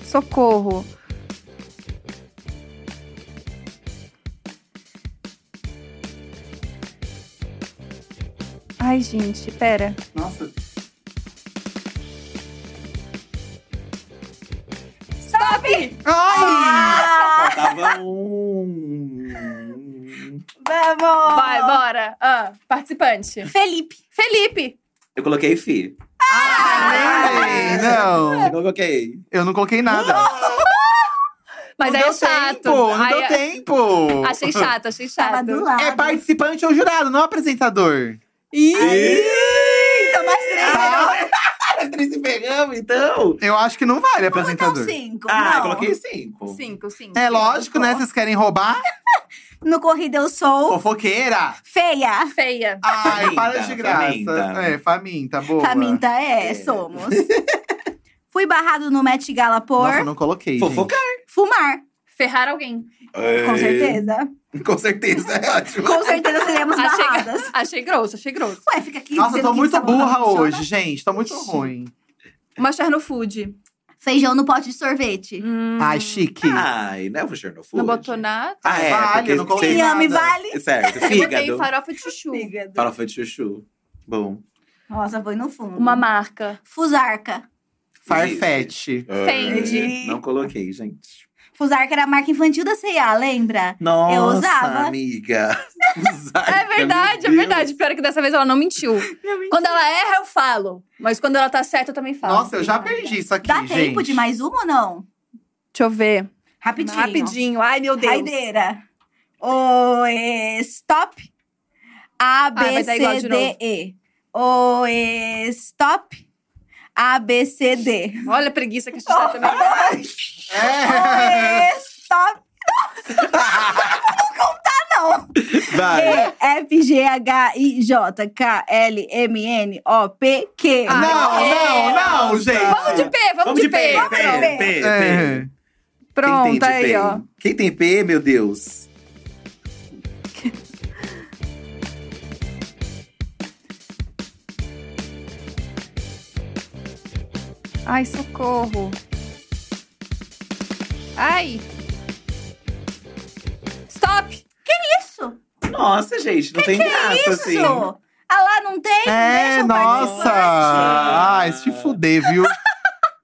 Speaker 11: Socorro. Ai, gente, pera.
Speaker 3: Nossa.
Speaker 1: Stop!
Speaker 3: Ai!
Speaker 1: Ah,
Speaker 4: Faltava um.
Speaker 2: Vamos.
Speaker 1: Vai, bora. Ah, participante.
Speaker 2: Felipe.
Speaker 1: Felipe.
Speaker 4: Eu coloquei Fi.
Speaker 3: Ai, não.
Speaker 4: Eu coloquei.
Speaker 3: Eu não coloquei nada.
Speaker 1: Mas
Speaker 3: não
Speaker 1: aí
Speaker 3: deu
Speaker 1: é chato.
Speaker 3: Tempo, não
Speaker 1: Aí
Speaker 3: deu
Speaker 1: é-
Speaker 3: tempo.
Speaker 1: Achei chato, achei
Speaker 2: Tava
Speaker 1: chato.
Speaker 2: do lado.
Speaker 3: É participante ou jurado, não apresentador.
Speaker 2: Então, mais três.
Speaker 3: Ah,
Speaker 4: As três se pegamos, então.
Speaker 3: eu acho que não vale
Speaker 2: Então,
Speaker 3: apresentador.
Speaker 2: cinco.
Speaker 4: Ah,
Speaker 2: não.
Speaker 4: eu coloquei cinco.
Speaker 1: Cinco, cinco.
Speaker 3: É lógico, né? Vocês querem roubar?
Speaker 2: No Corrida Eu Sou
Speaker 3: Fofoqueira!
Speaker 2: feia.
Speaker 1: Ah, Feia.
Speaker 3: Ai,
Speaker 4: Faminta,
Speaker 3: para de graça.
Speaker 4: faminta.
Speaker 3: É, faminta, boa.
Speaker 2: Faminta é,
Speaker 4: É.
Speaker 2: somos. [LAUGHS] Fui barrado no Met Gala por
Speaker 3: Nossa, eu não coloquei,
Speaker 4: Fofoca.
Speaker 2: fumar.
Speaker 1: Ferrar alguém.
Speaker 3: É.
Speaker 2: Com certeza.
Speaker 4: Com certeza, é ótimo.
Speaker 2: Com
Speaker 1: [LAUGHS]
Speaker 2: certeza seremos
Speaker 1: Achei,
Speaker 2: barradas.
Speaker 1: achei grosso, achei grosso.
Speaker 2: Ué, fica aqui
Speaker 3: gente. Nossa, eu
Speaker 2: dizendo
Speaker 3: tô
Speaker 2: que
Speaker 3: muito
Speaker 2: sabor não
Speaker 3: burra
Speaker 2: funciona.
Speaker 3: hoje, gente. Tô muito ruim.
Speaker 1: Uma Chernofood.
Speaker 2: Feijão no pote de sorvete.
Speaker 1: Hum,
Speaker 3: Ai, chique.
Speaker 4: Ai, não é o Chernofood.
Speaker 1: não botou nada.
Speaker 4: Ah, é.
Speaker 3: Vale,
Speaker 4: porque
Speaker 3: eu não coloquei
Speaker 4: tem-
Speaker 2: Inhame, vale?
Speaker 4: Certo,
Speaker 1: Eu botei
Speaker 4: fígado.
Speaker 1: farofa de chuchu.
Speaker 4: Farofa de chuchu. Bom.
Speaker 2: Nossa, foi no fundo.
Speaker 1: Uma marca.
Speaker 2: Fusarca.
Speaker 3: Farfetch.
Speaker 1: Fendi.
Speaker 4: Ai, Não coloquei, gente.
Speaker 2: Fusarca era a marca infantil da C&A, lembra?
Speaker 4: Nossa,
Speaker 2: usava.
Speaker 1: [LAUGHS]
Speaker 4: amiga. Usar,
Speaker 1: É verdade, é
Speaker 4: meu Deus.
Speaker 1: verdade. Pior é que dessa vez ela não mentiu. Quando ela erra, eu falo. Mas quando ela tá certa, eu também falo.
Speaker 3: Nossa, eu já perdi isso aqui,
Speaker 2: Dá
Speaker 3: gente.
Speaker 2: tempo de mais uma ou não?
Speaker 1: Deixa eu ver.
Speaker 2: Rapidinho.
Speaker 1: Rapidinho. Ai, meu Deus.
Speaker 2: Raideira. Oi, stop. A, B,
Speaker 1: Ah, vai dar igual
Speaker 2: C,
Speaker 1: de
Speaker 2: D,
Speaker 1: novo.
Speaker 2: E. Oi, stop. A, B, C,
Speaker 3: [LAUGHS]
Speaker 2: D.
Speaker 1: Olha a preguiça que a gente tá também.
Speaker 3: É.
Speaker 2: Oi, stop.
Speaker 4: Vai.
Speaker 1: É.
Speaker 2: E, F, G, H, I, J, K, L, M, N, O, P, Q.
Speaker 1: Ah,
Speaker 3: Não,
Speaker 2: é
Speaker 1: Ai,
Speaker 3: não, não,
Speaker 1: Vamos de
Speaker 3: gente.
Speaker 1: P, vamos, de P.
Speaker 4: P, P, P,
Speaker 3: É.
Speaker 4: P. Quem tem
Speaker 1: Pronto,
Speaker 4: de
Speaker 1: aí,
Speaker 4: P?
Speaker 1: ó.
Speaker 4: Quem tem P, meu Deus?
Speaker 11: Ai, socorro.
Speaker 1: Ai. Stop!
Speaker 2: Isso.
Speaker 4: Nossa, gente, não tem
Speaker 1: é
Speaker 4: graça, assim.
Speaker 2: Isso. Ah lá, não tem?
Speaker 3: É,
Speaker 2: Deixa o
Speaker 3: nossa.
Speaker 2: participante.
Speaker 3: Ai, se fuder, viu?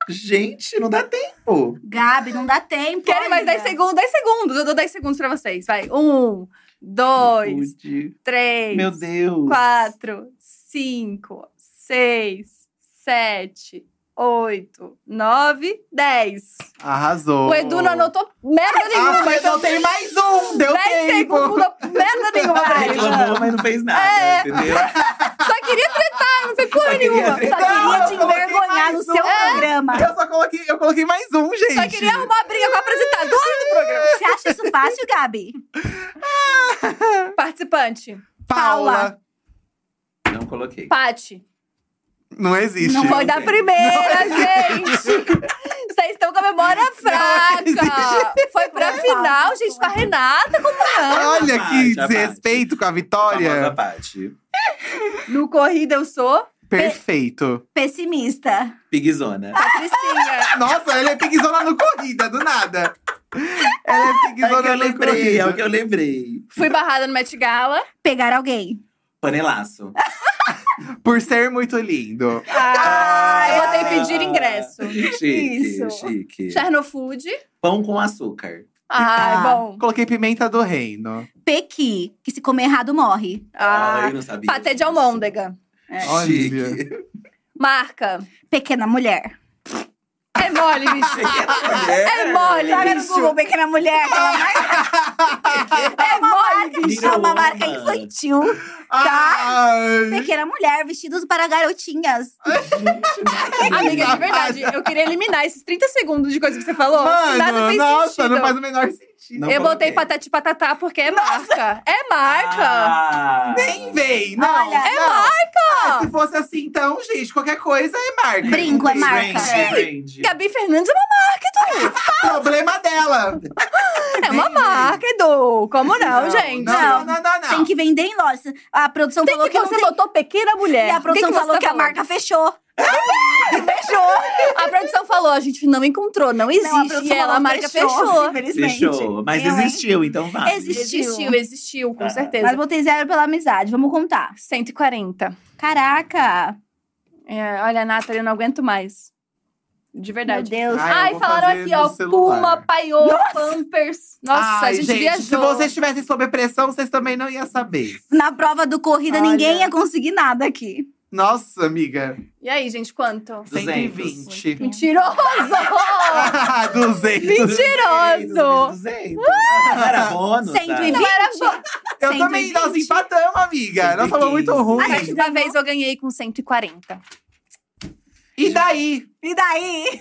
Speaker 4: Gente, não dá tempo.
Speaker 2: Gabi, não dá tempo.
Speaker 1: Querem mais
Speaker 2: ainda.
Speaker 1: 10 segundos? 10 segundos. Eu dou 10 segundos pra vocês. Vai. Um, dois,
Speaker 4: Pude.
Speaker 1: três,
Speaker 4: Meu Deus.
Speaker 1: quatro, cinco, seis, sete, oito, nove, dez.
Speaker 3: Arrasou.
Speaker 1: O Edu não anotou merda
Speaker 3: Ah,
Speaker 1: nenhuma.
Speaker 3: mas eu tenho mais um! Deu
Speaker 1: 10
Speaker 3: tempo!
Speaker 1: segundos, não deu merda nenhuma pra ele.
Speaker 4: [LAUGHS] Reclamou, mas não fez nada,
Speaker 1: É.
Speaker 4: entendeu?
Speaker 1: Só queria tretar, não fez porra
Speaker 4: queria
Speaker 1: nenhuma.
Speaker 2: Só
Speaker 4: tretar.
Speaker 2: queria
Speaker 3: Não,
Speaker 2: te
Speaker 3: eu coloquei
Speaker 2: envergonhar
Speaker 3: mais
Speaker 2: no
Speaker 3: um.
Speaker 2: seu programa.
Speaker 3: Eu só coloquei, eu coloquei mais um, gente.
Speaker 1: Só queria arrumar briga com a apresentadora do programa.
Speaker 2: Você acha isso fácil, Gabi?
Speaker 1: Participante.
Speaker 3: Paula.
Speaker 4: Não coloquei.
Speaker 1: Pati.
Speaker 3: Não existe.
Speaker 1: Não foi
Speaker 4: não
Speaker 1: da
Speaker 4: tem.
Speaker 1: primeira, gente! Vocês estão com a memória fraca! Foi pra
Speaker 2: Não,
Speaker 1: final,
Speaker 2: não
Speaker 1: gente,
Speaker 2: foi.
Speaker 1: com a Renata. Como...
Speaker 3: Olha que
Speaker 4: Abate, abate.
Speaker 3: desrespeito com a
Speaker 4: Ah, Famosa
Speaker 3: vitória.
Speaker 4: Paty.
Speaker 1: No corrida eu sou
Speaker 3: Perfeito.
Speaker 2: Pessimista.
Speaker 4: Pigzona.
Speaker 1: Patricinha.
Speaker 3: Nossa, ela é pigzona no corrida, do nada. Ela é
Speaker 4: É o que
Speaker 3: pigzona
Speaker 4: eu
Speaker 3: no
Speaker 4: lembrei, é o que
Speaker 3: corrida.
Speaker 4: eu lembrei.
Speaker 1: Fui barrada no Met Gala.
Speaker 2: Pegar alguém.
Speaker 4: Panelaço.
Speaker 3: Por ser muito lindo.
Speaker 4: Ah,
Speaker 1: Ah, eu botei
Speaker 4: é.
Speaker 1: pedir ingresso.
Speaker 4: Chique,
Speaker 1: Isso.
Speaker 4: chique.
Speaker 1: Chernofood.
Speaker 4: Pão com açúcar.
Speaker 1: Ah,
Speaker 2: Ah.
Speaker 1: bom.
Speaker 3: Coloquei pimenta do reino.
Speaker 2: Pequi, que se comer errado morre.
Speaker 1: Ah,
Speaker 4: eu não sabia.
Speaker 1: patê de
Speaker 4: disso.
Speaker 1: almôndega.
Speaker 3: Olha.
Speaker 4: Chique. [LAUGHS]
Speaker 1: Marca.
Speaker 2: Pequena mulher.
Speaker 1: É mole,
Speaker 4: [LAUGHS]
Speaker 1: bicho. É mole,
Speaker 2: Joga no
Speaker 1: bicho.
Speaker 2: Tá Google, pequena
Speaker 3: [LAUGHS]
Speaker 2: mulher. que é uma marca-
Speaker 1: É mole.
Speaker 2: É uma marca,
Speaker 4: Little
Speaker 2: é uma marca
Speaker 4: Woman.
Speaker 1: Tá.
Speaker 2: infantil
Speaker 3: Ai,
Speaker 2: Pequena mulher, vestidos para garotinhas.
Speaker 1: Amiga, de verdade, eu queria eliminar esses 30 segundos de coisa que você falou. Nada
Speaker 3: Mano,
Speaker 1: fez
Speaker 3: nossa,
Speaker 1: sentido.
Speaker 3: não faz o menor sentido.
Speaker 4: Não
Speaker 1: eu botei
Speaker 4: coloquei.
Speaker 1: patati patatá porque é marca. É marca.
Speaker 4: Ah,
Speaker 3: Nem vem, não.
Speaker 2: Olha, é
Speaker 3: não. marca! se fosse assim, então, gente, qualquer coisa é marca.
Speaker 2: Brinco, é marca.
Speaker 4: Range, range.
Speaker 1: Gabi Fernandes é uma
Speaker 3: Problema dela.
Speaker 1: marca, é uma marca, Edu. Como não, gente?
Speaker 3: Não, não, não, não. não.
Speaker 2: Tem que vender em loja. A produção
Speaker 1: Tem
Speaker 2: falou
Speaker 1: que,
Speaker 2: que,
Speaker 1: você
Speaker 2: não tem-
Speaker 1: botou pequena mulher.
Speaker 2: E a
Speaker 1: O
Speaker 2: produção
Speaker 1: que que
Speaker 2: falou
Speaker 1: você tá
Speaker 2: que a
Speaker 1: falou?
Speaker 2: marca fechou.
Speaker 1: [LAUGHS] A produção falou, a gente não encontrou, não existe.
Speaker 2: Não, a produção
Speaker 1: e ela,
Speaker 2: falou,
Speaker 1: a marca fechou.
Speaker 2: Infelizmente.
Speaker 4: Fechou. Mas
Speaker 3: um
Speaker 2: Eu, hein?
Speaker 4: existiu, então vale.
Speaker 2: Existiu.
Speaker 1: Existiu, existiu, com
Speaker 3: É.
Speaker 4: Ah.
Speaker 2: Mas
Speaker 1: certeza.
Speaker 2: botei zero pela amizade, vamos contar.
Speaker 1: 140.
Speaker 2: Caraca!
Speaker 1: É, olha, Nathalie, eu não aguento mais. De verdade.
Speaker 2: Meu Deus.
Speaker 3: Ai, eu
Speaker 1: Ai,
Speaker 3: vou
Speaker 1: falaram
Speaker 3: fazer
Speaker 1: aqui,
Speaker 3: no
Speaker 1: ó.
Speaker 3: celular.
Speaker 1: Puma, paiô, Pampers. Nossa,
Speaker 3: Ai,
Speaker 1: a gente, viajou.
Speaker 3: se vocês estivessem sob pressão, vocês também não iam saber.
Speaker 2: Na prova do corrida,
Speaker 1: Olha.
Speaker 2: ninguém ia conseguir nada aqui.
Speaker 3: Nossa, amiga.
Speaker 1: E aí, gente, quanto?
Speaker 3: 120.
Speaker 1: Mentiroso!
Speaker 3: [LAUGHS] 200.
Speaker 1: Mentiroso!
Speaker 4: 200. Não era bônus. tá?
Speaker 2: 120?
Speaker 3: Eu também, nós
Speaker 2: 120.
Speaker 3: empatamos, amiga. Nós somos muito
Speaker 4: 115.
Speaker 3: ruins.
Speaker 1: Mas da vez eu ganhei com 140.
Speaker 3: E daí?
Speaker 2: E daí?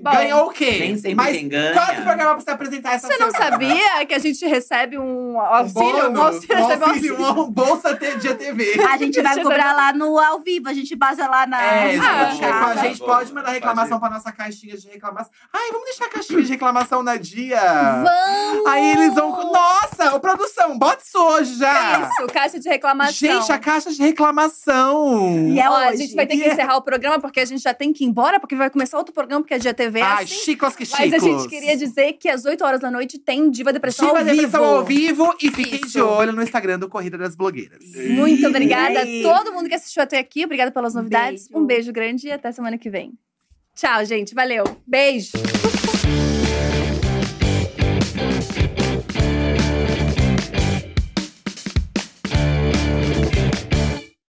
Speaker 1: Bom,
Speaker 3: ganhou o quê?
Speaker 4: Nem sempre
Speaker 3: Mas
Speaker 4: quem ganha.
Speaker 3: quatro programas pra você apresentar essa
Speaker 1: Você não
Speaker 3: semana.
Speaker 1: sabia que a gente recebe um
Speaker 3: Um
Speaker 1: auxílio?
Speaker 3: bônus,
Speaker 1: um auxílio,
Speaker 3: um
Speaker 1: recebe um
Speaker 3: auxílio,
Speaker 1: auxílio.
Speaker 3: um bolsa T- de TV.
Speaker 2: A
Speaker 1: [LAUGHS]
Speaker 2: gente vai cobrar lá no ao vivo, a gente passa lá na.
Speaker 3: É, gente,
Speaker 1: Ah,
Speaker 3: com a
Speaker 4: tá
Speaker 3: gente
Speaker 4: bom,
Speaker 3: pode mandar
Speaker 4: pode
Speaker 3: reclamação
Speaker 4: ir.
Speaker 3: pra nossa caixinha de reclamação. Ai, vamos deixar a caixinha de reclamação na dia.
Speaker 2: Vamos!
Speaker 3: Aí eles vão. Nossa, ô produção, bota isso hoje já.
Speaker 1: É Isso, caixa de reclamação.
Speaker 3: Gente, a caixa de reclamação.
Speaker 2: E é
Speaker 1: Ó, a
Speaker 2: hoje.
Speaker 1: gente vai ter que
Speaker 3: Yeah.
Speaker 1: encerrar o programa, porque a gente já tem que ir embora, porque vai começar outro programa, porque é dia TV. é
Speaker 3: Ai,
Speaker 1: assim.
Speaker 3: chicos que chicos.
Speaker 1: Mas a gente queria dizer que às 8 horas da noite tem Diva Depressão
Speaker 3: Diva
Speaker 1: ao
Speaker 3: Depressão
Speaker 1: vivo.
Speaker 3: ao vivo e fiquem de
Speaker 1: Isso.
Speaker 3: olho no Instagram do Corrida das Blogueiras.
Speaker 1: Muito obrigada a
Speaker 2: Ei.
Speaker 1: todo mundo que assistiu até aqui. Obrigada pelas novidades.
Speaker 2: beijo.
Speaker 1: Um beijo grande e até semana que vem. Tchau, gente. Valeu. Beijo.